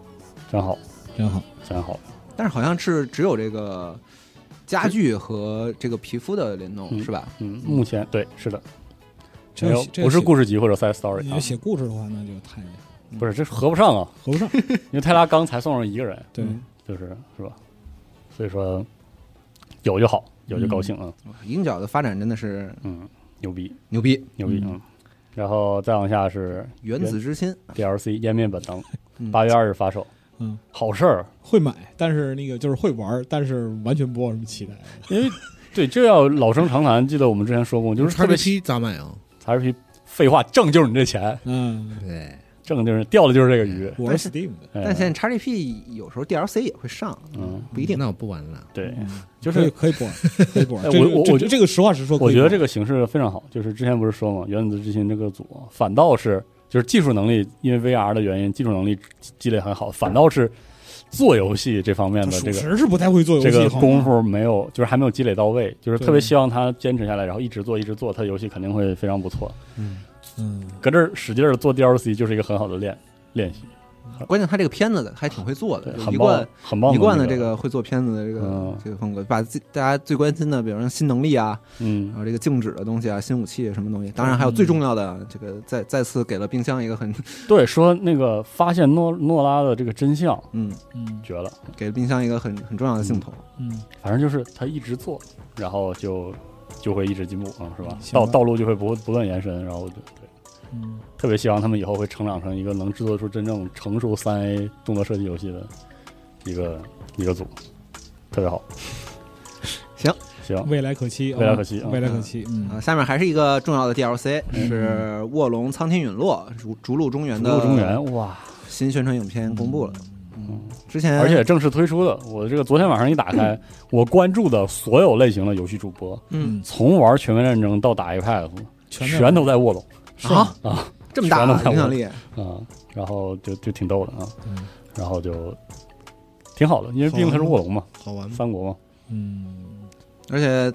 真好，
真好。
真好，
但是好像是只有这个家具和这个皮肤的联动，
嗯
是吧？
嗯，目前对是的，
这
没
要
有
写这
哎不是故
事，
事集或者 side story
你
啊
要，写故事的话，那就太
不是这合不上啊，
合不上。
因为泰拉刚才送上一个人，
对，
嗯
就是是吧？所以说有就好，有就
嗯
高兴啊，
鹰角的发展真的是
嗯牛逼
牛逼，
牛逼
嗯
嗯。然后再往下是
原子之心
DLC 页面本能
嗯，
八月二日发售，
嗯，
好事儿，
会买，但是那个就是会玩，但是完全不抱什么期待。
因为对这要老生常谈，记得我们之前说过，就是特别
XGP 咋买啊？
还是废话，挣就是你这钱，
嗯，
对，
挣就是掉的就是这个鱼。
我是 Steam 的，
哎
嗯但现在 XGP 有时候 DLC 也会上，
嗯，
不一定。
那我不玩了。
对，
嗯
就
就是
可以不玩，可以不玩。
哎
这
我我
这
我
这这个实话实说，
我觉得这
个
个形式非常好。就是之前不是说嘛，原子之心这个组反倒是就是技术能力，因为 VR 的原因，技术能力积累很好，反倒是做游戏这方面的
属
这个。
实是不太会做游戏，
这个
好吗
功夫没有，就是还没有积累到位，就是特别
对
希望他坚持下来，然后一直做，一直做，他游戏肯定会非常不错。
嗯，
搁这儿使劲儿做 DLC 就是一个很好的练练习，
关键他这个片子还挺会做
对
的，，有
很
一
棒
贯，
很棒
一贯的
这
这，个会做片子的这个
嗯
这个风格，把自大家最关心的，比如说新能力啊，
嗯
然，后这个静止的东西啊，新武器什么东西，当然还有最重要的这个再再次给了冰箱一个很
对，说那个发现诺诺拉的这个真相，
嗯，
嗯
绝了。
给了冰箱一个很很重要的镜头。
嗯，
反正就是他一直做，然后就就会一直进步啊、是吧？
行
道
吧
道路就会不不断延伸，然后就对，
嗯，
特别希望他们以后会成长成一个能制作出真正成熟三 A 动作射击游戏的一个一个组，特别好。
行
行，
未来可期，啊
嗯未来可期啊
未来可期。嗯
啊，，下面还是一个重要的 DLC，是《卧龙苍天陨落》逐逐鹿中原
嗯逐
的
鹿中原哇，
新宣传影片公布了。嗯，之前
而且正式推出的，我这个昨天晚上一打开，我关注的所有类型的游戏主播，
嗯
从玩全面战争到打 Apex，
全
全都在卧龙。
啊
啊
这么大
全都
的
看过
影响力，
啊，然后就就挺逗的啊，
嗯
然后就挺好的，因为毕竟它是卧龙嘛，
好玩吗？
三国嘛，
嗯，
而且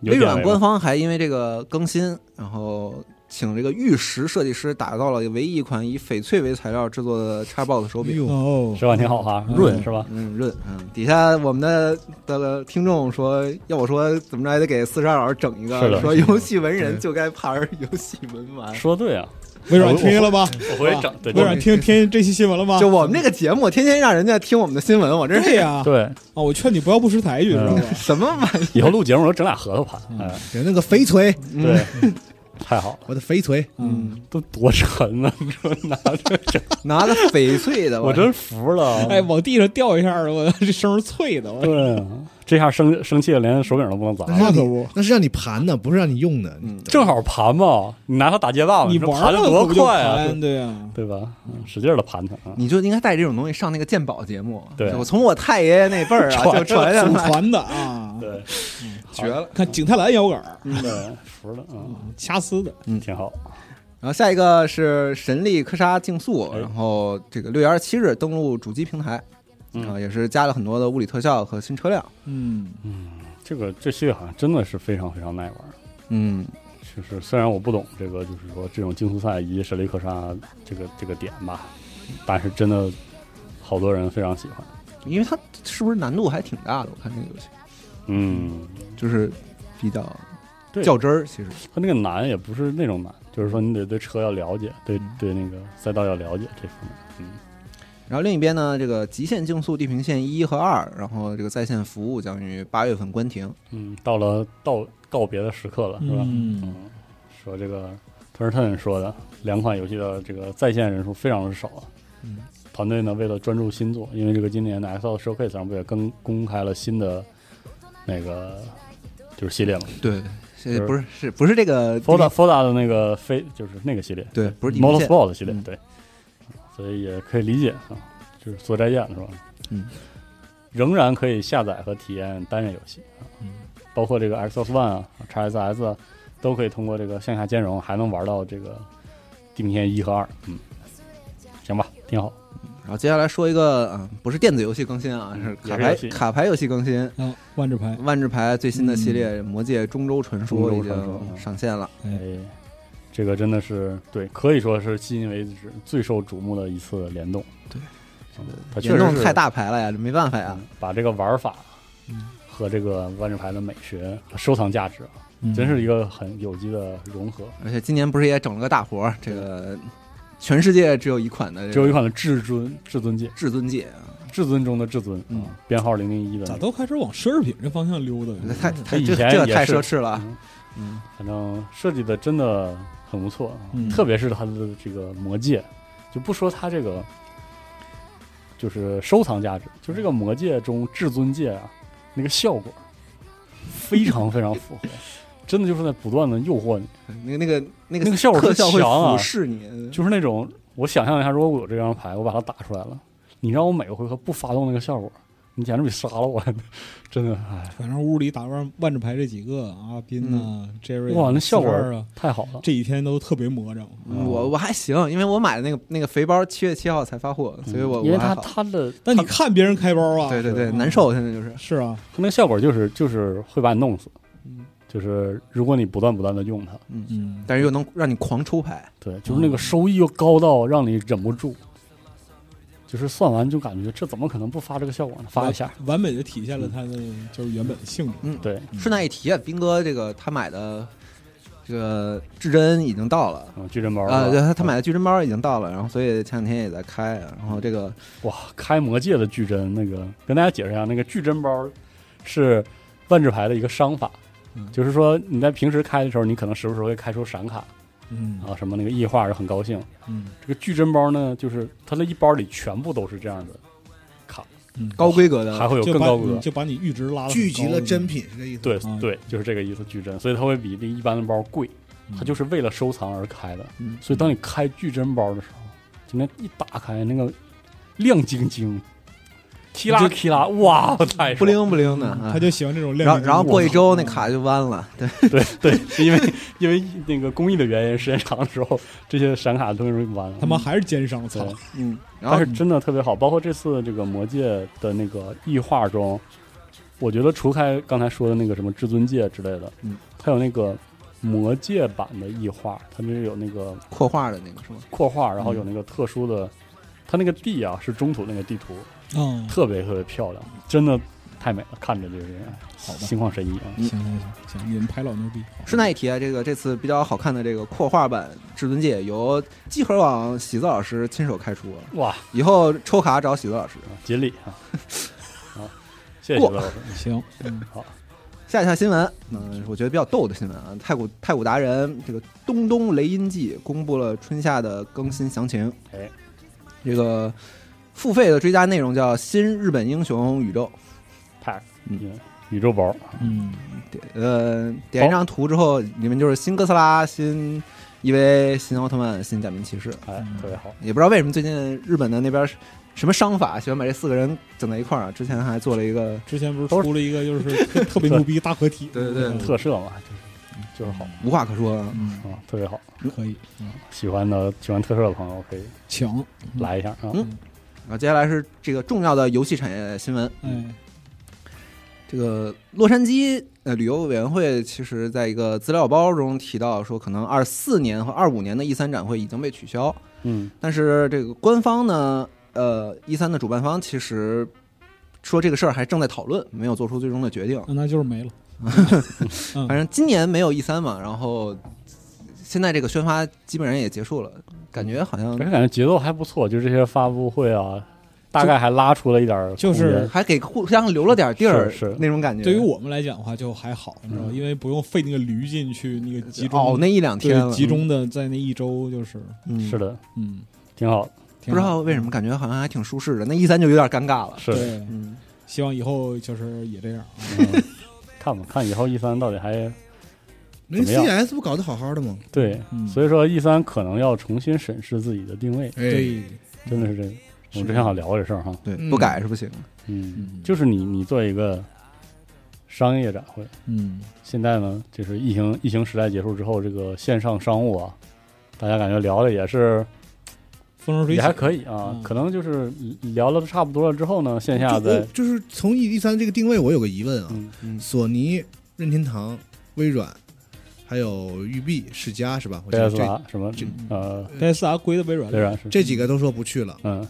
有
微
点
软官方还因为这个更新，然后请这个玉石设计师打造了唯一一款以翡翠为材料制作的 Xbox 手
哎
柄。
呦，
哦，
手感挺好哈，润是吧？
嗯，润，嗯，底下我们的的听众说，要我说怎么着也得给四十二老师整一
是
个，
的
说
是的
游戏文人
对
就该盘儿游戏文玩。
说得对啊，
微软听见了吧？
我回去整对
嗯微软听听这期新闻了吗？
就我们这个节目，天天让人家听我们的新闻，我真
对
是
呀，
啊对，
啊，我劝你不要不识抬举，知道吧？
[LAUGHS] 什么玩意？
以后录节目我整俩核桃盘，
嗯
哎，
有那个翡翠，
对，
[LAUGHS]
太好了，
我的翡翠，
嗯，
都多沉啊！ [LAUGHS] 你说拿着整，
拿的翡翠的，
我真服了。啊
哎，往地上掉一下，我 [LAUGHS] 这声儿脆的，我
嗯对啊，这下生生气了，连手柄啊都不能砸
但是
了。
那
让
可
你
不
那是让你盘的，不是让你用的。
嗯
正好盘嘛，你拿它打街霸嘛，
你
说
玩
盘的
了
多
可不就
快啊，
盘对呀，
对吧？嗯使劲的盘它啊！
你就应该带这种东西上那个鉴宝节目。
对
我从我太爷爷那辈儿啊就传下
祖
来。
传的啊，
对，
[LAUGHS] 绝了。
看景泰蓝摇杆儿，
对，服了，
[LAUGHS]
嗯，
掐丝的，
挺好。
然后下一个是神力科莎竞速，
哎
然后这个六月二十七日登陆主机平台，
嗯
啊，也是加了很多的物理特效和新车辆。
嗯，
这个这系列好像真的是非常非常耐玩儿。
嗯，
就是虽然我不懂这个，就是说这种竞速赛以及神力克杀这个这个点吧，但是真的好多人非常喜欢。
因为它是不是难度还挺大的？我看这个游戏
嗯，
就是比较
对
较真儿，其实
它那个难也不是那种难，就是说你得对车要了解，对对那个赛道要了解这方面。嗯，
然后另一边呢，这个《极限竞速：地平线一》和二，然后这个在线服务将于八月份关停。
嗯，到了到告别的时刻了，是吧？
嗯，
嗯，说这个 Turton 说的，两款游戏的这个在线人数非常之少啊。
嗯，
团队呢为了专注新作，因为这个今年的 Xbox Showcase 上不也更公开了新的那个就是系列嘛
对，是
是
呃不是是不是这个地平
，Foda Foda 的那个非就是那个系列，
对，不是地平线，
Motorsport 系列，
嗯
对，所以也可以理解啊，就是做在线是吧？
嗯，
仍然可以下载和体验单人游戏啊，
嗯
包括这个 Xbox One 啊、XSS 啊，都可以通过这个向下兼容，还能玩到这个《地平线一》和二。嗯，行吧，挺好。
然后接下来说一个啊、不是电子游戏更新啊，
嗯
是卡
也是
牌
游戏
卡牌游戏更新。
啊，万智牌，
万智牌最新的系列《魔界中州传说》已
嗯中州传说
经
嗯
上线了。
哎
哎，，
这个真的是对，可以说是迄今为止最受瞩目的一次联动。
对
嗯，它确
联
实
动
是
太大牌了呀，这没办法
啊
呀
嗯。把这个玩法
嗯
和这个万智牌的美学和收藏价值啊，
嗯
真是一个很有机的融合。
而且今年不是也整了个大活儿，这个全世界只有一款的，
只有一款的至尊至尊界，
至尊界啊，
至尊中的至尊，
嗯
啊，编号零零一的那
咋
个。
都开始往奢侈品这方向溜达了？
太太
嗯以
这
前
这个
也
太
是
奢侈了啊。
嗯
嗯，
反正设计的真的很不错，啊
嗯
特别是它的这个魔戒，就不说它这个就是收藏价值，就这个魔戒中至尊戒啊，那个效果非常非常符
[LAUGHS]
合，真的就是在不断的诱惑
那个
你，
那个那个
那个效果
特效会
强啊
俯视你，
就是那种我想象一下，如果我有这张牌，我把它打出来了，你让我每个回合不发动那个效果，你简直比杀了我， [LAUGHS] 真的，哎，
反正屋里打万万智牌这几个阿斌呐、Jerry 啊
哇那效果
四十二啊，
太好了。
这几天都特别魔怔。
嗯
我我还行，因为我买的那个那个肥包七月七号才发货，所以我
嗯因
我
为
还
它
好
它的，
但你看别人开包啊，
对对
是
对，
嗯
难受现在就是。
是啊，
它那个效果就是就是会把你弄死，
嗯
就是如果你不断不断的用它，
嗯，
但是又能让你狂抽牌，
对，就是那个收益又高到让你忍不住，就是算完就感觉这怎么可能不发这个效果呢？发一下，
完，完美的体现了它的就是原本的性质。
嗯，
对，
顺带一提啊，斌哥这个他买的这个至真已经到了。
嗯，矩阵包
啊，
是吧
对，他他买的矩阵包已经到了，然后所以前两天也在开，啊然后这个
哇，开魔界的矩阵，那个跟大家解释一下，那个矩阵包是万智牌的一个商法，
嗯
就是说你在平时开的时候，你可能时不时会开出闪卡
嗯
啊，什么那个异化是很高兴。
嗯
这个矩阵包呢，就是它的一包里全部都是这样的卡，
嗯，
高规格
还
的，
会有
就
更
把
高额
你。就把你阈值拉得很高
聚集了真，品是这意思吗。
对
啊
对，就是这个意思，矩阵，所以它会比那一般的包贵，
嗯
它就是为了收藏而开的。
嗯
所以当你开矩阵包的时候，就那一打开那个亮晶晶，提拉
就
提拉，哇，太爽了
不灵不灵的
嗯
啊
他。就喜欢这种
然
亮
后
晶晶。
然后过一周那
嗯
卡就弯了，对，
对对， [LAUGHS] 因为因为那个工艺的原因，时间长了之后，这些闪卡都容易完了。
他妈还是奸商，操
对！
嗯，然
但
后
是真的特别好，包括这次这个魔界的那个异化中，我觉得除开刚才说的那个什么至尊界之类的，
嗯，
它有那个魔界版的异化，它那是有那个
扩画的那个是吗？
扩画，然后有那个特殊的，它那个地啊是中土那个地图，
嗯，
特别特别漂亮，真的太美了，看着就是
好吧
心旷神怡啊。
嗯行行行行，你们牌老牛逼。
顺带一提啊，这个这次比较好看的这个扩画版《至尊界》由集合网喜子老师亲手开出，啊
哇，
以后抽卡找喜子老师。
锦鲤啊！好，谢谢
过
徐老师。 [LAUGHS]
行，嗯
下一条新闻，嗯、我觉得比较逗的新闻啊，太古太古达人这个《东东雷音记》公布了春夏的更新详情。
哎，
这个付费的追加内容叫“新日本英雄宇宙
派
嗯
宇宙啊包，
嗯，”，
点呃，点一张图之后，里面就是新哥斯拉、新 E EV、新奥特曼、新假面骑士。嗯
哎，特别好。
也不知道为什么最近日本的那边是什么商法，喜欢把这四个人整在一块儿啊。之前还做了一个，
之前不是
都
出了一个就
[LAUGHS]
是特特别牛逼大合体，
对对对
嗯
特摄嘛，
嗯
就是就是好
无话可说啊。
嗯，
啊，特别好。
可以，嗯
喜欢的喜欢特摄的朋友可以
强，
来一下啊。
嗯啊，接下来是这个重要的游戏产业新闻。
哎，
这个洛杉矶呃旅游委员会其实在一个资料包中提到说，可能二四年和二五年的 E 三展会已经被取消，
嗯
但是这个官方呢，呃，E 三的主办方其实说这个事儿还正在讨论，没有做出最终的决定。
那就是
[LAUGHS]
没了，嗯
反
哎
正今年没有 E 三嘛，然后现在这个宣发基本上也结束了，感觉好像
而嗯且感觉节奏还不错，就这些发布会啊，大概还拉出了一点儿
就
空间
是
还给互相留了点地儿，
是是
那种感觉。
对于我们来讲的话就还好，你知道吧，
嗯
因为不用费那个驴劲去那个集
哦
中，，
那一两天
嗯
对，
了
集，中的在那一周就是，
嗯、
是，的，
嗯，
挺好的，
不知道为什么感觉好像还挺舒适的，那 E 三就有点尴尬了。
是
挺好
的。
对，
嗯，
希望以后就是也这样，
嗯看吧，看以后 E 三到底还
人
怎么
CS E 不搞得好好的吗？
对，
嗯
所以说 E 三可能要重新审视自己的定位，
哎，
对，
真的是这个。我之前好像聊过这事儿哈，
对，
嗯
不改是不行的。
嗯，
嗯
就是你你做一个商业展会，
嗯，
现在呢，就是疫情疫情时代结束之后，这个线上商务啊，大家感觉聊的也是
风生水
也
起
还可以啊，
嗯
可能就是聊的差不多了之后呢，线下
就我
再
就是从 E 三这个定位，我有个疑问啊，
嗯
嗯，
索尼、任天堂、微软，还有育碧、世嘉是吧？我记得
PS
这嗯
达什么呃
戴斯达归的微软
微，软是
这几个都说不去了，
嗯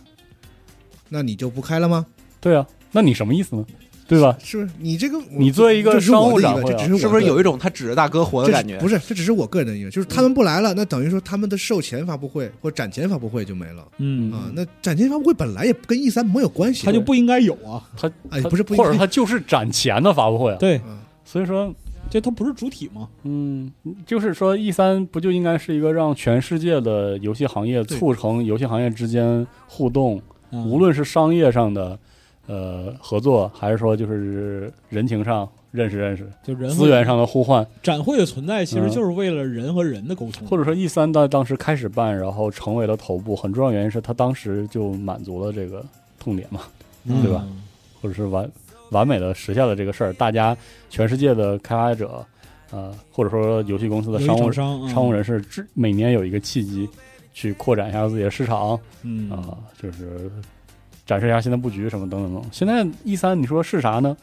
那你就不开了吗？
对啊，那你什么意思呢？对吧？
是不是？你这个我
你作为一个
这是
商
我的疑
务
问
展会啊
这只
是
我
不是
个
有一种他指着大哥活的
这
感
是
觉？
不是，这只是我个人的疑问，就是他们不来了，那等于说他们的售前发布会或展前发布会就没了
嗯
啊。那展前发布会本来也跟 E 三没有关系，
他就不应该有啊，
他
哎
他
不是不
或者他就是展前的发布会啊，
对，
啊
所以说
这它不是主体嘛，
嗯，就是说 E 三不就应该是一个让全世界的游戏行业
对
促成游戏行业之间互动，
嗯
无论是商业上的呃合作，还是说就是人情上认识认识，
就人和
资源上的互换，
展会的存在，其实
嗯
就是为了人和人的沟通，
或者说 E 三在当时开始办，然后成为了头部，很重要原因是它当时就满足了这个痛点嘛，
嗯
对吧？或者是完完美的实现了这个事儿，大家全世界的开发者，呃，或者说游戏公司
有
的
一
商务
厂商，
商务人
人，
士，这每年有一个契机去扩展一下自己的市场啊、
嗯，
就是展示一下新的布局什么等等等。现在 E 三你说是啥呢？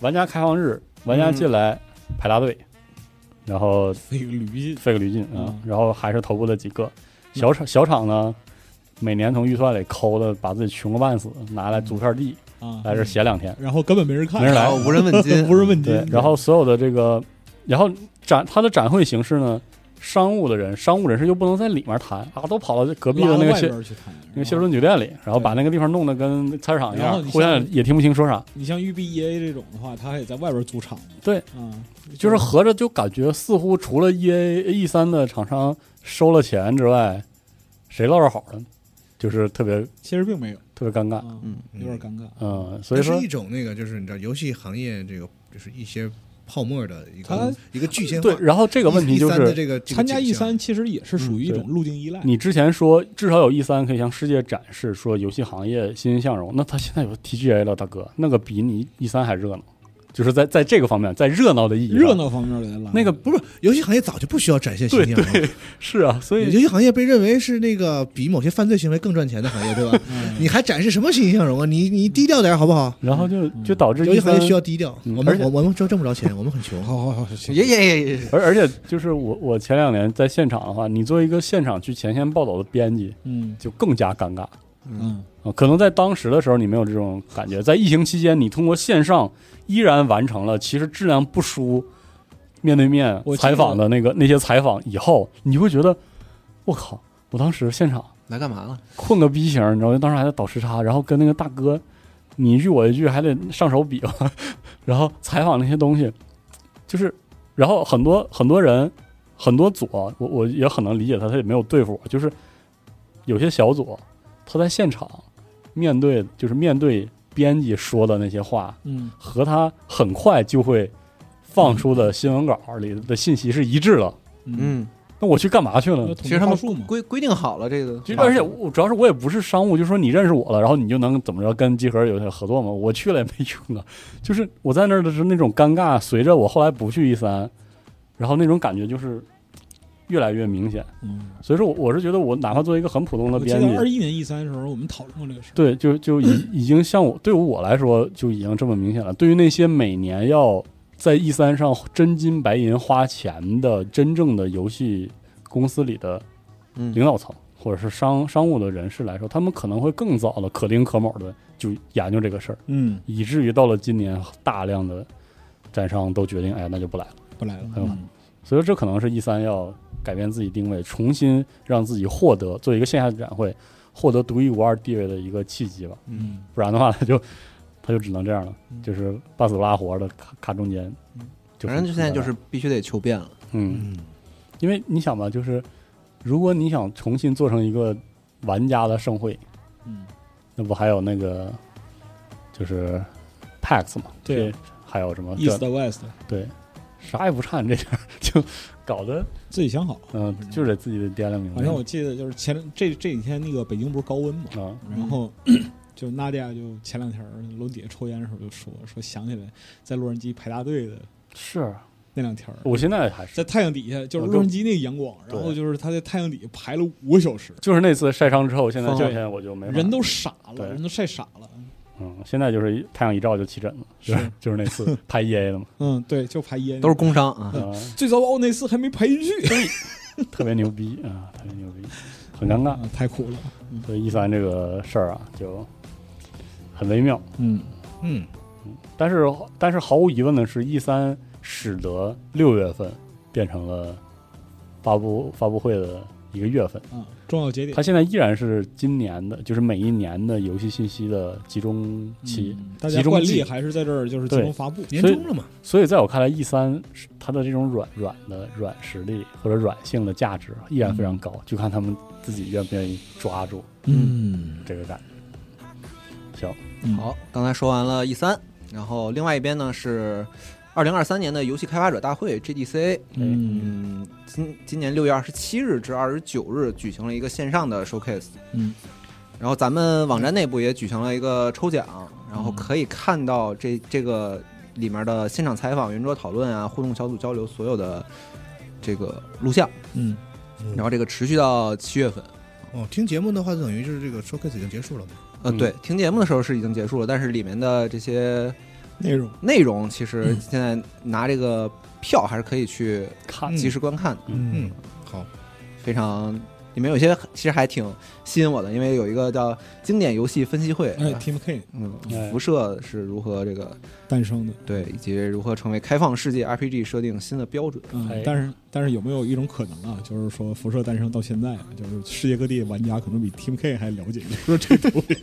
玩家开放日，玩
嗯
家进来排大队，然后
那个驴，
费个驴劲啊
嗯，
然后还是头部的几个小厂小厂呢，每年从预算里抠的，把自己穷个半死，拿来租片地
啊，
来这闲两天，
然后根本没人看，
没人来
然后无人问
[LAUGHS]
津，
无人问津
对，，然后所有的这个，然后展它的展会形式呢，商务的人，商务人士又不能在里面谈啊，都跑到隔壁
拉
的
到
那个
外
谢
边去谈，
那个
然
谢
后
顿酒店里，然后
对
把那个地方弄得跟菜市场一
然后
样，
你
互相
像
也听不清说啥，
你像育碧 EA 这种的话，他还得在外边租场子。
对，
嗯，
就是合着就感觉似乎除了 E A E 三的厂商收了钱之外，谁落着好呢？就是特别
其实并没有，
特别尴尬，
嗯
嗯，
有点尴尬。
啊嗯，所
这
以说
是一种那个就是你知道游戏行业这个就是一些泡沫的一
它
个一个具象化。
对，然后这
这
个问题就
的
是，
这个这个
参加
景
E
象
三其实也是属于一种路径依赖，
嗯你之前说至少有 E 三可以向世界展示说游戏行业欣欣向荣，那他现在有 TGA 了，大哥，那个比你 E 三还热闹，就是在在这个方面，在热闹的意义上，
热闹方面来拉
那个
不是游戏行业早就不需要展现形象了。
是啊，所
游
以
戏行业被认为是那个比某些犯罪行为更赚钱的行业，
[LAUGHS]
对吧？
嗯
你还展示什么形象容啊？你你低调点好不好？
然后就就导致
游
E
戏行
三
业需要低调，
嗯
我
而
们
且
我我们挣挣不着钱，我们很穷。
嗯
好好好，行
也也也也，
[LAUGHS] 而而且就是我我前两年在现场的话，你作为一个现场去前线报道的编辑，
嗯
就更加尴尬。
嗯，
嗯
啊，可能在当时的时候你没有这种感觉，在疫情期间，你通过线上依然完成了其实质量不输面对面
我记得
采访的那个那些采访以后，你会觉得我靠，我当时现场
来干嘛了？
困个逼型儿，你知道吗，当时还在倒时差，然后跟那个大哥你一句我一句还得上手比划， [LAUGHS] 然后采访那些东西，就是然后很多很多人很多组，我我也很能理解他，他也没有对付我，就是有些小组他在现场面对就是面对编辑说的那些话
嗯，
和他很快就会放出的新闻稿里的信息是一致的。
嗯，
嗯，
不
那我去干嘛去了呢？
其实他们
数嘛，
规规定好了这个，
其实，而且我主要是我也不是商务，就说你认识我了，然后你就能怎么着跟集合有些合作嘛？我去了也没用啊，就是我在那儿的是那种尴尬，随着我后来不去一三，然后那种感觉就是越来越明显。
嗯，
所以说我我是觉得我哪怕作为一个很普通的
我记得
编辑，
二一年 E 三的时候，我们讨论过这个事儿。
对，就就已已经像我对于我来说就已经这么明显了。对于那些每年要在 E 三上真金白银花钱的真正的游戏公司里的
嗯
领导层或者是商商务的人士来说，他们可能会更早的可丁可卯的就研究这个事儿，
嗯，
以至于到了今年，大量的展商都决定，哎呀，那就不来了。
不来了，
很好
嗯
所以说，这可能是 E 三要改变自己定位，重新让自己获得作为一个线下展会获得独一无二地位的一个契机吧。
嗯，
不然的话，他就他就只能这样了，
嗯
就是半死不拉活的卡卡中间。就
嗯反正就现在就是必须得求变了。
嗯，因为你想吧，就是如果你想重新做成一个玩家的盛会，
嗯，
那不还有那个就是 PAX 嘛？
对
这，还有什么这
East West
对，啥也不差，你这点儿 [LAUGHS] 就搞得
自己想好。
嗯、就是得自己得掂量明
好
白。
像我记得就是前这这几天那个北京不是高温嘛，
啊，
然后就娜迪亚就前两天儿楼底下抽烟的时候就说说想起来在洛杉矶排大队的
是
那两天儿，
我现在还是
在太阳底下就
我
是洛杉矶那个阳光，
对
然后就是他在太阳底下排了五个小时，
就是那次晒伤之后，现在
疯
这
了
两天我就没法
人都傻了
对，
人都晒傻了。
嗯，现在就是一太阳一照就起疹子，就是
是
[LAUGHS] 就是那次拍 EA 的嘛，
嗯，对，就排烟
都是工伤啊，
啊、
最糟糕那次还没排进去，
特别牛逼啊，特别牛逼，很尴尬。
啊太苦了。
所以 E 三这个事儿啊，就很微妙。
嗯，
嗯，
但是但是毫无疑问的是，E 三使得六月份变成了发布发布会的一个月份。
啊，重要节点
它。现在依然是今年的，就是每一年的游戏信息的集中期。
嗯大
集
家
中
惯
季
例还是在这儿就是集
对
中发布。
嗯年终了嘛，
所以在我看来，E 三它的这种软软的软实力或者软性的价值依然非常高，就看他们自己愿不愿意抓住
嗯，
这个感觉。行，
嗯，
好，刚才说完了 E 三，然后另外一边呢是二零二三年的游戏开发者大会 GDCA，
嗯
嗯，今今年六月二十七日至二十九日举行了一个线上的 showcase，
嗯，
然后咱们网站内部也举行了一个抽
嗯
奖，然后可以看到这这个里面的现场采访、圆桌讨论啊、互动小组交流所有的这个录像，
嗯，
然后这个持续到七月份。
哦，听节目的话，就等于就是这个 showcase 已经结束了嘛，
呃，
嗯
对，听节目的时候是已经结束了，但是里面的这些
内容
内容其实现在拿这个票还是可以去
看
嗯
及时观看的，
嗯，好，
非常里面有些其实还挺吸引我的，因为有一个叫经典游戏分析会，
哎，Team K
嗯
哎，
辐射是如何这个
诞生的，
对，以及如何成为开放世界 RPG 设定新的标准。
哎，
嗯，但是但是有没有一种可能啊，就是说辐射诞生到现在，啊就是世界各地玩家可能比 Team K 还了解辐射这个东西。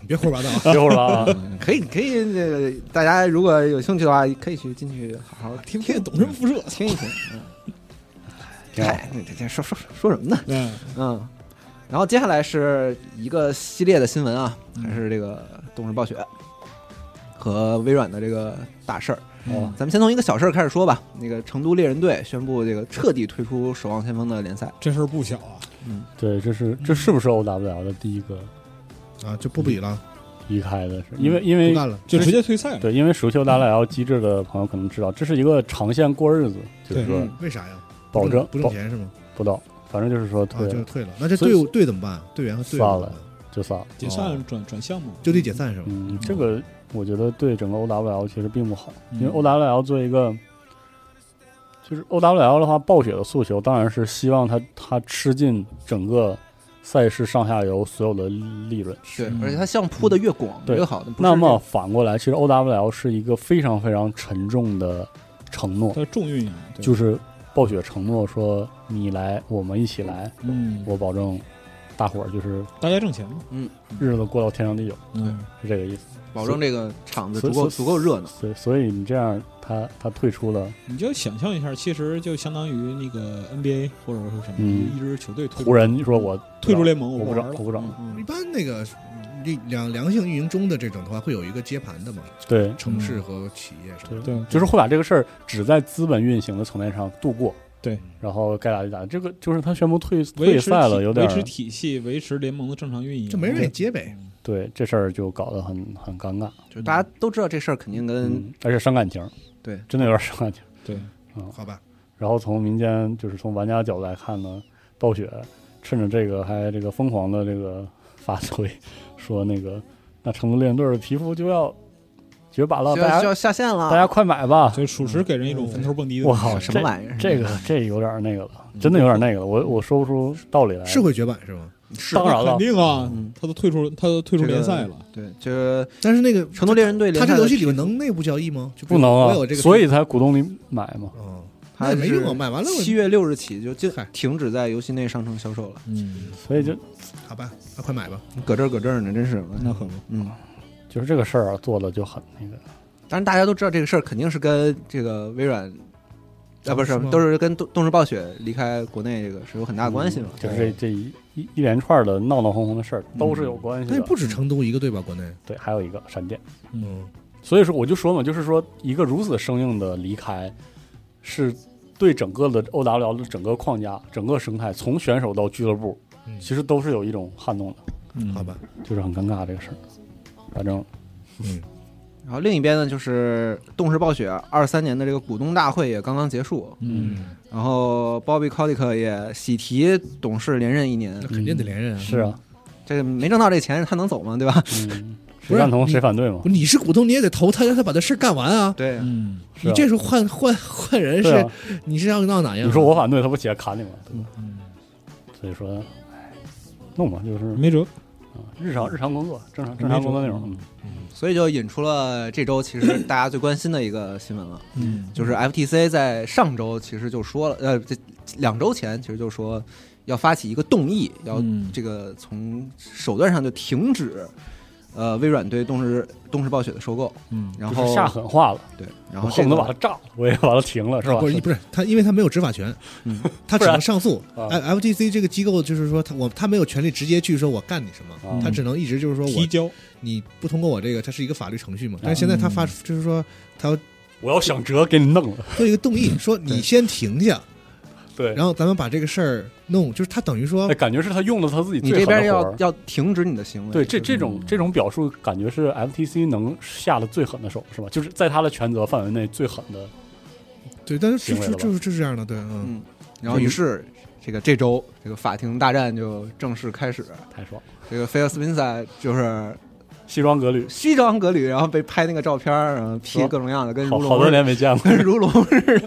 你别胡说八道啊
最后了啊。
可以，可以，呃大家如果有兴趣的话，可以去进去好好听
Team K 懂什么辐射？
听一听。嗯，
挺好
嗨，这这说说说什么呢？
[LAUGHS] 嗯，
嗯，然后接下来是一个系列的新闻啊，还是这个动视暴雪和微软的这个大事儿。
嗯
哦
咱们先从一个小事儿开始说吧。那个成都猎人队宣布这个彻底退出《守望先锋》的联赛，
这事儿不小啊。
对，这是这是不是 O W L 的第一个
啊，就不比了，离
移开的是？因为因为
嗯不干了，
就直接退赛了。
对，因为熟悉 O W L 机制的朋友可能知道，这是一个长线过日子，就是
对
说
嗯
为啥呀？
保证
不挣不
保
挣钱是吗？
不到，反正就是说
啊，就
退
是退了，那这
所以
队伍队怎么办？队员和队
算
友
了
怎么办
就算了。
解散转转项目，
就地解散是吧？
嗯，这个我觉得对整个 O W L 其实并不好，因为
嗯
O W L 作为一个就是 O W L 的话，暴雪的诉求当然是希望它它吃进整个赛事上下游所有的利润。
对，而且它项目铺的越广
对
越好。不是
那么反过来，其实 O W L 是一个非常非常沉重的承诺，
它重运营，啊对
就是暴雪承诺说你来，我们一起来，
嗯，
我保证大伙儿就是
大家挣钱嘛，
日子过到天长地久，
嗯，
是这个意思。
保证这个场子
所
足
以
够
所
足
以
够热闹。
所以所以你这样，他他退出了
你就想象一下，其实就相当于那个 NBA 或者是什么，
嗯
一支球队退出
湖人，说我
退出联盟，
我不
不玩
整，
了，
我不整了。
一
嗯，
般那个嗯两良性运营中的这种的话，会有一个接盘的嘛，
对
城市和企业什么的。
嗯对，
就是会把这个事儿只在资本运行的层面上度过，
嗯对，
然后该打就打。这个就是他宣布退
维
退
持
赛了，
体
有点
维持体系，维持联盟的正常运营，
就没人给接呗。
对这事儿就搞得很很尴尬，
嗯
就是大家都知道这事儿肯定跟
嗯，而且伤感情，
对，
真的有点伤感情。
对，
好吧，
然后从民间就是从玩家角度来看呢，暴雪趁着这个还这个疯狂的这个发推， [LAUGHS] 说那个那成都猎人队的皮肤就要绝版了，
就
大
要就
家
要下线了，
大家快买吧
所！以属实给人一种坟头蹦迪的
我
感觉。
靠，
什么玩意儿
这个这有点那个了，真的有点那个了，我我说不出道理来。
是会绝版是吗？
是
当然了
肯，定啊
嗯，
他都退出，他都退出
这个
联赛了。
对，就是
但是那个
成都猎人队联
他
赛
这
的
个游戏里面能内部交易吗？就比
不
如
能
我
啊
有这，个，
所以才鼓动你买嘛。
哦，
它
那也没
是
用啊，买完了
七
我
月六日起就就
嗨
停止在游戏内商城销售了，
嗯，
所以就
好吧，那快买吧。
嗯
搁这儿搁这儿呢，真是，
那可不，
嗯，
就是这个事儿啊做的就很那个，
当然大家都知道这个事儿肯定是跟这个微软。啊，不是
是吗，
都是跟动动视暴雪离开国内这个嗯是有很大关系嘛？
就是这这一一一连串的闹闹哄哄的事儿都是有关系
但也
的。
不止成都一个对吧？国内，
对，还有一个闪电。
嗯，
所以说我就说嘛，就是说一个如此生硬的离开，是对整个的 OWL 的整个框架、整个生态，从选手到俱乐部，
嗯
其实都是有一种撼动的，
嗯
好，吧，
就是很尴尬这个事儿。反正
嗯，
然后另一边呢，就是动视暴雪二三年的这个股东大会也刚刚结束，
嗯，
然后 Bobby Kotick 也喜提董事连任一年
那，肯定得连任啊。
是啊，
这个没挣到这钱他能走吗？对吧？
嗯，谁
不是
赞同
你
谁反对嘛
不，？你是股东，你也得投他，让他把这事儿干完啊。
对，
嗯，
是
你
啊
这时候换换换人
对
是
啊，
你是要闹哪样啊？
你说我反对，他不起来砍你吗？对吧？
嗯嗯
所以说，哎，弄吧，就是
没辙，
啊日常日常工作，正常正常工作内容。嗯
所以就引出了这周其实大家最关心的一个新闻了，
嗯，
就是 FTC 在上周其实就说了，呃，这两周前其实就说要发起一个动议，要
嗯
这个从手段上就停止，呃，微软对动视动视暴雪的收购，
嗯，
然
就是
后
下狠话了，
对，然
我
后这
恨不
个
得把它炸了，我也把它停了，是吧
不？是不是他，因为他没有执法权
嗯，
他
不
只
然
能上诉。哎
啊
F FTC 这个机构就是说，他我他没有权利直接去说我干你什么，
啊
他只能一直就是说
提
嗯我
交，
你不通过我这个，它是一个法律程序
嗯
嘛。但是现在他发就是说他要
我要想辙给你弄
[LAUGHS]
了，
做一个
[LAUGHS]
动议，说你先停下，
对。
然后咱们把这个事儿弄，就是他等于说
哎，感觉是他用了他自己
你
最
这
狠
边
的活
要嗯
儿。
要停止你的行为，
对，这
就是
这种这种表述，感觉是 FTC 能下的最狠的手，是吧？就是在他的权责范围内最狠的。
对，但是
行
就
为
就
了吧
就是就是这样的，对，嗯，
嗯，然后于是这个这周这个法庭大战就正式开始，
太爽了，
这个菲尔斯宾塞就是
西装革履，
西装革履，然后被拍那个照片儿，然后 P 各种样的，跟
好
如
好多
龙
年没见
[LAUGHS]
过。
跟如龙似的，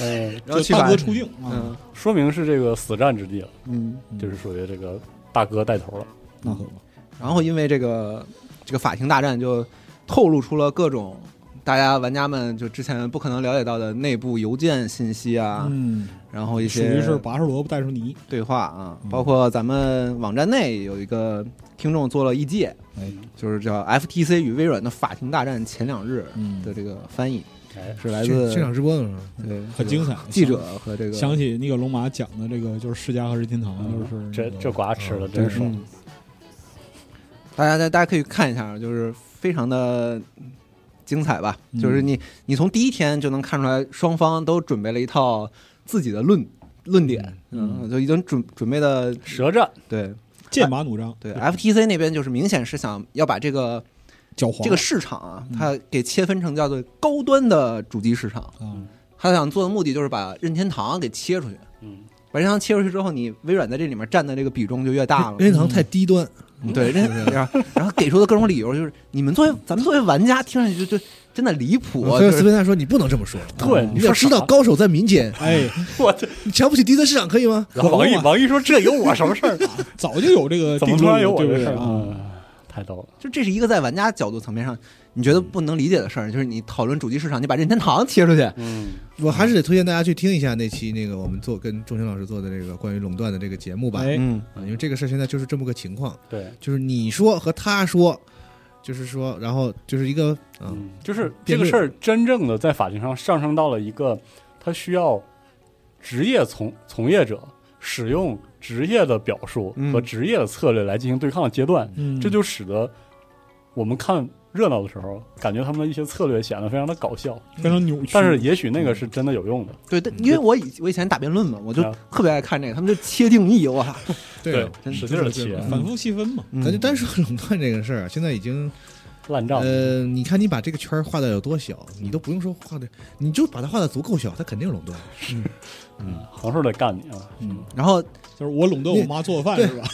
嗯，
然后
就
去
大
法
哥出境啊，
嗯
说明是这个死战之地了，
嗯，
就是属于这个大哥带头了。
那可不，
然后因为这个这个法庭大战就透露出了各种大家玩家们就之前不可能了解到的内部邮件信息啊，
嗯，
然后一
属
些
于是拔出萝卜带出泥，
对话啊
嗯，
包括咱们网站内有一个听众做了一介，
哎，
就是叫 FTC 与微软的法庭大战前两日
嗯
的这个翻译，
哎，
是来
现
自
现场直播呢，
对
很精彩，
记者和这个
想起那个龙马讲的这个，就是世家和任天堂，就是那
这
个
这瓜吃的
嗯
真爽。
嗯大家大大家可以看一下，就是非常的精彩吧。
嗯
就是你你从第一天就能看出来，双方都准备了一套自己的论论点，
嗯
嗯，就已经准准备的
舌战，
对
剑拔弩张，
对。FTC 那边就是明显是想要把这个
狡猾
这个市场啊，
嗯
它给切分成叫做高端的主机市场，
啊，
他想做的目的就是把任天堂给切出去。
嗯，
把任天堂切出去之后，你微软在这里面占的这个比重就越大了。
任天堂太低端，
嗯对，
[LAUGHS]
人然后然后给出的各种理由就是，你们作为咱们作为玩家，听上去就就真的离谱、啊。
嗯所以
就
斯
是
宾塞说你不能这么说，
对，你
你嗯要
说
知
啥
道高手在民间，
哎，
我这，
你瞧不起低端市场可以吗？
然后王毅王毅说这有我什么事儿？
早就有这
[LAUGHS]
个
怎
定
么
论
突然
了，
有我
对不
这
对
事儿
啊？
啊？太逗了，
就这是一个在玩家角度层面上你觉得不能理解的事儿，就是你讨论主机市场，你把任天堂切出去，
哎
嗯，
我还是得推荐大家去听一下那期那个我们做跟钟情老师做的这个关于垄断的这个节目吧，
哎，
嗯，
啊，因为这个事儿现在就是这么个情况，
对，
就是你说和他说，就是说，然后就是一个啊，
嗯，就是这
辩
个
论
事儿真正的在法庭上上升到了一个他需要职业从从业者使用职业的表述
嗯
和职业的策略来进行对抗的阶段，
嗯，
这就使得我们看热闹的时候，感觉他们的一些策略显得非常的搞笑。
非常扭曲。
但是也许那个是真的有用的。
对，
嗯
但因为我以我以前打辩论嘛，我就
啊
特别爱看这个，他们就切定义，我操，
对，
真
使劲的
真
切
的真的
反复细分嘛，
嗯
咱就单说垄断这个事儿啊，现在已经
烂账。
呃，你看你把这个圈儿画的有多小，你都不用说画的，你就把它画的足够小，它肯定垄断。
嗯，横竖得干你啊！
然后
就是我垄断我妈做饭
对
是吧？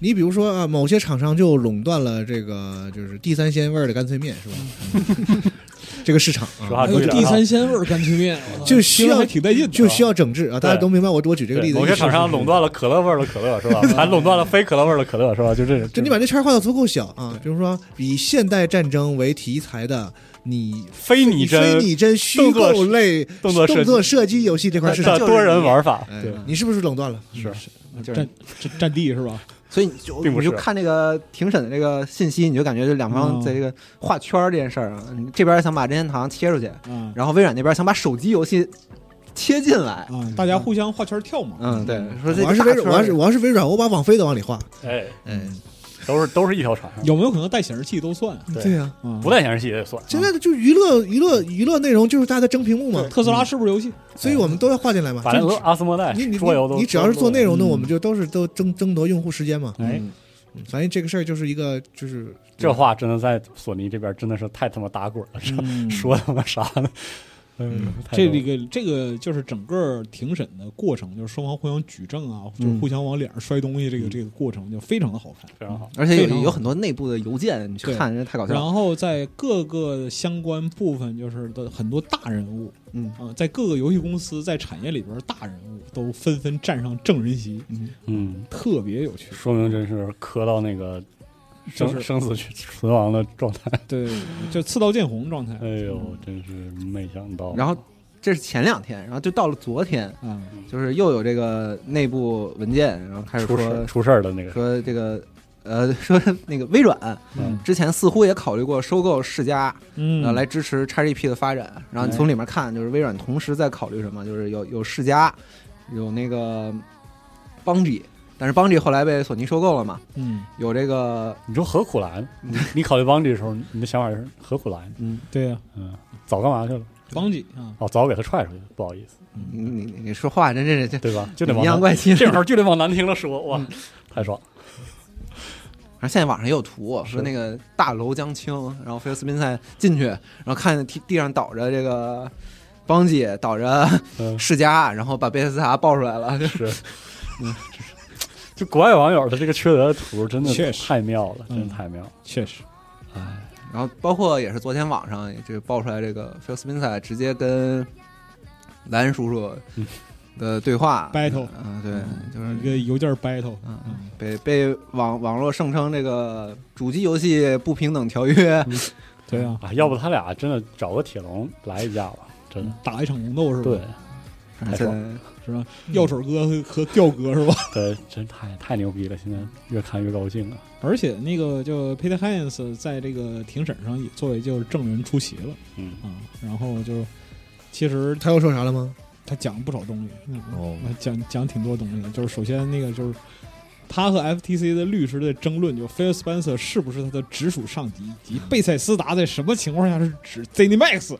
你比如说啊，某些厂商就垄断了这个就是地三鲜味儿的干脆面，是吧？ [LAUGHS] 这个市场
说话
啊
还，有对的地三
鲜味儿干脆 [LAUGHS] 面，
就需要
还挺带劲的啊，
就需要整治啊。大家
对
都明白我我举这个
对
例子，
某些厂商垄断了可乐味儿的可乐是
[LAUGHS]
吧？还垄断了非可乐味儿的可乐是吧？就这种，
就你把这圈儿画的足够小啊，比如说以现代战争为题材的你。
非拟
以
真
非拟真虚
动作
构类
动作设计
射击游戏这块市场
的，多人玩法，
哎
对，
你是不是垄断了？
是
嗯
就是
占占占地是吧？
所以你就
并不
你
是
就看这个庭审的这个信息，你就感觉这两方
哦
嗯
在这个画圈儿这件事儿啊，你这边想把任天堂切出去，
啊
然后微软那边想把手机游戏切进来，
啊，大家互相画圈跳嘛。
嗯，对，说这
哦我要是
大
微
圈
软，
儿
我要是我要是微软，我把网飞都往里画。
哎，
哎，
都是都是一条船上，
有没有可能带显示器都算？
对嗯
对呀，
啊，
不带显示器也得算。
现在的就娱乐娱乐娱乐内容就是大家在争屏幕嘛，嗯
特斯拉是不是游戏？
所以我们都要画进来嘛。
把那
就
俄阿斯莫代
你你
桌游
你
都，
你只要是做内容的，
嗯
我们就都是都争争夺用户时间嘛。
哎，
嗯反正这个事儿就是一个就是
这话真的在索尼这边真的是太他妈打滚了，这 [LAUGHS]
嗯
说他妈啥呢？嗯，太
这
逗了
里个这个就是整个庭审的过程，就是双方互相举证啊，就是互相往脸上摔东西，这个
嗯
这个过程就非常的好看。
非常好，
而且
非常
有
好
有很多内部的邮件，你去
对
看，人家太搞笑了。
然后在各个相关部分，就是的很多大人物
嗯
啊、在各个游戏公司在产业里边，大人物都纷纷站上证人席，
嗯，
特别有趣。
说明真是磕到那个
就
生
是
生死存亡的状态。
对，就刺刀见红状态。
哎呦，真是没想到。
然后这是前两天，然后就到了昨天，
啊，
就是又有这个内部文件，然后开始
出事
说
出事儿的那个，
说这个呃 [LAUGHS] 说那个微软
嗯
之前似乎也考虑过收购世嘉，
嗯，
呃来支持 XGP 的发展。然后你从里面看，就是微软同时在考虑什么，就是有有世嘉，有那个邦 e 但是邦 e 后来被索尼收购了嘛，
嗯，
有这个
你说何苦来呢？你你考虑邦迪的时候，你的想法是何苦来呢？
嗯，
对呀、
嗯，早干嘛去了？
邦吉啊，
哦，早给他踹出去了，不好意思，
你你你你说话真是这
对吧？就得往
阴阳
难
怪气。
这玩意儿就得往难听了说，哇，太爽！
然后现在网上也有图，说那个大楼将倾，然后菲尔斯宾塞进去，然后看地地上倒着这个邦吉，倒着
嗯，，
世嘉，然后把贝斯塔抱出来了。 [LAUGHS] 就是
嗯，就国外网友的这个缺德的图，真的
确实
太妙了，真
嗯
的太妙了。
确实，
哎，
然后包括也是昨天网上就爆出来这个菲尔斯宾塞直接跟莱恩叔叔
嗯
的对话
Battle
嗯、对，就是
一个邮件 battle，
嗯、被被网网络盛称这个主机游戏不平等条约，
对啊，
啊，要不他俩真的找个铁笼来一架吧，真的。
打一场龙斗是吧？
嗯对，太
啊现
爽
在
是吧？药水哥和和调哥是吧？
对，真太太牛逼了！现在越看越高兴了。
而且那个就 Peter Hines 在这个庭审上也作为就是证人出席了
嗯，
啊，然后就其实
他又说啥了吗？
他讲了不少东西，嗯
哦
讲讲挺多东西的，就是首先那个就是。他和 FTC 的律师的争论，就 Phil Spencer 是不是他的直属上级，以及贝塞斯达在什么情况下是指
[LAUGHS]
ZeniMax。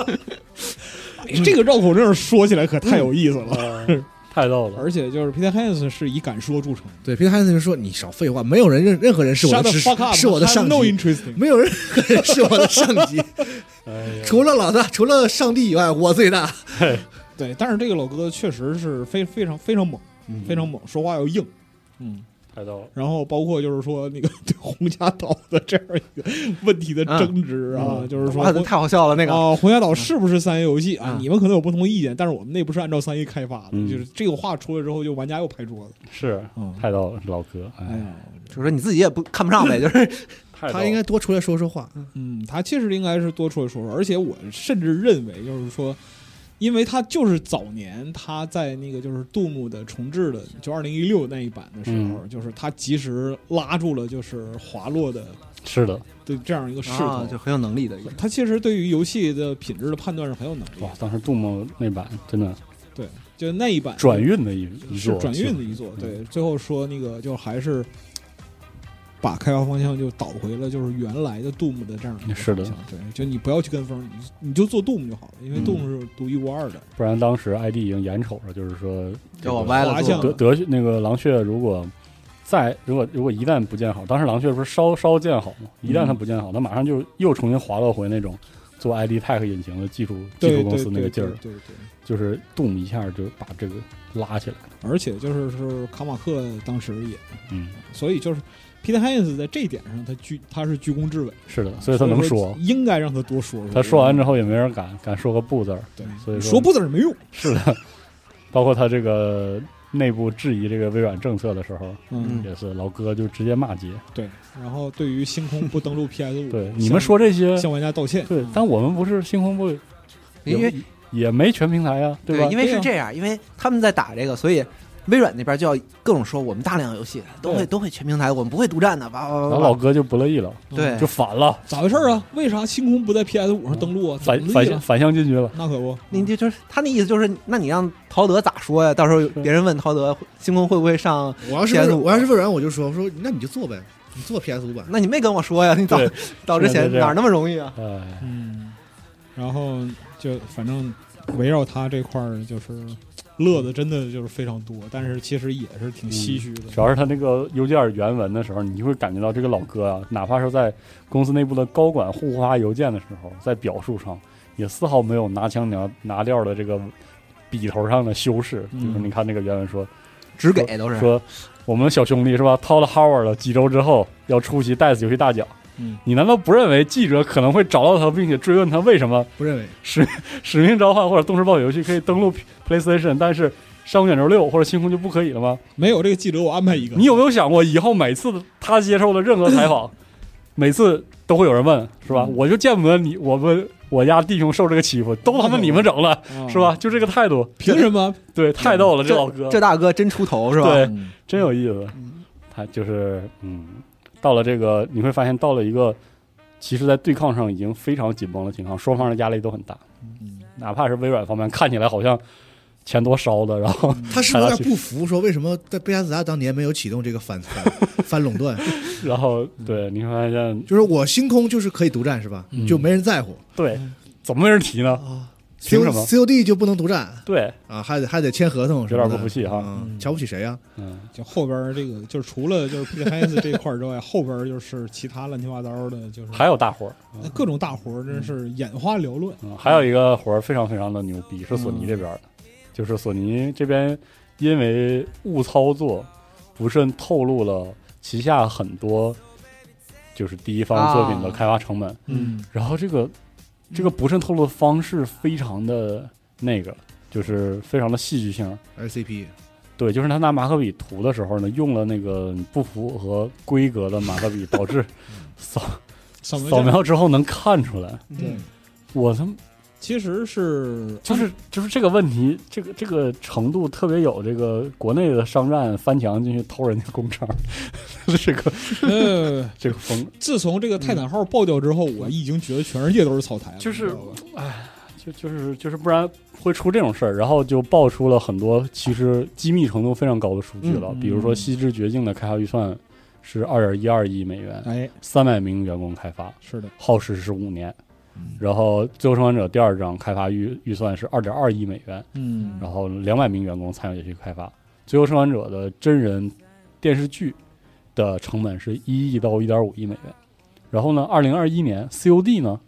哎这个绕口令说起来可太有意思
嗯
了，
呃 [LAUGHS] 太逗了。
而且就是 Peter Hines 是以敢说著称，
对，皮特汉斯就说你少废话，没有人任任何人是我
Shut
的
the
师
fuck up，
是我的
I'm
上
No
级，
interesting。
没有任何人是我的上级，
哎呀
除了老大，除了上帝以外，我最大。
对，但是这个老哥确实是非非常非常猛，非常猛，说话又硬。嗯，
嗯太逗了。
然后包括就是说那个对洪家岛的这样一个问题的争执啊，
嗯
就是说
哇，太好笑了那个。
啊，洪家岛是不是三 A 游戏啊？
嗯
你们可能有不同意见，但是我们内部是按照三 A 开发的，
嗯
就是这个话出来之后，就玩家又拍桌子。
是
嗯
太逗了，老哥，
哎
哎，
呀，
就是说你自己也不看不上呗，就是
太
他应该多出来说说话。
嗯，他其实应该是多出来说说，而且我甚至认为就是说，因为他就是早年他在那个就是杜牧的重置的，就二零一六那一版的时候，
嗯
就是他及时拉住了就是滑落的
是的，
对这样一个势头。
啊，就很有能力的一个。
他其实对于游戏的品质的判断是很有能力
哇
的，，
当时杜牧那版真的
对，就那一版
转运的一一
是
座，嗯
转运的一座，对，最后说那个就还是把开发方向就导回了就是原来的 Doom 的这样一个
是的
方向，对，就你不要去跟风，你你就做 Doom 就好了，因为
嗯
Doom 是独一无二的。
不然当时 ID 已经眼瞅着就是说这
就
个
往歪了
滑
做
向
德德那个狼穴如果再如果如果一旦不建好，当时狼穴不是稍稍建好吗？
嗯
一旦它不建好，它马上就又重新滑落回那种做 ID Tech 引擎的技术技
对
术
对
公
对
司那
对
个劲
对
儿，
对对，
就是动一下就把这个拉起来了。
而且就是是卡马克当时也，
嗯，
所以就是 Peter Hines 在这一点上，他居他是居功至伟，
是的，所以他能说，
应该让他多说说。
他说完之后也没人敢敢说个不
[LAUGHS]
字儿。
对，
所以说
说不字儿没用，
是的，包括他这个内部质疑这个微软政策的时候，
嗯
也是老哥就直接骂街，
对。然后对于星空不登录 [LAUGHS] PS 五，
对
向
你们说这些，
向玩家道歉，
对，但我们不是星空部也，
嗯因为
也没全平台呀、
对
吧？
因为
对
是
啊
这样，因为他们在打这个，所以微软那边就要各种说我们大量游戏都
对
会都会全平台，我们不会独占的，叭叭叭
然后老
叭叭。
哥就不乐意了，
对
就反了，
咋回事儿啊？为啥星空不在 PS 五上登录啊？
嗯反
怎么
反
地
向
了？
反向进军了。
那可不，
你就就是他那意思就是，那你让陶德咋说呀？到时候别人问陶德星空会不会上，
我要是
PS5
我要是微软，我就说我说那你就做呗，你做 PS 五版。
那你没跟我说呀？你早
对
到之
是
前
这
哪
样
儿那么容易啊？
哎，
嗯，然后就反正围绕他这块儿就是乐的真的就是非常多，但是其实也是挺唏嘘的。
嗯主要是他那个邮件原文的时候，你就会感觉到这个老哥啊，哪怕是在公司内部的高管互发邮件的时候，在表述上也丝毫没有拿腔拿拿调的这个笔头上的修饰。比如说，
嗯
你看那个原文说
只给都是
说我们小兄弟是吧，Todd Howard 了几周之后要出席 DICE 游戏大奖，
嗯，
你难道不认为记者可能会找到他，并且追问他为什么
不认为
使命召唤或者动视暴雪游戏可以登录 PlayStation，但是上古卷轴六或者星空就不可以了吗？
没有这个记者，我安排一个。
你有没有想过，以后每次他接受的任何采
[LAUGHS]
访，每次都会有人问，是吧？
嗯
我就见不得你，我们我家弟兄受这个欺负，都他妈你们整了，
啊
是吧？？就这个态度，
凭什么？
对，太逗了，
这
老哥，
这大哥真出头是吧？
对，
嗯
真有意思。他就是，嗯，到了这个，你会发现，到了一个，其实在对抗上已经非常紧绷的情况，双方的压力都很大。
嗯
哪怕是微软方面看起来好像钱多烧的，然后
他是不是有点不服，说为什么在贝加斯达当年没有启动这个反反反垄断？
然后对，你会发现
就是我星空就是可以独占是吧？
嗯
就没人在乎
对，怎么没人提呢？
啊。
凭
C
什
O
么
C O D 就不能独占
对，
啊，还得还得签合同什
有
么的，
点不服气哈
啊
嗯
瞧不起谁呀？
嗯，
就后边儿这个，就是除了就是 Peter Hines 这块儿之外， [LAUGHS] 后边儿就是其他乱七八糟的，就是
还有大活儿、
那各种大活儿，真是眼花缭乱。
嗯，还有一个活儿非常非常的牛逼，是索尼这边儿的，就是索尼这边因为误操作，不慎透露了旗下很多就是第一方作品的
啊
开发成本，
嗯
然后这个这个不慎透露的方式非常的那个，就是非常的戏剧性，
r C P
对，就是他拿马克笔涂的时候呢，用了那个不符合规格的马克笔，导致扫扫
扫描架
描之后能看出来。
嗯对
嗯，
我他妈
其
[LAUGHS]
实是
就是就是这个问题，这个这个程度特别有这个国内的商战翻墙进去偷人家工厂， [LAUGHS] 这个
呃，
这个风
自从这个泰坦号爆掉之后，我已经觉得全世界都是草台了，
就是
你知道吧
就就是就是不然会出这种事儿，然后就爆出了很多其实机密程度非常高的数据了，
嗯
比如说《西之绝境》的开发预算是二点一二亿美元，
哎，
三百名员工开发。
是的，
耗时是五年
嗯，
然后《最后生还者》第二章开发预预算是二点二亿美元，
嗯
然后两百名员工参与游戏开发，《最后生还者》的真人电视剧的成本是一亿到一点五亿美元，然后呢，二零二一年 COD 呢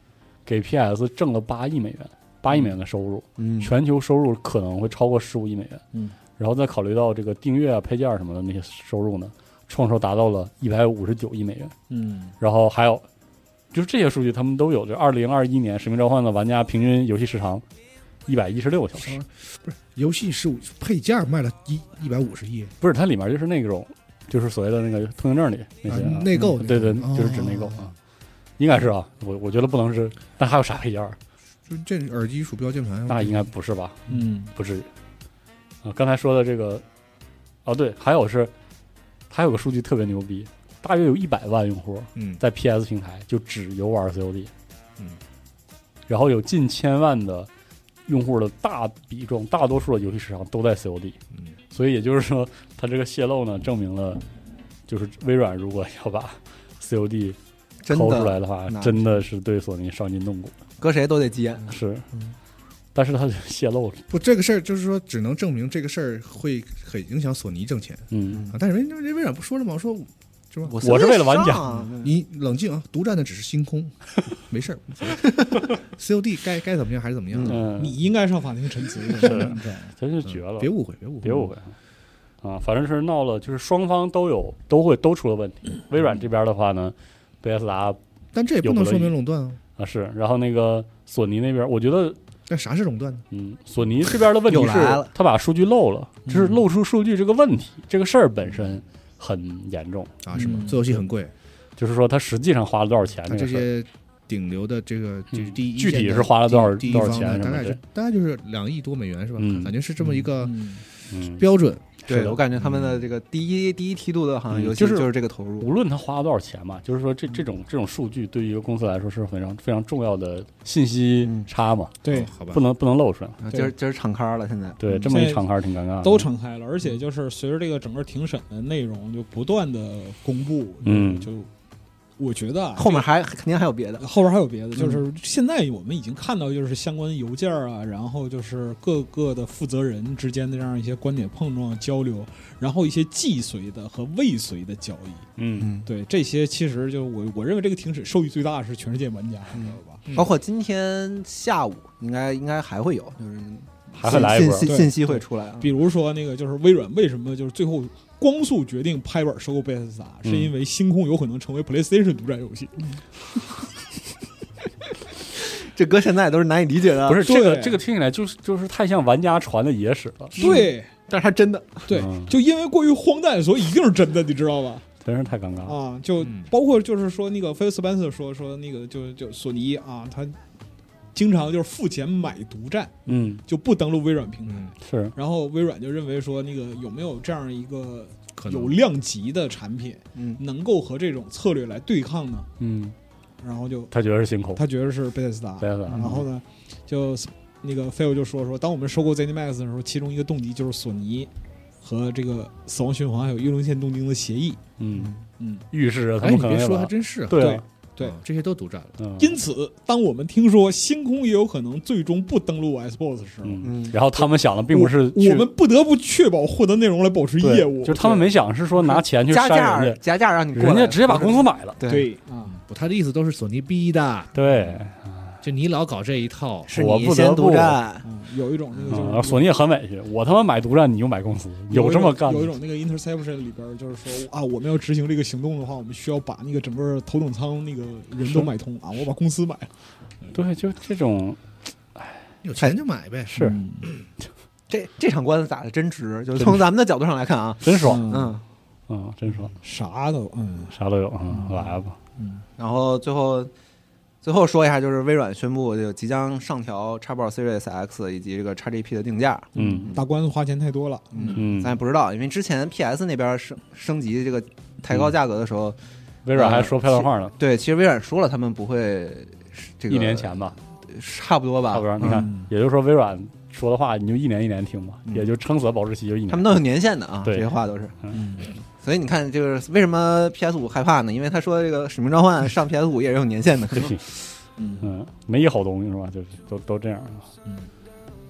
给 PS 挣了八亿美元，八亿美元的收入，
嗯
全球收入可能会超过十五亿美元，
嗯，
然后再考虑到这个订阅啊、配件啊什么的那些收入呢，创收达到了一百五十九亿美元。
嗯
然后还有就是这些数据他们都有。就二零二一年《使命召唤》的玩家平均游戏时长一百一十六个小时，
游戏十五配件卖了一一百五十亿
不是它里面就是那种就是所谓的那个通行证里那
啊
些、，嗯
内购
对对，
那种
就是指内购。
哦
啊，应该是啊，我我觉得不能是，但还有啥配件儿？
就这耳机、鼠标、键盘，
那应该不是吧？
嗯
不至于啊。刚才说的这个，哦对，还有是还有个数据特别牛逼，大约有一百万用户
嗯
在 PS 平台就只游玩 COD，
嗯，
然后有近千万的用户的大比重，大多数的游戏市场都在 COD，
嗯
所以也就是说，它这个泄露呢，证明了就是微软如果要把 COD
真
抠出
的
来的话，
那
真的是对索尼伤筋动骨。
搁谁都得急眼。
是
嗯，
但是它就泄露了，
不，这个事儿就是说，只能证明这个事儿会很影响索尼挣钱
嗯，
啊。但是人家人微软不说了吗？说
我
我是为了玩家
家，嗯
你冷静啊，独占的只是星
[LAUGHS]
空，没事儿无所谓，COD 该该怎么样还是怎么样，
嗯，
你应该上法庭陈词，你知道吗
真是绝了，
嗯别误会，别误会，
别误会啊，反正是闹了，就是双方都有都会都出了问题。微软这边的话呢，贝斯达
但这也不能说明垄断啊。
啊是，然后那个索尼那边，我觉得
但啥是垄断呢？
嗯，索尼这边的问题
又
是
来了，
他把数据漏了，就是
嗯
漏出数据这个问题，这个事儿本身很严重。
啊，是吗
嗯？
做游戏很贵，
就是说，他实际上花了多少钱？
它
这
啊这
个事儿，
些顶流的这个就是第
嗯
一
具体
线的
是花了
第
多少
第一
多少
方
钱
的
什
大
么
概
的
就大概就是两亿多美元是吧？
嗯
感觉是这么一个
嗯
嗯，
标准。
对
是的
我感觉他们的这个第一第一梯度的好像
嗯
游戏
就是
就是这个投入，
无论他花了多少钱嘛，就是说这这种这种数据对于一个公司来说是非常非常重要的信息差嘛，
对
哦，好吧
嗯不，能不能露出来。
啊今儿今儿敞开了，现在
对，
嗯
这么一
现在
敞开挺尴尬的。嗯
都敞开了，而且就是随着这个整个庭审的内容就不断的公布，
嗯
就我觉得啊，
后面还肯定还有别的，
后边还有别的，就是现在我们已经看到，就是相关邮件啊，然后就是各个的负责人之间的这样一些观点碰撞、交流，然后一些既遂的和未遂的交易。
嗯，
嗯，
对，这些其实就我我认为这个庭审受益最大是全世界玩家，你知道吧？
嗯
包括今天下午应该应该还会有，就是
还会来一
信
波。
信
对
信息会出来啊，
比如说那个就是微软为什么就是最后光速决定拍板收购贝塞斯达，
嗯
是因为星空有可能成为 PlayStation 独占游戏。
这搁现在都是难以理解的，
不是这个
对
这个听起来就是就是太像玩家传的野史了，
对
但是它真的
对
嗯，
就因为过于荒诞，所以一定是真的，你知道吧？
真是太尴尬了。
啊，就
嗯
包括就是说那个菲尔斯班斯说说那个就就索尼啊，他经常就是付钱买独占，
嗯，
就不登录微软平台。
嗯，
是，
然后微软就认为说，那个有没有这样一个
可能
有量级的产品
嗯
能够和这种策略来对抗呢？
嗯，
然后就
他觉得是星空，
他觉得是贝塞斯达，
贝斯达
然后呢，就那个菲欧就说说，当我们收购 ZeniMax 的时候，其中一个动机就是索尼和这个死亡循环还有幽灵线东京的协议，
嗯，
嗯，
预示着他
哎，
们
你
可能
别
要
说，
把
还真是啊
对啊，
对
啊这些都独占了。
嗯，
因此，当我们听说星空也有可能最终不登录 Xbox 时，
嗯
嗯，
然后他们想的并不是去
我们不得不确保获得内容来保持
对
业务，
就是他们没想是说拿钱去
加价
删
儿
人
加价儿让你
家，
过来，嗯
人家直接把公司买了。
对
对啊，
不，他的意思都是索尼逼的，
对，嗯
就你老搞这一套，
是
我
你
不得
先
不
独占，
嗯有一种那
嗯，
个就
然
是、
后索尼也很委屈，我他妈买独占，你又买公司，
有一
这
种
么干的
有一种那个 interception 里边儿就是说啊，我们要执行这个行动的话，我们需要把那个整个头等舱那个人都买通啊，我把公司买了，
对，就这种
有钱就买呗。
是
嗯
这这场官司打的真值，就是从咱们的角度上来看啊，
真爽，
嗯，
嗯，真爽，
啥都嗯
啥都有，嗯，来吧，
嗯
然后最后最后说一下，就是微软宣布就即将上调 Xbox Series X 以及这个 XGP 的定价。
嗯
打官司花钱太多了，嗯
嗯
咱，也不知道，因为之前 PS 那边升升级这个抬
嗯
高价格的时候，
微软还说漂亮话呢，
对，其实微软说了他们不会这个
一年前吧，
差不多吧，
差不多，你
嗯
看，也就是说微软说的话，你就一年一年听吧，
嗯
也就撑死了保质期就一
他
年
们，都有年限的啊，
对
这些话都是。
嗯
所以你看，就是为什么 PS 五害怕呢？因为他说这个《使命召
[LAUGHS]
唤》上 PS 五也是有年限的。
对，
嗯
[LAUGHS] 嗯，没一好东西是吧？就是都都这样，啊
嗯，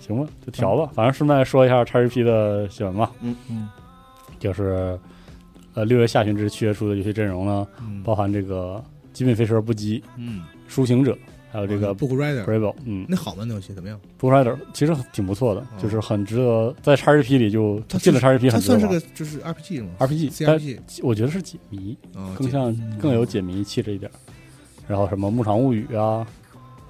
行吧，就调吧，反正顺便说一下 XGP 的新闻吧，
嗯
就是呃六月下旬至七月初的游戏阵容呢，
嗯
包含这个《极品飞车不羁》《
嗯，
抒情者》，还有这个《
Book Rider
Rebel》，嗯，
那好吗？那游戏怎么样？
b l u Rider 其实挺不错的，就是很值得在 XGP 里就
它
进了 XGP
它
很值得
算是
玩
个就是 RPG 吗
RPG，但
CRPG
我觉得是解谜，
啊，
更
解
像更有解谜气质一点。然后什么《牧场物语》啊，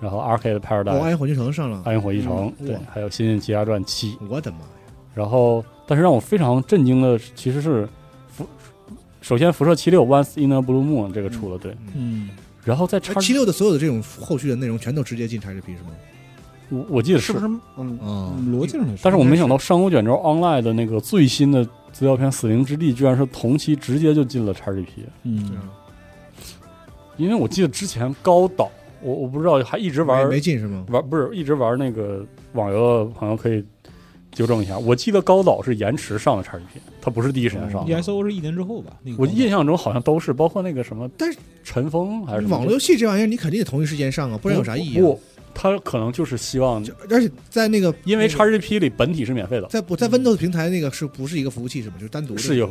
然后《Arcade
哦，《暗
Paradise》《
影火炬城》上了，
暗影火炬城》
嗯
对
哇，
还有《仙剑奇侠传七》。
我的妈呀！
然后，但是让我非常震惊的其实是辐，首先《辐射七六》《Once in a Blue Moon》这个出了对，
嗯，
然后在
哎七
XGP，
六的所有的这种后续的内容全都直接进 XGP 是吗？
我我记得
是不是？嗯，
啊，
逻辑上来说，
但是我没想到《上古卷轴 Online》的那个最新的资料片《死灵之地》，居然是同期直接就进了 XGP，
对
嗯
啊，
因为我记得之前高岛，我我不知道还一直玩
没没进是吗？
玩不是一直玩那个网游，好像可以纠正一下，我记得高岛是延迟上的 XGP，它不是第一时间
嗯
上的。
ESO 是一年之后吧？那个
我
广告
印象中好像都是，包括那个什么，
但是
尘封还是什么
网络游戏这玩意儿，你肯定得同一时间上啊，不然有啥意义、啊？
不，他可能就是希望，
就而且在那个
因为
那个
XGP 里本体是免费的，
在不在 Windows 平台那个是不是一个服务器是吗？就是单独的
是有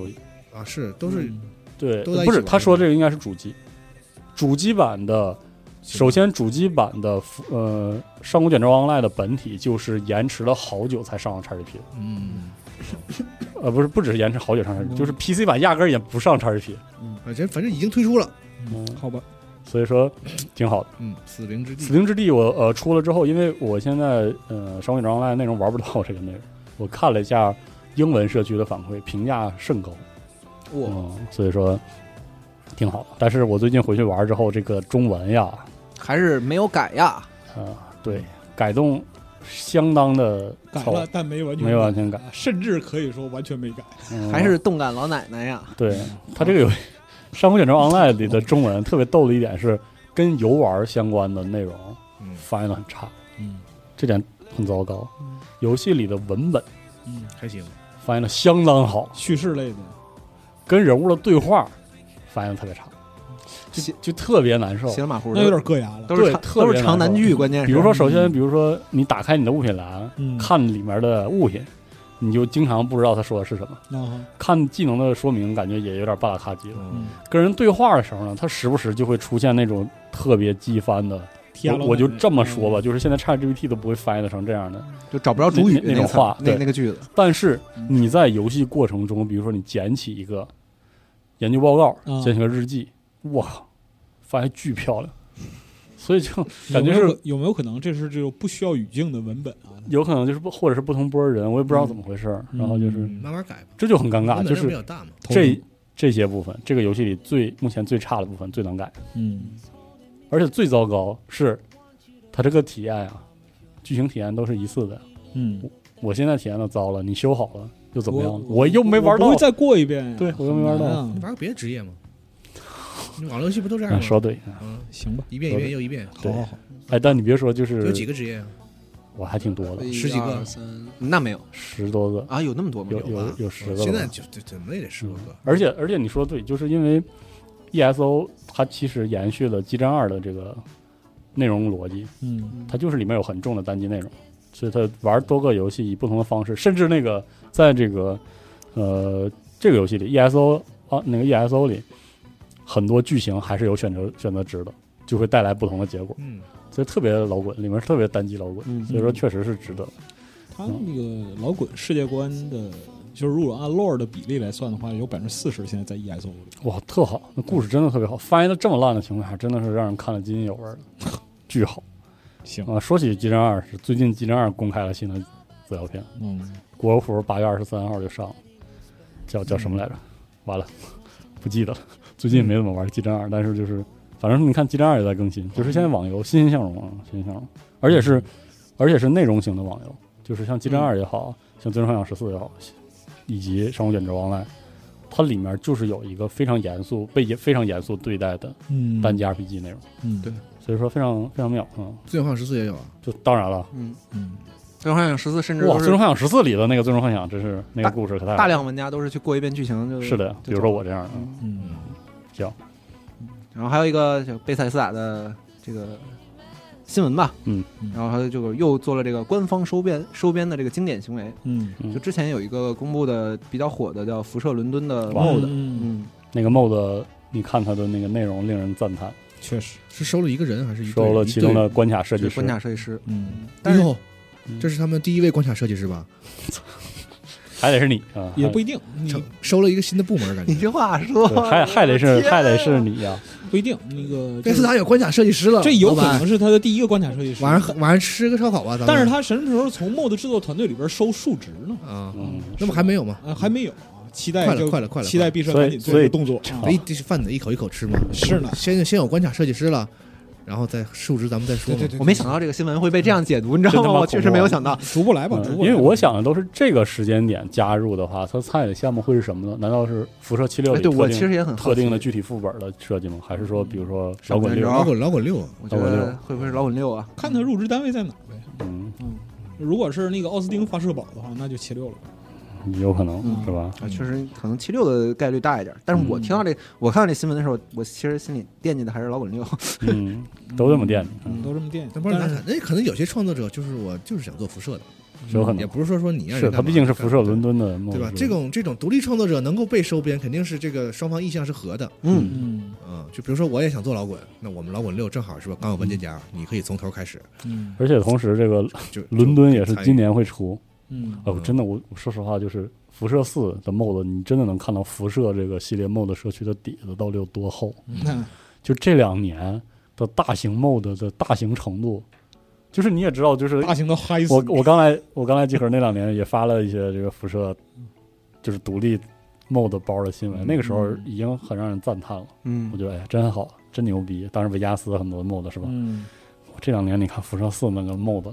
啊，是都是
嗯
对
都在一，起
不是
玩
他说这个应该是主机，主机版的。首先，主机版的呃《上古卷轴 Online》的本体就是延迟了好久才上了 XGP，
嗯，
呃，不是，不只是延迟好久上 XGP，、就是
嗯
PC 版压根儿也不上 XGP，
啊，这反正已经推出了，
嗯
好吧，
所以说挺好的。
嗯，死灵之地
死灵之地我呃出了之后，因为我现在呃商会装online内容玩不到这个内容，我看了一下英文社区的反馈，评价甚高，
哇，
嗯，所以说挺好。但是我最近回去玩之后，这个中文呀，啊、
还是没有改呀。嗯
对，改动相当的
改
糙
了，，但没完全
没完全改，
啊甚至可以说完全没改。
嗯
还是动感老奶奶呀，
对它这个有上古卷轴 online 里的中文特别逗的一点是，跟游玩相关的内容
嗯
翻译的很差，
嗯
这点很糟糕。游戏里的文本
嗯，
还行，
翻译的相当好。
叙事类的，
跟人物的对话反应特别差，就
行
就特别难受。
稀里马虎
那
的，
有点硌牙了。
都是
对
长
特别
都是长
难
难
受
句，关键是
比如说，首先，
嗯
比如说你打开你的物品栏，
嗯，
看里面的物品，你就经常不知道他说的是什么。
啊，
看技能的说明，感觉也有点半拉卡叽了。
嗯
嗯，，
跟人对话的时候呢，他时不时就会出现那种特别机翻的。
贴
我
了
我就
那嗯个
这么说吧，，就是现在 ChatGPT 都不会翻译的成这样的。
就找不着主语
那那种
层
话
那
对
那个句子，
但是
嗯
你在游戏过程中，比如说你捡起一个研究报告，
啊
捡起个日记，哇，发现巨漂亮， [LAUGHS] 所以就
嗯
感觉
有没有
是
可有没有可能这是这种不需要语境的文本啊？
有可能就是不，或者是不同波儿人，我也不知道怎么回事儿，
嗯
[LAUGHS] 然后就是
嗯
慢慢改吧，
这就很尴尬，
文本
就
量比
是
较大嘛，
这这些部分，这个游戏里最目前最差的部分最难改，
嗯，
而且最糟糕是它这个体验啊，剧情体验都是一次的，
嗯，
我现在体验的糟了，你修好了又怎么样
我
了？我又没玩
我不
到
会，再过一遍呀。
对我又没玩
很难
到，
啊
你玩个别的职业嘛，你网络游戏不都这样
啊
吗？
说对。啊
嗯，
行吧，
一遍一遍又一遍，
[LAUGHS] 对
好好好，
哎，但你别说，就是
有几个职业啊？
我还挺多的，
十几个
一二三那没有
十多个，
啊，有那么多吗？
有
有吧
有有十个吧。
哦现在就就怎么也得十多个，
而且而且你说对，就是因为 ESO 它其实延续了《激战二》的这个内容逻辑，
嗯，
它就是里面有很重的单机内容，所以它玩多个游戏以不同的方式，甚至那个在这个呃这个游戏里 ESO 啊那个 ESO 里很多剧情还是有选择选择值的，就会带来不同的结果，
嗯，
所以特别老滚，里面是特别单机老滚，
嗯
所以说确实是值得。
他那个老滚世界观的，就是如果按 lore 的比例来算的话，有百分之四十现在在 ESO 里。
哇，特好，那故事真的特别好，翻译的这么烂的情况下，真的是让人看了津津有味儿的， [LAUGHS] 巨好
行，
啊！说起《激战二》，是最近《激战二》公开了新的资料片，
嗯，
国服八月二十三号就上了，叫叫什么来着？完了，不记得了。最近没怎么玩《激战二》，但是就是反正你看《激战二》也在更新，就是现在网游欣欣向荣啊，欣欣向荣，而且是而且是内容型的网游，就是像《激战二》也好，像《最终幻想十四》也好，以及《上古卷轴 online》，它里面就是有一个非常严肃、被严非常严肃对待的
嗯，
单机 RPG 内容，
嗯，
对
所以说非常非常妙啊、嗯！
最后好像十四也有啊，
就当然了，
嗯，
嗯，
最后幻想十四甚至
哇，《
都
最
是
终幻想十四》里的那个《最终幻想》，真是那个故事可太好了
大量玩家都是去过一遍剧情就是
的，比如说我这样的，嗯
嗯
嗯，
行，
然后还有一个就贝塞斯达的这个新闻吧，
嗯，
然后他就又做了这个官方收编收编的这个经典行为，
嗯，
嗯
就之前有一个公布的比较火的叫辐射伦敦的
哇
MOD，
嗯，
嗯，
那个 mod，你看它的那个内容令人赞叹，
确实，
是收了一个人还是一
收了其中的关卡设
就
计
是
师
关，卡设计师，
嗯，
但是
哟，
嗯
这是他们第一位关卡设计师吧？
还得是你啊，
也不一定，你
成收了一个新的部门，感
你
觉。
这话说
对还还得是还得是你啊呀，
不一定，那个就
贝斯
是
达有关卡设计师了，
这有
老
可
板
能是他的第一个关卡设计师，
晚上晚上吃个烧烤吧，咱们。
但是他什么时候从 MOD 制作团队里边收数值呢？
啊，
嗯，
那不还没有吗？
啊，还没有啊，期待
快了
就
快了快了
期待毕设
所以
赶紧做这
所以
个动作啊
一哎这是饭得一口一口吃嘛。
是呢
先先有关卡设计师了，然后再数值咱们再说嘛。
对对对
我没想到这个新闻会被这样解读，你知道
真他
吗？
妈啊
我确实没有想到，
逐步来吧，
嗯
逐步
因
来吧。
为我想的都是这个时间点加入的话，它参与的项目会是什么呢？难道是辐射七六
哎，
里
对我
特
其实
定
也很好
特定的
奇，
具体副本的设计吗？还是说，比如说
上
摇滚
面
六
聊？
老滚老滚六啊，
我觉
老滚
得
六
会不会是老滚六啊？
看他入职单位在哪儿呗。
嗯
嗯，如果是那个奥斯汀发射堡的话，那就七六了。
有可能、
嗯
是吧？
啊，确实可能七六的概率大一点。但是我听
嗯
到这，我看到这新闻的时候，我其实心里惦记的还是老滚六。
嗯，都这么惦记，
嗯都这么惦记。
那不是拿
但
它，那可能有些创作者就是我就是想做辐射的，
嗯
是有可
嗯也
能。
不是说说你让
是
人
他
干嘛
毕竟是辐射
干
伦敦的梦，
对吧
嗯是？
这种这种独立创作者能够被收编，肯定是这个双方意向是合的。
嗯，
嗯
嗯，就比如说我也想做老滚，那我们老滚六正好是吧？刚有文件夹，你可以从头开始。
嗯
而且同时这个
就
伦敦也是今
年
年会出。
嗯
哦，真的，我我说实话，就是辐射四的 mod，你真的能看到辐射这个系列 mod 社区的底子到底有多厚。
嗯那
就这两年的大型 mod 的大型程度，就是你也知道，就是
大型的嗨死
我我刚来我刚来集合那两年也发了一些这个辐射，就是独立 mod 包的新闻，那个时候已经很让人赞叹了。我
[LAUGHS] 嗯，
觉得哎呀，真好，真牛逼！当时维加斯很多 mod 是吧？
嗯
这两年你看辐射四那个 mod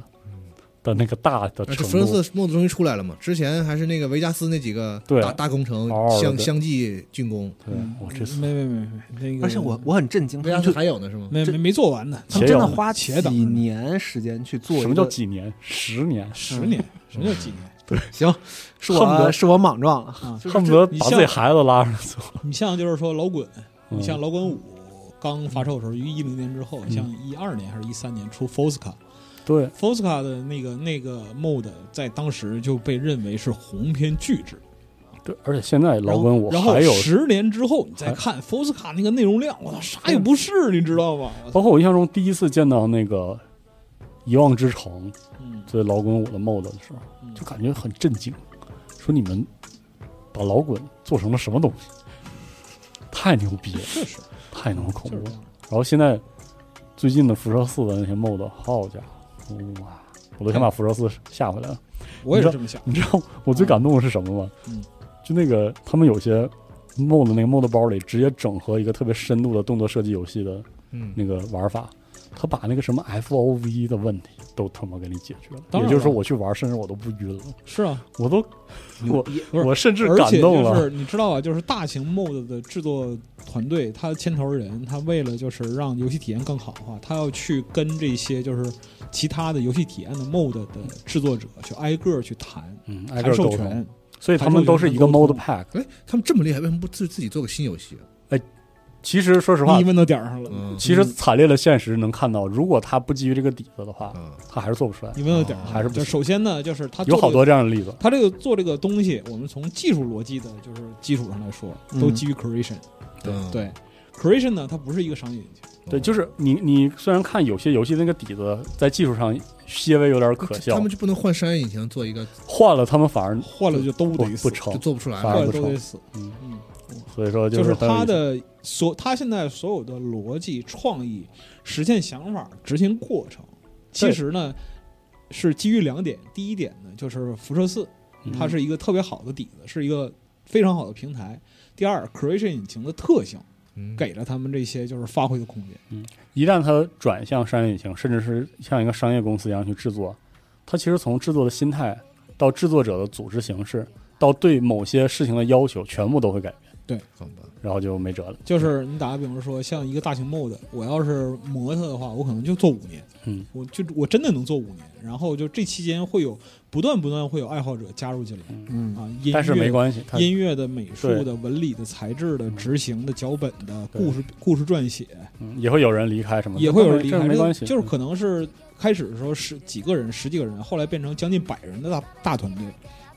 的那个大的
而
程
且福伦
度，
斯末子终于出来了嘛，之前还是那个维加斯那几个
对
大大工程
嗷嗷的
相
对
相继竣工，
对
嗯
我这次
没没没没那个，
而且我我很震惊，
维
他
加
们
斯
就
还有呢是吗？
没没没做完
啊
呢，
他们真的花几
且等
年时间去做一个。
什么叫几年？十年，
十年什么叫几
嗯
年？
行？是我
恨不
啊
得嗯
是我莽撞了。 [LAUGHS]
啊
恨不得
你
把
像
自己孩子拉上来
[LAUGHS]
做。
你像就是说老滚，
嗯嗯
你像老滚五刚发售的时候，于一零年之后，像一二年还是一三年出 Fosca，Fosca
对，
的那个那个 mod 在当时就被认为是鸿篇巨制。
对，而且现在老滚我
然后
还有，
十年之后你再看 Fosca 那个内容量，我操，啥
嗯
也不是，你知道吗？我操
包括我印象中第一次见到那个遗忘之城，
嗯
就是老滚五的 mod 的时候，
嗯
就感觉很震惊，说你们把老滚做成了什么东西？太牛逼了，
确实
太他妈恐
就
怖了
是这！样。
然后现在最近的辐射四的那些 mod，好家伙，哇！我
哎
都想把辐射四下回来了。
我也是这么想。
[LAUGHS] 你知道我最感动的是什么吗？
嗯
就那个他们有些 mod 那个 mod 包里直接整合一个特别深度的动作射击游戏的
嗯，
那个玩法，他把那个什么 FOV 的问题都他妈给你解决了。
当
也
然了
就是说，我去玩，甚至我都不晕了，
是啊，
我都我
不是
我甚至
而
感
且
动
就
了。
是你知道啊，就是大型 mod 的制作团队，他牵头人，他为了就是让游戏体验更好的话，他要去跟这些就是其他的游戏体验的 mod 的制作者去挨个儿去谈
嗯，挨个
谈
儿
授
沟通，
权。
所以他们都是一个
谈授
mod
权
pack。
哎，他们这么厉害，为什么不自自己做个新游戏啊？
其实说实话
你，问到点儿上
[LAUGHS]
了，
嗯
其实惨烈的现实能看到，如果他不基于这个底子的话，
啊，
他还是做不出来。
你问到点儿上了。
啊还是不
就
行
首先呢，就是嗯他
有
做
好
这个
多这样的例子，
他这个做这个东西，我们从技术逻辑的就是基础上来说，都
嗯
基于 creation、
嗯
对
对 creation 呢，它不是一个商业引擎。
对，就是你你虽然看有些游戏那个底子在技术上些微有点可笑
嗯他，们就不能换商业引擎做一个，
换了他们反而
换了就都
不
得死，
不
就
成，
做不出来
反而
换
不
了都
了。
成
得死。
嗯
嗯，
所以说
就是是
很有
他
意思
的所，他现在所有的逻辑、创意、实现想法、执行过程，其实呢是基于两点。第一点呢，就是辐射四，
嗯
它是一个特别好的底子，是一个非常好的平台。第二，creation 引擎的特性
嗯
给了他们这些就是发挥的空间。
嗯一旦它转向商业引擎，甚至是像一个商业公司一样去制作，它其实从制作的心态到制作者的组织形式，到对某些事情的要求，全部都会改变，
好吧，
然后就没辙了。
就是你打个比方说，像一个大型 mod，我要是磨它的话，我可能就做五年，
嗯，
我就我真的能做五年，然后就这期间会有不断不断会有爱好者加入进来
嗯，
啊，音乐
但是没关系，它
音乐的、美术
对
的、文理的、材质的、
嗯
执行的、脚本的、
对
故事故事撰写，
嗯也会有人离开什么的，
也会有人离
这
开，
没
这个
关系，
就是可能是开始的时候十几个人、十几个人，后来变成将近百人的大大团队，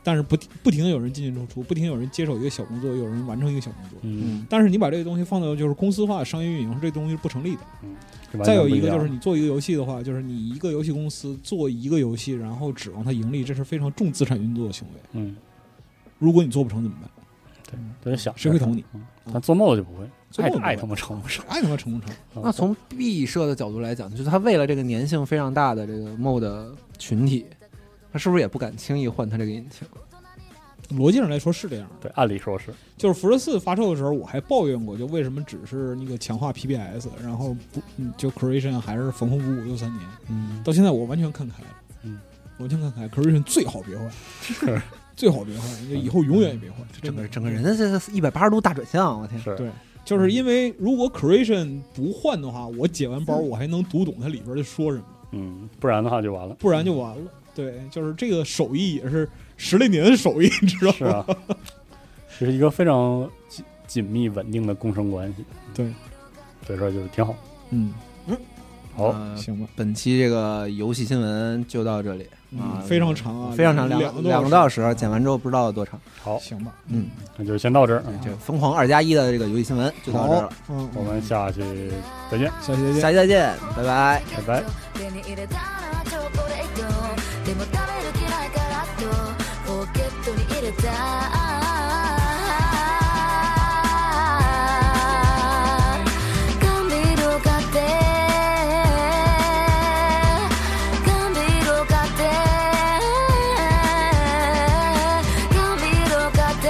但是不不停的有人进进出出，不停地有人接手一个小工作，有人完成一个小工作。
嗯，
但是你把这个东西放到就是公司化商业运营，这东西是不成立的。
就完全
再有
不
一个
样
就是你做一个游戏的话，就是你一个游戏公司做一个游戏，然后指望它盈利，这是非常重资产运作的行为。
嗯，
如果你做不成怎么办？
就是想
谁会同你？
嗯但做梦就不会，
做
爱
梦不
爱
会
他妈成不
[LAUGHS]
上。
爱他妈成不成？
那从 B 社的角度来讲，就是他为了这个粘性非常大的这个 mod 群体，他是不是也不敢轻易换他这个引擎？
逻辑上来说是这样的。
对，按理说是，
就是辐射四发售的时候，我还抱怨过，就为什么只是那个强化 PBS，然后不嗯就 Creation 还是缝缝补补又三年，
嗯，
到现在我完全看开了，
嗯，
完全看开，Creation 最好别 [LAUGHS] 换，最好别换，就以后永远也别换，
整
真
个
的嗯
整个人这一百八十度大转向，我天！
是
对，就是因为如果 Creation 不换的话，我解完包我还能读懂它里边在说什么，
嗯，不然的话就完了。
不然就完了。对，就是这个手艺也是十来年的手艺，你知道
是
吗？
啊，
[LAUGHS]
这是一个非常紧紧密稳定的共生关系，
对，
所以说就挺好。
嗯，
好，
呃
行吧，
本期这个游戏新闻就到这里啊
嗯，，非常长啊，
非常长，
两
两
两
个多
个多
小
小
时，剪完之后不知道有多长。
好，
行嗯吧，
嗯，
那就先到这儿，啊
这疯狂二加一的这个游戏新闻就到这儿
好
了，，
嗯，
我们下期再见，
下期再见。
下期再见，拜拜。
拜拜。
手に入れたなチョコレートでも食べる気ないからとポケットに入れた缶ビールを買って缶ビールを買って缶ビールを買って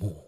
幕。